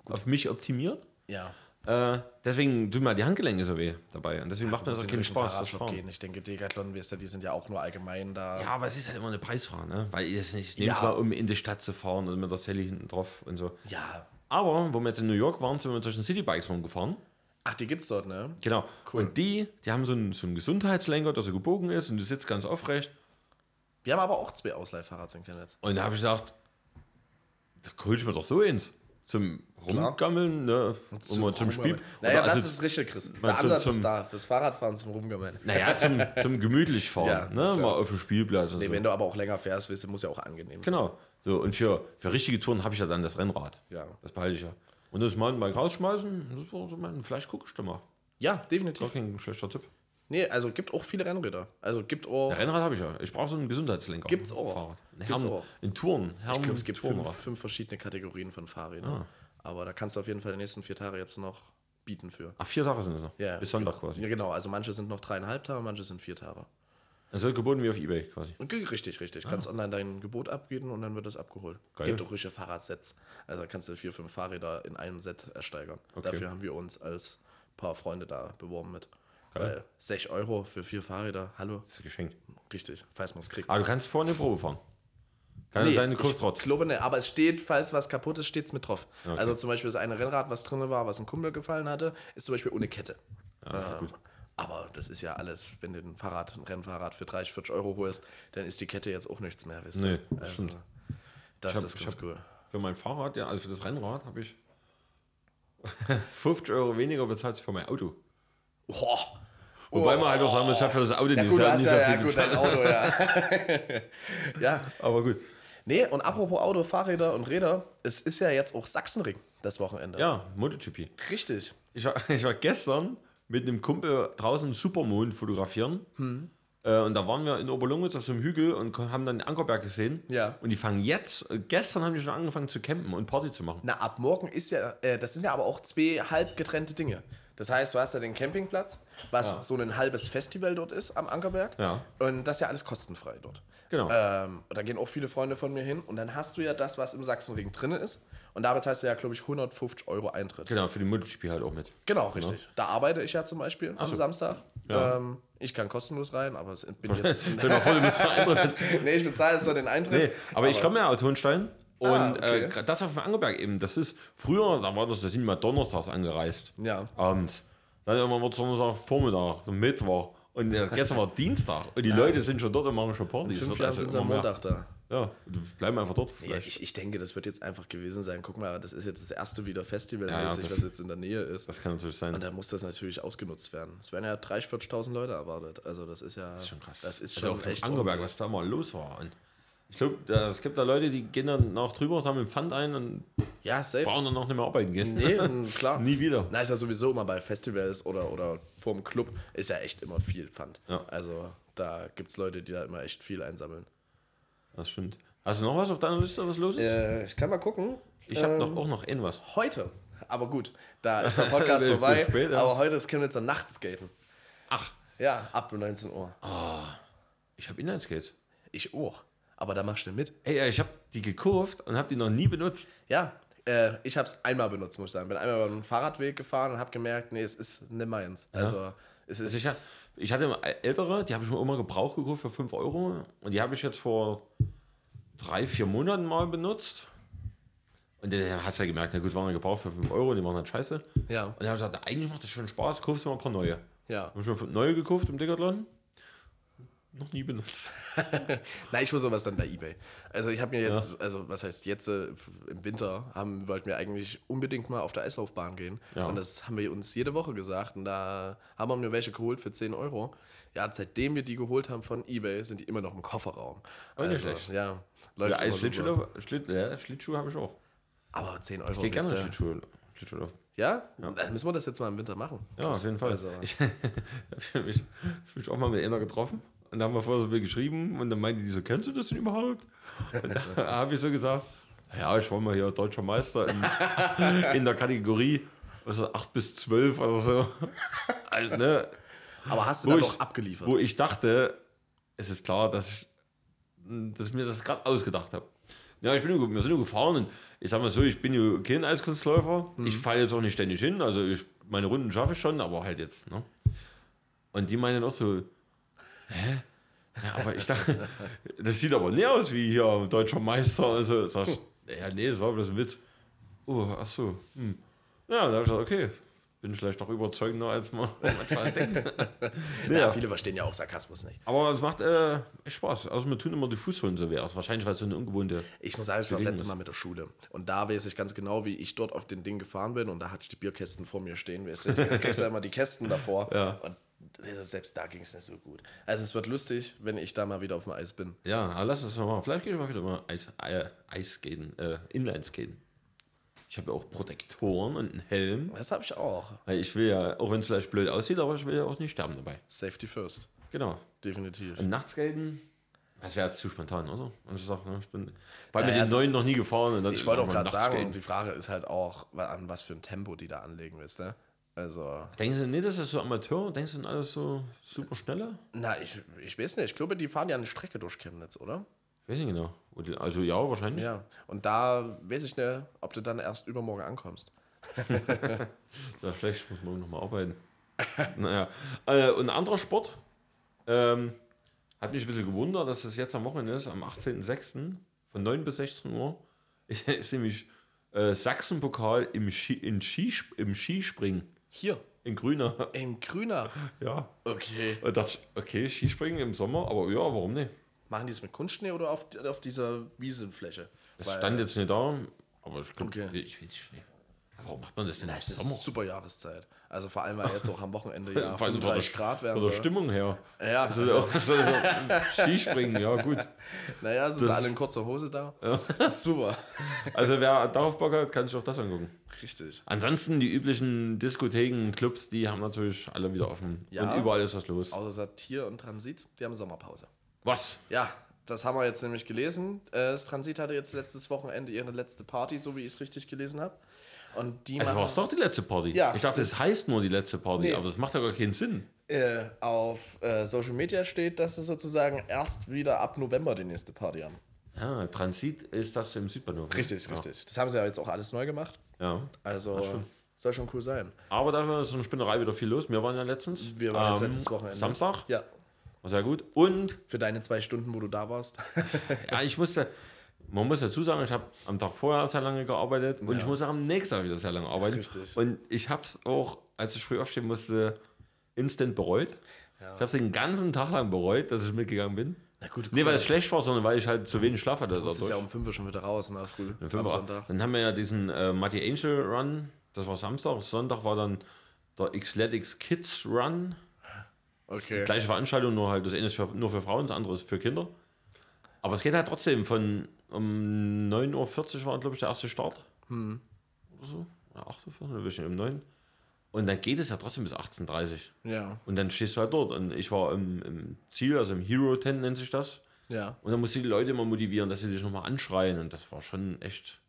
[SPEAKER 1] auf mich optimiert.
[SPEAKER 2] Ja.
[SPEAKER 1] Äh, deswegen tun mir die Handgelenke so weh dabei. Und deswegen macht mir
[SPEAKER 2] Muss
[SPEAKER 1] das
[SPEAKER 2] in
[SPEAKER 1] keinen
[SPEAKER 2] Richtung
[SPEAKER 1] Spaß. Das
[SPEAKER 2] Fahrradshop
[SPEAKER 1] Fahren.
[SPEAKER 2] gehen. Ich denke, Decathlon, weißt du, die sind ja auch nur allgemein da.
[SPEAKER 1] Ja, aber es ist halt immer eine Preisfrage, ne? Weil ich es nicht nehme,
[SPEAKER 2] Ja.
[SPEAKER 1] es mal, um in die Stadt zu fahren und mit der Sally hinten drauf und so.
[SPEAKER 2] Ja.
[SPEAKER 1] Aber, wo wir jetzt in New York waren, sind wir mit solchen Citybikes rumgefahren.
[SPEAKER 2] Ach, die gibt's dort, ne?
[SPEAKER 1] Genau. Und die, die haben so einen, so einen Gesundheitslenker, der so gebogen ist und du sitzt ganz aufrecht.
[SPEAKER 2] Wir haben aber auch zwei Ausleihfahrrads in Chemnitz.
[SPEAKER 1] Und da habe ich gedacht, da hol ich mir doch so eins. Zum Rumgammeln, ne? Und mal zum Spiel.
[SPEAKER 2] Rumgammeln. Naja,
[SPEAKER 1] Oder
[SPEAKER 2] das
[SPEAKER 1] also-
[SPEAKER 2] ist richtig, Chris.
[SPEAKER 1] mal
[SPEAKER 2] Der
[SPEAKER 1] zum-
[SPEAKER 2] Ansatz
[SPEAKER 1] zum-
[SPEAKER 2] ist da. Das Fahrradfahren zum Rumgammeln.
[SPEAKER 1] Naja, zum, zum gemütlich fahren.
[SPEAKER 2] Ja,
[SPEAKER 1] ne?
[SPEAKER 2] klar.
[SPEAKER 1] Mal auf dem Spielplatz. Und
[SPEAKER 2] Nee,
[SPEAKER 1] so.
[SPEAKER 2] wenn du aber auch länger fährst, weißt du, muss ja auch angenehm sein.
[SPEAKER 1] Genau. So, und für, für richtige Touren habe ich ja dann das Rennrad.
[SPEAKER 2] Ja.
[SPEAKER 1] Das behalte ich ja. Und das Mountainbike rausschmeißen, das war so mein Vielleicht gucke ich da mal.
[SPEAKER 2] Ja,
[SPEAKER 1] Gar
[SPEAKER 2] definitiv.
[SPEAKER 1] kein schlechter Tipp.
[SPEAKER 2] Nee, also gibt auch viele Rennräder. Also gibt auch,
[SPEAKER 1] Ja, Rennrad habe ich ja. Ich brauche so einen Gesundheitslenker.
[SPEAKER 2] Gibt's auch.
[SPEAKER 1] Fahrrad. Ein
[SPEAKER 2] Gibt's
[SPEAKER 1] Herren,
[SPEAKER 2] auch.
[SPEAKER 1] In Touren. Herren,
[SPEAKER 2] ich glaube, es gibt fünf,
[SPEAKER 1] Tourenrad.
[SPEAKER 2] fünf verschiedene Kategorien von
[SPEAKER 1] Ah.
[SPEAKER 2] Fahrrädern. Aber da kannst du auf jeden Fall die nächsten vier Tage jetzt noch bieten für.
[SPEAKER 1] Ach, vier Tage sind es noch.
[SPEAKER 2] Ja, ja.
[SPEAKER 1] Bis Sonntag quasi.
[SPEAKER 2] Ja, genau. Also manche sind noch dreieinhalb Tage, manche sind vier Tage.
[SPEAKER 1] Das wird geboten wie auf Ebay quasi.
[SPEAKER 2] Und ge- Richtig, richtig. Kannst online dein Gebot abgeben und dann wird das abgeholt.
[SPEAKER 1] Ah. Geil.
[SPEAKER 2] Gibt auch richtige Fahrradsets. Also da kannst du vier, fünf Fahrräder in einem Set ersteigern. Dafür haben wir uns als paar Freunde da beworben mit. Weil 6 Euro für vier Fahrräder, hallo,
[SPEAKER 1] Das ist geschenkt.
[SPEAKER 2] richtig, falls man es kriegt.
[SPEAKER 1] Aber Ah, du kannst vorne Probe fahren. Kann ja sein, du
[SPEAKER 2] ich
[SPEAKER 1] kommst trotz.
[SPEAKER 2] glaube, ne, aber es steht, falls was kaputt ist, steht es mit drauf. Also zum Beispiel das eine Rennrad, was drin war, was ein Kumpel gefallen hatte, ist zum Beispiel ohne Kette.
[SPEAKER 1] Ah,
[SPEAKER 2] ähm, aber das ist ja alles, wenn du ein Fahrrad, ein Rennfahrrad für 30, 40 Euro holst, dann ist die Kette jetzt auch nichts mehr, weißt
[SPEAKER 1] Nee,
[SPEAKER 2] du? Also,
[SPEAKER 1] das stimmt.
[SPEAKER 2] Das
[SPEAKER 1] hab-
[SPEAKER 2] ist
[SPEAKER 1] ich
[SPEAKER 2] ganz
[SPEAKER 1] hab-
[SPEAKER 2] cool.
[SPEAKER 1] Für mein Fahrrad, ja, also für das Rennrad, habe ich [laughs] 50 Euro weniger bezahlt als für mein Auto.
[SPEAKER 2] Oh,
[SPEAKER 1] Wobei man halt auch sagen muss, ich habe für das Auto
[SPEAKER 2] ja
[SPEAKER 1] nicht
[SPEAKER 2] gut, du
[SPEAKER 1] sehr-
[SPEAKER 2] hast
[SPEAKER 1] halt nicht
[SPEAKER 2] ja,
[SPEAKER 1] sehr
[SPEAKER 2] ja
[SPEAKER 1] viel
[SPEAKER 2] gut, dein
[SPEAKER 1] bezahlt. [laughs]
[SPEAKER 2] Auto, ja. ja,
[SPEAKER 1] Aber gut.
[SPEAKER 2] nee, und apropos Auto, Fahrräder und Räder, es ist ja jetzt auch Sachsenring das Wochenende.
[SPEAKER 1] Ja, MotoGP.
[SPEAKER 2] Richtig.
[SPEAKER 1] Ich war, [laughs] ich war gestern mit einem Kumpel draußen im Supermond fotografieren.
[SPEAKER 2] Hm.
[SPEAKER 1] Äh, und da waren wir in Oberlungitz auf so einem Hügel und ko- haben dann den Ankerberg gesehen.
[SPEAKER 2] Ja.
[SPEAKER 1] Und die fangen jetzt, äh, gestern haben die schon angefangen zu campen und Party zu machen.
[SPEAKER 2] Na, ab morgen ist ja, äh, das sind ja aber auch zwei halb getrennte Dinge. Das heißt, du hast ja den Campingplatz, was so ein halbes Festival dort ist am Ankerberg.
[SPEAKER 1] Ja.
[SPEAKER 2] Und das ist ja alles kostenfrei dort.
[SPEAKER 1] Genau.
[SPEAKER 2] Ähm, und da gehen auch viele Freunde von mir hin. Und dann hast du ja das, was im Sachsenring drin ist. Und da bezahlst du ja, glaube ich, 150 Euro Eintritt.
[SPEAKER 1] Genau, für die MotoGP halt auch mit.
[SPEAKER 2] Genau, richtig. Da arbeite ich ja zum Beispiel am Samstag.
[SPEAKER 1] Ja.
[SPEAKER 2] Ähm, ich kann kostenlos rein, aber es
[SPEAKER 1] [laughs]
[SPEAKER 2] bin jetzt.
[SPEAKER 1] Stell dir mal vor, du bist verheiratet.
[SPEAKER 2] [laughs] nee, ich bezahle jetzt nur den Eintritt.
[SPEAKER 1] Nee, [laughs] aber ich komme ja aus Hohenstein. Und
[SPEAKER 2] Ah, okay.
[SPEAKER 1] äh, das auf dem Angeberg eben, das ist früher, da war das, da sind wir donnerstags angereist.
[SPEAKER 2] Ja.
[SPEAKER 1] Abends. Dann irgendwann wird es Donnerstag Vormittag, Mittwoch. Und äh, gestern war Dienstag. Und die Leute sind schon dort und machen schon Partys.
[SPEAKER 2] Fünf
[SPEAKER 1] Wird
[SPEAKER 2] Jahre
[SPEAKER 1] also
[SPEAKER 2] sind es
[SPEAKER 1] immer
[SPEAKER 2] am
[SPEAKER 1] mehr.
[SPEAKER 2] Montag da.
[SPEAKER 1] Ja, du bleib einfach dort
[SPEAKER 2] Ja,
[SPEAKER 1] vielleicht.
[SPEAKER 2] ich, ich denke, das wird jetzt einfach gewesen sein. Guck mal, das ist jetzt das erste wieder festivalmäßig,
[SPEAKER 1] Ja, das-
[SPEAKER 2] was jetzt in der Nähe ist.
[SPEAKER 1] das kann natürlich sein.
[SPEAKER 2] Und da muss das natürlich ausgenutzt werden. Es werden ja 30.000, 40.000 Leute erwartet. Also das ist ja... Das ist
[SPEAKER 1] schon krass.
[SPEAKER 2] Das ist
[SPEAKER 1] also
[SPEAKER 2] schon
[SPEAKER 1] auch
[SPEAKER 2] echt
[SPEAKER 1] echt Angeberg,
[SPEAKER 2] ordentlich.
[SPEAKER 1] was da mal los war. Und ich glaube, es gibt da Leute, die gehen dann nach drüber, sammeln Pfand ein und
[SPEAKER 2] Ja, safe.
[SPEAKER 1] brauchen dann auch nicht mehr arbeiten gehen. [laughs]
[SPEAKER 2] Nee, n- klar.
[SPEAKER 1] Nie wieder.
[SPEAKER 2] Na, ist ja sowieso immer bei Festivals oder, oder vorm Club ist ja echt immer viel Pfand.
[SPEAKER 1] Ja.
[SPEAKER 2] Also da gibt es Leute, die da immer echt viel einsammeln.
[SPEAKER 1] Das stimmt. Hast du noch was auf deiner Liste, was los ist?
[SPEAKER 2] Äh, ich kann mal gucken.
[SPEAKER 1] Ich habe
[SPEAKER 2] ähm,
[SPEAKER 1] noch, auch noch irgendwas.
[SPEAKER 2] Heute, aber gut,
[SPEAKER 1] [laughs]
[SPEAKER 2] da ist der Podcast
[SPEAKER 1] Nee,
[SPEAKER 2] vorbei,
[SPEAKER 1] bis später.
[SPEAKER 2] aber heute ist Chemnitzer Nachtskaten.
[SPEAKER 1] Ach,
[SPEAKER 2] Ja, ab 19 Uhr.
[SPEAKER 1] ich habe Inlineskates.
[SPEAKER 2] Ich auch. Aber da machst du mit.
[SPEAKER 1] Ey, äh, ich habe die gekauft und habe die noch nie benutzt.
[SPEAKER 2] Ja, äh, ich habe es einmal benutzt, muss ich sagen. Bin einmal über den Fahrradweg gefahren und habe gemerkt, nee, es ist nicht meins. Also, es ist.
[SPEAKER 1] Ich, hab, ich hatte immer ältere, die habe ich mir immer gebraucht gekauft für 5 Euro. Und die habe ich jetzt vor drei, vier Monaten mal benutzt. Und dann hast du ja gemerkt, na gut, waren wir gebraucht für 5 Euro, die waren halt scheiße. Und
[SPEAKER 2] ja,
[SPEAKER 1] dann habe ich gesagt, eigentlich macht das schon Spaß, kaufst du mal ein paar neue.
[SPEAKER 2] ja. [laughs]
[SPEAKER 1] Habe ich mir neue gekauft im Decathlon. Noch nie benutzt.
[SPEAKER 2] Nein, ich hole sowas dann bei eBay. Also, ich habe mir jetzt, also, was heißt jetzt, äh, im Winter haben, wollten wir eigentlich unbedingt mal auf der Eislaufbahn gehen.
[SPEAKER 1] Ja.
[SPEAKER 2] Und das haben wir uns jede Woche gesagt. Und da haben wir mir welche geholt für 10 Euro. Ja, und seitdem wir die geholt haben von eBay, sind die immer noch im Kofferraum. Also,
[SPEAKER 1] Oh, nicht schlecht.
[SPEAKER 2] Ja, läuft
[SPEAKER 1] Ja,
[SPEAKER 2] immer
[SPEAKER 1] Eis-
[SPEAKER 2] super.
[SPEAKER 1] Schlittschuhlauf- Schlitt, äh, Schlittschuhe habe ich auch.
[SPEAKER 2] Aber 10 Euro.
[SPEAKER 1] Ich gehe gerne
[SPEAKER 2] wisst ihr.
[SPEAKER 1] Schlittschuhe, Schlittschuhe laufen.
[SPEAKER 2] Ja? Dann müssen wir das jetzt mal im Winter machen.
[SPEAKER 1] Ja, auf jeden Fall.
[SPEAKER 2] Also-
[SPEAKER 1] Ich [laughs] habe mich, hab mich auch mal mit einer getroffen und da haben wir vorher so viel geschrieben und dann meinte die so, kennst du das denn überhaupt? Und da [laughs] habe ich so gesagt, ja, ich war mal hier deutscher Meister in, [laughs] in der Kategorie also 8 bis 12 oder so. [laughs] Also, ne,
[SPEAKER 2] Aber hast du
[SPEAKER 1] wo,
[SPEAKER 2] dann
[SPEAKER 1] ich,
[SPEAKER 2] doch abgeliefert?
[SPEAKER 1] wo ich dachte, es ist klar, dass ich, dass ich mir das gerade ausgedacht habe. Ja, ich bin, nur- wir sind nur gefahren und ich sag mal so, ich bin ja kein Eiskunstläufer.
[SPEAKER 2] Mhm.
[SPEAKER 1] Ich falle jetzt auch nicht ständig hin. Also ich, meine Runden schaffe ich schon, aber halt jetzt. Ne? Und die meinen auch so, hä? Ja, aber ich dachte, [laughs] das sieht aber nicht aus wie hier deutscher Meister. Also sag ich, ja, nee, das war bloß ein Witz. Oh, ach so. Hm. Ja, dann habe ich gesagt, okay, bin ich vielleicht doch überzeugender, als man [laughs] manchmal denkt.
[SPEAKER 2] [laughs] ja,
[SPEAKER 1] ja.
[SPEAKER 2] viele verstehen ja auch Sarkasmus nicht.
[SPEAKER 1] Aber es macht äh, echt Spaß. Also wir tun immer die Fußsohlen so weh aus. Wahrscheinlich, weil es so eine ungewohnte...
[SPEAKER 2] Ich muss sagen, ich war das
[SPEAKER 1] Bedingung
[SPEAKER 2] letzte
[SPEAKER 1] ist-
[SPEAKER 2] Mal mit der Schule. Und da weiß ich ganz genau, wie ich dort auf den Ding gefahren bin. Und da hatte ich die Bierkästen vor mir stehen. Weißt du? Da kriegst du ja immer die Kästen davor.
[SPEAKER 1] Ja.
[SPEAKER 2] Und also selbst da ging es nicht so gut. Also es wird lustig, wenn ich da mal wieder auf dem Eis bin.
[SPEAKER 1] Ja, aber lass uns das mal machen. Vielleicht gehe ich mal wieder mal Eis, äh, Eisskaten, äh, Inlineskaten. Ich habe ja auch Protektoren und einen Helm.
[SPEAKER 2] Das habe ich auch.
[SPEAKER 1] Weil ich will ja, auch wenn es vielleicht blöd aussieht, aber ich will ja auch nicht sterben dabei.
[SPEAKER 2] Safety first.
[SPEAKER 1] Genau.
[SPEAKER 2] Definitiv.
[SPEAKER 1] Und Nachtskaten, das wäre jetzt zu spontan, oder? Und ich sag, ne, ich bin, weil mit den neuen noch nie gefahren. Und dann
[SPEAKER 2] Ich wollte auch
[SPEAKER 1] mal
[SPEAKER 2] gerade sagen,
[SPEAKER 1] Nachtskaten.
[SPEAKER 2] die Frage ist halt auch, wa- an was für ein Tempo die da anlegen willst, ne? Also,
[SPEAKER 1] Denkst du nicht, das ist so Amateur? Denkst du, sind alles so super schnelle?
[SPEAKER 2] na, ich, ich weiß nicht. Ich glaube, die fahren ja eine Strecke durch Chemnitz, oder?
[SPEAKER 1] Ich weiß nicht genau. Und die- Also ja, wahrscheinlich.
[SPEAKER 2] Ja. Und da weiß ich nicht, ob du dann erst übermorgen ankommst.
[SPEAKER 1] Ja, schlecht, muss man nochmal arbeiten. [laughs] naja. Äh, und ein anderer Sport ähm, hat mich ein bisschen gewundert, dass es jetzt am Wochenende ist, am 18.06. von 9 bis 16 Uhr. [laughs] ist nämlich äh, Sachsenpokal im, Ski, in Skis- im Skispringen
[SPEAKER 2] Hier,
[SPEAKER 1] in Grüner. [laughs]
[SPEAKER 2] in Grüner.
[SPEAKER 1] ja.
[SPEAKER 2] Okay.
[SPEAKER 1] Und dachte ich, okay, Skispringen im Sommer, aber ja, warum nicht?
[SPEAKER 2] Machen die es mit Kunstschnee oder auf, auf dieser Wiesenfläche?
[SPEAKER 1] Das stand jetzt nicht da, aber ich glaube,
[SPEAKER 2] Okay.
[SPEAKER 1] ich weiß es nicht. Warum macht man das denn im
[SPEAKER 2] Es ist
[SPEAKER 1] Sommer?
[SPEAKER 2] super Jahreszeit. Also vor allem, weil jetzt auch am
[SPEAKER 1] [laughs]
[SPEAKER 2] Wochenende ja
[SPEAKER 1] Vor allem von der
[SPEAKER 2] 35
[SPEAKER 1] St-
[SPEAKER 2] Grad werden.
[SPEAKER 1] von der
[SPEAKER 2] soll.
[SPEAKER 1] Stimmung her.
[SPEAKER 2] Ja.
[SPEAKER 1] Das ist auch Also, so, so Skispringen, ja gut.
[SPEAKER 2] [laughs] Naja, sind sie
[SPEAKER 1] Das-
[SPEAKER 2] alle in kurzer Hose da? [laughs] Super.
[SPEAKER 1] Also wer darauf Bock hat, kann sich auch das angucken.
[SPEAKER 2] Richtig.
[SPEAKER 1] Ansonsten die üblichen Diskotheken, Clubs, die haben natürlich alle wieder offen.
[SPEAKER 2] Ja.
[SPEAKER 1] Und überall ist was los.
[SPEAKER 2] Außer Satir und Transit, die haben Sommerpause.
[SPEAKER 1] Was?
[SPEAKER 2] Ja, das haben wir jetzt nämlich gelesen. Äh, Das Transit hatte jetzt letztes Wochenende ihre letzte Party, so wie ich es richtig gelesen habe. Und die
[SPEAKER 1] Also war es
[SPEAKER 2] machen
[SPEAKER 1] doch die letzte Party.
[SPEAKER 2] Ja.
[SPEAKER 1] Ich dachte, es heißt nur die letzte Party,
[SPEAKER 2] Nee.
[SPEAKER 1] aber das macht ja gar keinen Sinn.
[SPEAKER 2] äh, auf äh, Social Media steht, dass sie sozusagen erst wieder ab November die nächste Party haben.
[SPEAKER 1] Ja, Transit ist das im Südbahnhof. ne?
[SPEAKER 2] Richtig,
[SPEAKER 1] ja.
[SPEAKER 2] richtig. Das haben sie ja jetzt auch alles neu gemacht.
[SPEAKER 1] Ja.
[SPEAKER 2] Also soll schon cool sein.
[SPEAKER 1] Aber dafür ist in der Spinnerei wieder viel los. Wir waren ja letztens.
[SPEAKER 2] Wir waren jetzt
[SPEAKER 1] ähm,
[SPEAKER 2] letztes Wochenende.
[SPEAKER 1] Samstag.
[SPEAKER 2] Ja,
[SPEAKER 1] War sehr gut. Und
[SPEAKER 2] für deine zwei Stunden, wo du da warst. [laughs]
[SPEAKER 1] ja, ich musste, man muss dazu sagen, ich habe am Tag vorher sehr lange gearbeitet und ich muss auch am nächsten Tag wieder sehr lange arbeiten.
[SPEAKER 2] Richtig.
[SPEAKER 1] Und ich habe es auch, als ich früh aufstehen musste, instant bereut. Ich habe es den ganzen Tag lang bereut, dass ich mitgegangen bin.
[SPEAKER 2] Na gut,
[SPEAKER 1] Nee, weil es schlecht war, sondern weil ich halt zu wenig Schlaf hatte.
[SPEAKER 2] es ist
[SPEAKER 1] dadurch.
[SPEAKER 2] ja um 5 Uhr schon wieder raus, na früh.
[SPEAKER 1] Am
[SPEAKER 2] am
[SPEAKER 1] Fünfer.
[SPEAKER 2] Sonntag.
[SPEAKER 1] Dann haben wir ja diesen äh, Matty Angel Run, das war Samstag. Sonntag war dann der Xletics Kids Run.
[SPEAKER 2] Okay.
[SPEAKER 1] Gleiche Veranstaltung, nur halt das eine ist für, nur für Frauen, das andere ist für Kinder. Aber es geht halt trotzdem von um 9.40 Uhr war, glaube ich, der erste Start. Oder so. Oder 8.40 Uhr, bisschen um 9. Und dann geht es ja trotzdem bis 18.30 Uhr.
[SPEAKER 2] Ja,
[SPEAKER 1] Und dann stehst du halt dort. Und ich war im, im Ziel, also im Hero Tent nennt sich das.
[SPEAKER 2] ja.
[SPEAKER 1] Und dann musst du die Leute immer motivieren, dass sie dich nochmal anschreien. Und das war schon echt.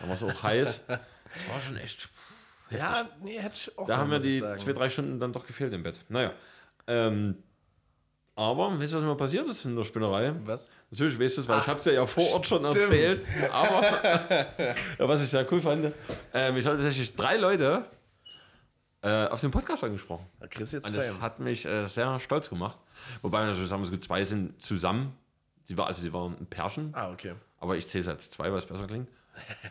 [SPEAKER 1] Da war es auch heiß. Das war schon echt.
[SPEAKER 2] Ja, nee, hätte ich auch.
[SPEAKER 1] Da
[SPEAKER 2] mal,
[SPEAKER 1] haben wir
[SPEAKER 2] muss ich
[SPEAKER 1] die
[SPEAKER 2] sagen.
[SPEAKER 1] zwei, drei Stunden dann doch gefehlt im Bett. Naja. Ähm, aber, weißt du, was mir passiert ist in der Spinnerei?
[SPEAKER 2] Was?
[SPEAKER 1] Natürlich weißt du es, weil ich habe es ja, ja vor Ort schon
[SPEAKER 2] stimmt.
[SPEAKER 1] erzählt. Aber
[SPEAKER 2] [laughs]
[SPEAKER 1] ja, was ich sehr cool fand, ähm, ich habe tatsächlich drei Leute äh, auf den Podcast angesprochen.
[SPEAKER 2] Chris jetzt
[SPEAKER 1] Und das
[SPEAKER 2] Fame.
[SPEAKER 1] hat mich äh, sehr stolz gemacht. Wobei man natürlich sagen muss, gut, zwei sind zusammen. Die war, also die waren ein Pärchen,
[SPEAKER 2] Ah, okay.
[SPEAKER 1] aber ich zähle es als zwei, weil es besser klingt.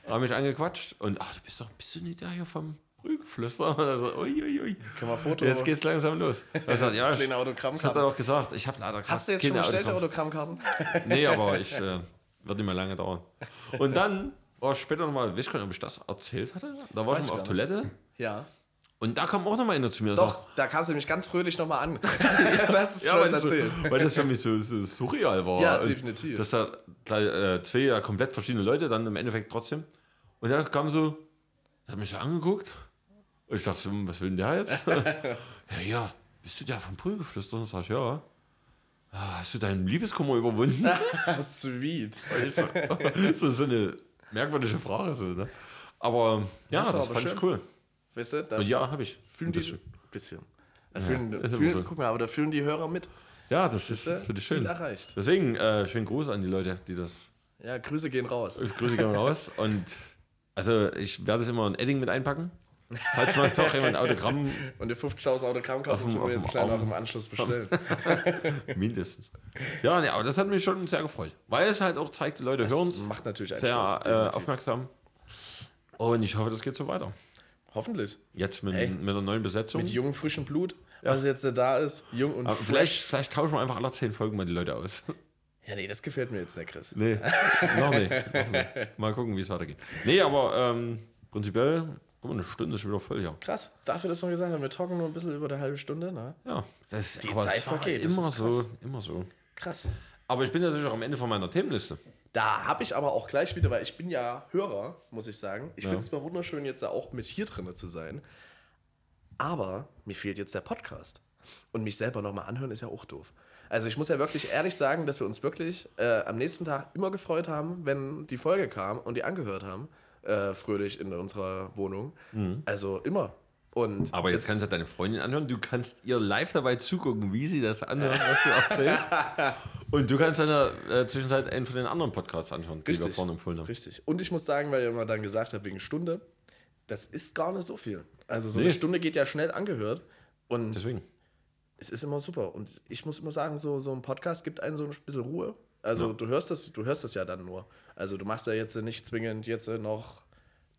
[SPEAKER 1] Haben mich angequatscht und ach, du bist doch, bist du nicht der hier vom Brügeflüster? Also, uiuiui.
[SPEAKER 2] Können wir Foto?
[SPEAKER 1] Jetzt geht's langsam los. Also, ja, ich,
[SPEAKER 2] Kleine
[SPEAKER 1] ich hatte
[SPEAKER 2] Autogrammkarten.
[SPEAKER 1] auch gesagt, ich habe leider
[SPEAKER 2] Hast du jetzt schon
[SPEAKER 1] keine
[SPEAKER 2] bestellte
[SPEAKER 1] Autogramm-
[SPEAKER 2] Autogrammkarten?
[SPEAKER 1] Nee, aber ich äh, wird nicht mehr lange dauern. Und dann war ich später nochmal, weiß ich gar nicht, ob ich das erzählt hatte. Da war ich
[SPEAKER 2] ich
[SPEAKER 1] mal auf
[SPEAKER 2] gar nicht.
[SPEAKER 1] Toilette
[SPEAKER 2] Ja.
[SPEAKER 1] und da kam auch nochmal einer zu mir und sagt,
[SPEAKER 2] Doch, da kamst du mich ganz fröhlich nochmal
[SPEAKER 1] [laughs]
[SPEAKER 2] an. [laughs] das ist
[SPEAKER 1] ja,
[SPEAKER 2] schon
[SPEAKER 1] weil, das so,
[SPEAKER 2] erzählt. [laughs]
[SPEAKER 1] weil das für mich so, so surreal war.
[SPEAKER 2] Ja,
[SPEAKER 1] Und
[SPEAKER 2] definitiv.
[SPEAKER 1] Dass da gleich, äh, zwei ja komplett verschiedene Leute dann im Endeffekt trotzdem. Und da kam so, der hat mich so angeguckt. Und ich dachte, so, hm, was will denn der
[SPEAKER 2] [laughs]
[SPEAKER 1] jetzt? ja, ja, bist du der vom Pool geflüstert? Und sag ich, ja. Ah, Hast du deinen Liebeskummer überwunden?
[SPEAKER 2] [laughs] Sweet.
[SPEAKER 1] Ich so, das ist [laughs] so eine merkwürdige Frage. So, ne? Aber ja,
[SPEAKER 2] Das
[SPEAKER 1] das,
[SPEAKER 2] ist aber
[SPEAKER 1] fand
[SPEAKER 2] schön.
[SPEAKER 1] ich cool.
[SPEAKER 2] Weißt du, da
[SPEAKER 1] Und ja, habe ich.
[SPEAKER 2] fühlen
[SPEAKER 1] Ein
[SPEAKER 2] die.
[SPEAKER 1] bisschen.
[SPEAKER 2] bisschen. Da fühlen,
[SPEAKER 1] ist immer
[SPEAKER 2] fühlen,
[SPEAKER 1] so.
[SPEAKER 2] Guck mal, aber da fühlen die Hörer mit.
[SPEAKER 1] Ja, das ist
[SPEAKER 2] Siehste?
[SPEAKER 1] finde ich
[SPEAKER 2] Ziel
[SPEAKER 1] schön.
[SPEAKER 2] erreicht.
[SPEAKER 1] Deswegen äh, schönen Gruß an die Leute, die das.
[SPEAKER 2] Ja, Grüße gehen raus.
[SPEAKER 1] Grüße gehen raus. Und also ich werde es immer in Edding mit einpacken. Falls mal doch jemand ein Autogramm
[SPEAKER 2] Und die 50.000 Autogrammkarten
[SPEAKER 1] Auf dem-
[SPEAKER 2] tun wir
[SPEAKER 1] auf
[SPEAKER 2] jetzt
[SPEAKER 1] dem
[SPEAKER 2] gleich noch
[SPEAKER 1] Arm.
[SPEAKER 2] im
[SPEAKER 1] [laughs]
[SPEAKER 2] Anschluss bestellen.
[SPEAKER 1] mindestens. Ja, nee, aber das hat mich schon sehr gefreut. Weil es halt auch zeigt, die Leute hören
[SPEAKER 2] Das
[SPEAKER 1] es
[SPEAKER 2] macht natürlich einen
[SPEAKER 1] sehr
[SPEAKER 2] stolz,
[SPEAKER 1] äh,
[SPEAKER 2] definitiv.
[SPEAKER 1] aufmerksam. Und ich hoffe, das geht so weiter.
[SPEAKER 2] Hoffentlich.
[SPEAKER 1] Jetzt mit, mit der neuen Besetzung.
[SPEAKER 2] Mit jungem, frischem Blut, was jetzt da ist. Jung und
[SPEAKER 1] Mhm. Aber
[SPEAKER 2] frisch.
[SPEAKER 1] vielleicht, vielleicht tauschen wir einfach alle zehn Folgen mal die Leute
[SPEAKER 2] [laughs]
[SPEAKER 1] aus.
[SPEAKER 2] Ja, nee, das gefällt mir jetzt nicht, Chris.
[SPEAKER 1] Nee, noch nicht. Noch nicht. Mal gucken, wie es weitergeht. Nee, aber ähm, prinzipiell, guck Guck mal, eine Stunde ist schon wieder voll, ja.
[SPEAKER 2] Krass, dafür, dass wir gesagt haben, wir talken nur ein bisschen über eine halbe Stunde. Ne?
[SPEAKER 1] Ja, das ist
[SPEAKER 2] Die Zeit vergeht, das
[SPEAKER 1] Immer
[SPEAKER 2] ist krass.
[SPEAKER 1] so, immer so.
[SPEAKER 2] Krass.
[SPEAKER 1] Aber ich bin natürlich auch am Ende von meiner Themenliste.
[SPEAKER 2] Da habe ich aber auch gleich wieder, weil ich bin ja Hörer, muss ich sagen. Ich finde es zwar wunderschön, jetzt da auch mit hier drinne zu sein, aber mir fehlt jetzt der Podcast. Und mich selber nochmal anhören ist ja auch doof. Also ich muss ja wirklich ehrlich sagen, dass wir uns wirklich äh, am nächsten Tag immer gefreut haben, wenn die Folge kam und die angehört haben, äh, fröhlich in unserer Wohnung. Also immer. Und
[SPEAKER 1] Mhm. Aber jetzt kannst du deine Freundin anhören. Du kannst ihr live dabei zugucken, wie sie das anhört, was du
[SPEAKER 2] [laughs]
[SPEAKER 1] erzählst. Und du kannst dann äh, zwischenzeit einen von den anderen Podcasts anhören, die wir vorhin empfohlen haben.
[SPEAKER 2] Richtig. Und ich muss sagen, weil ihr immer dann gesagt habt, wegen Stunde, das ist gar nicht so viel. Also so eine
[SPEAKER 1] Nee.
[SPEAKER 2] Stunde geht ja schnell angehört und
[SPEAKER 1] Deswegen.
[SPEAKER 2] es ist immer super. Und ich muss immer sagen, so, so ein Podcast gibt einen so ein bisschen Ruhe. Also du hörst das, du hörst das ja dann nur. Also du machst ja jetzt nicht zwingend jetzt noch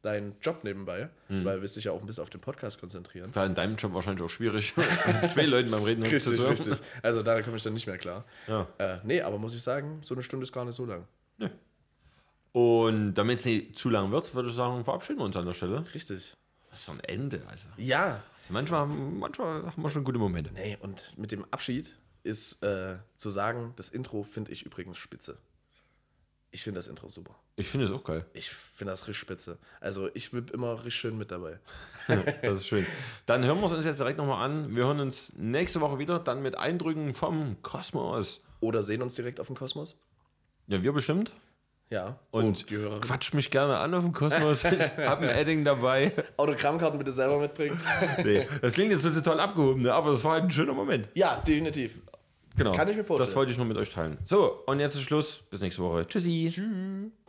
[SPEAKER 2] deinen Job nebenbei,
[SPEAKER 1] Mhm.
[SPEAKER 2] weil wirst dich ja auch ein bisschen auf den Podcast konzentrieren.
[SPEAKER 1] War in deinem Job wahrscheinlich auch schwierig, [laughs] mit zwei Leuten beim Reden
[SPEAKER 2] Richtig,
[SPEAKER 1] zuzuhören.
[SPEAKER 2] richtig. Also da komme ich dann nicht mehr klar.
[SPEAKER 1] Ja.
[SPEAKER 2] Äh, nee, aber muss ich sagen, so eine Stunde ist gar nicht so lang.
[SPEAKER 1] Und damit es nicht zu lang wird, würde ich sagen, verabschieden wir uns an der Stelle.
[SPEAKER 2] Richtig.
[SPEAKER 1] Das ist am Ende. Also.
[SPEAKER 2] Ja,
[SPEAKER 1] Manchmal, manchmal haben wir schon gute Momente.
[SPEAKER 2] Nee, und mit dem Abschied ist äh, zu sagen, das Intro finde ich übrigens spitze. Ich finde das Intro super.
[SPEAKER 1] Ich finde es auch geil.
[SPEAKER 2] Ich finde das richtig spitze. Also ich bin immer richtig schön mit dabei.
[SPEAKER 1] Das ist schön. Dann hören wir es uns jetzt direkt nochmal an. Wir hören uns nächste Woche wieder, dann mit Eindrücken vom Kosmos.
[SPEAKER 2] Oder sehen uns direkt auf dem Kosmos.
[SPEAKER 1] Ja, wir bestimmt.
[SPEAKER 2] Ja.
[SPEAKER 1] Und
[SPEAKER 2] die Hörer.
[SPEAKER 1] quatsch mich gerne an auf dem [laughs] Kosmos. Ich habe ein Edding dabei.
[SPEAKER 2] Autogrammkarten bitte selber mitbringen.
[SPEAKER 1] Nee, das klingt jetzt so total abgehoben, ne? aber das war halt ein schöner Moment.
[SPEAKER 2] ja, definitiv.
[SPEAKER 1] Genau.
[SPEAKER 2] Kann ich mir vorstellen.
[SPEAKER 1] Das wollte ich nur mit euch teilen. So, und jetzt ist Schluss. Bis nächste Woche. Tschüssi. Tschüss.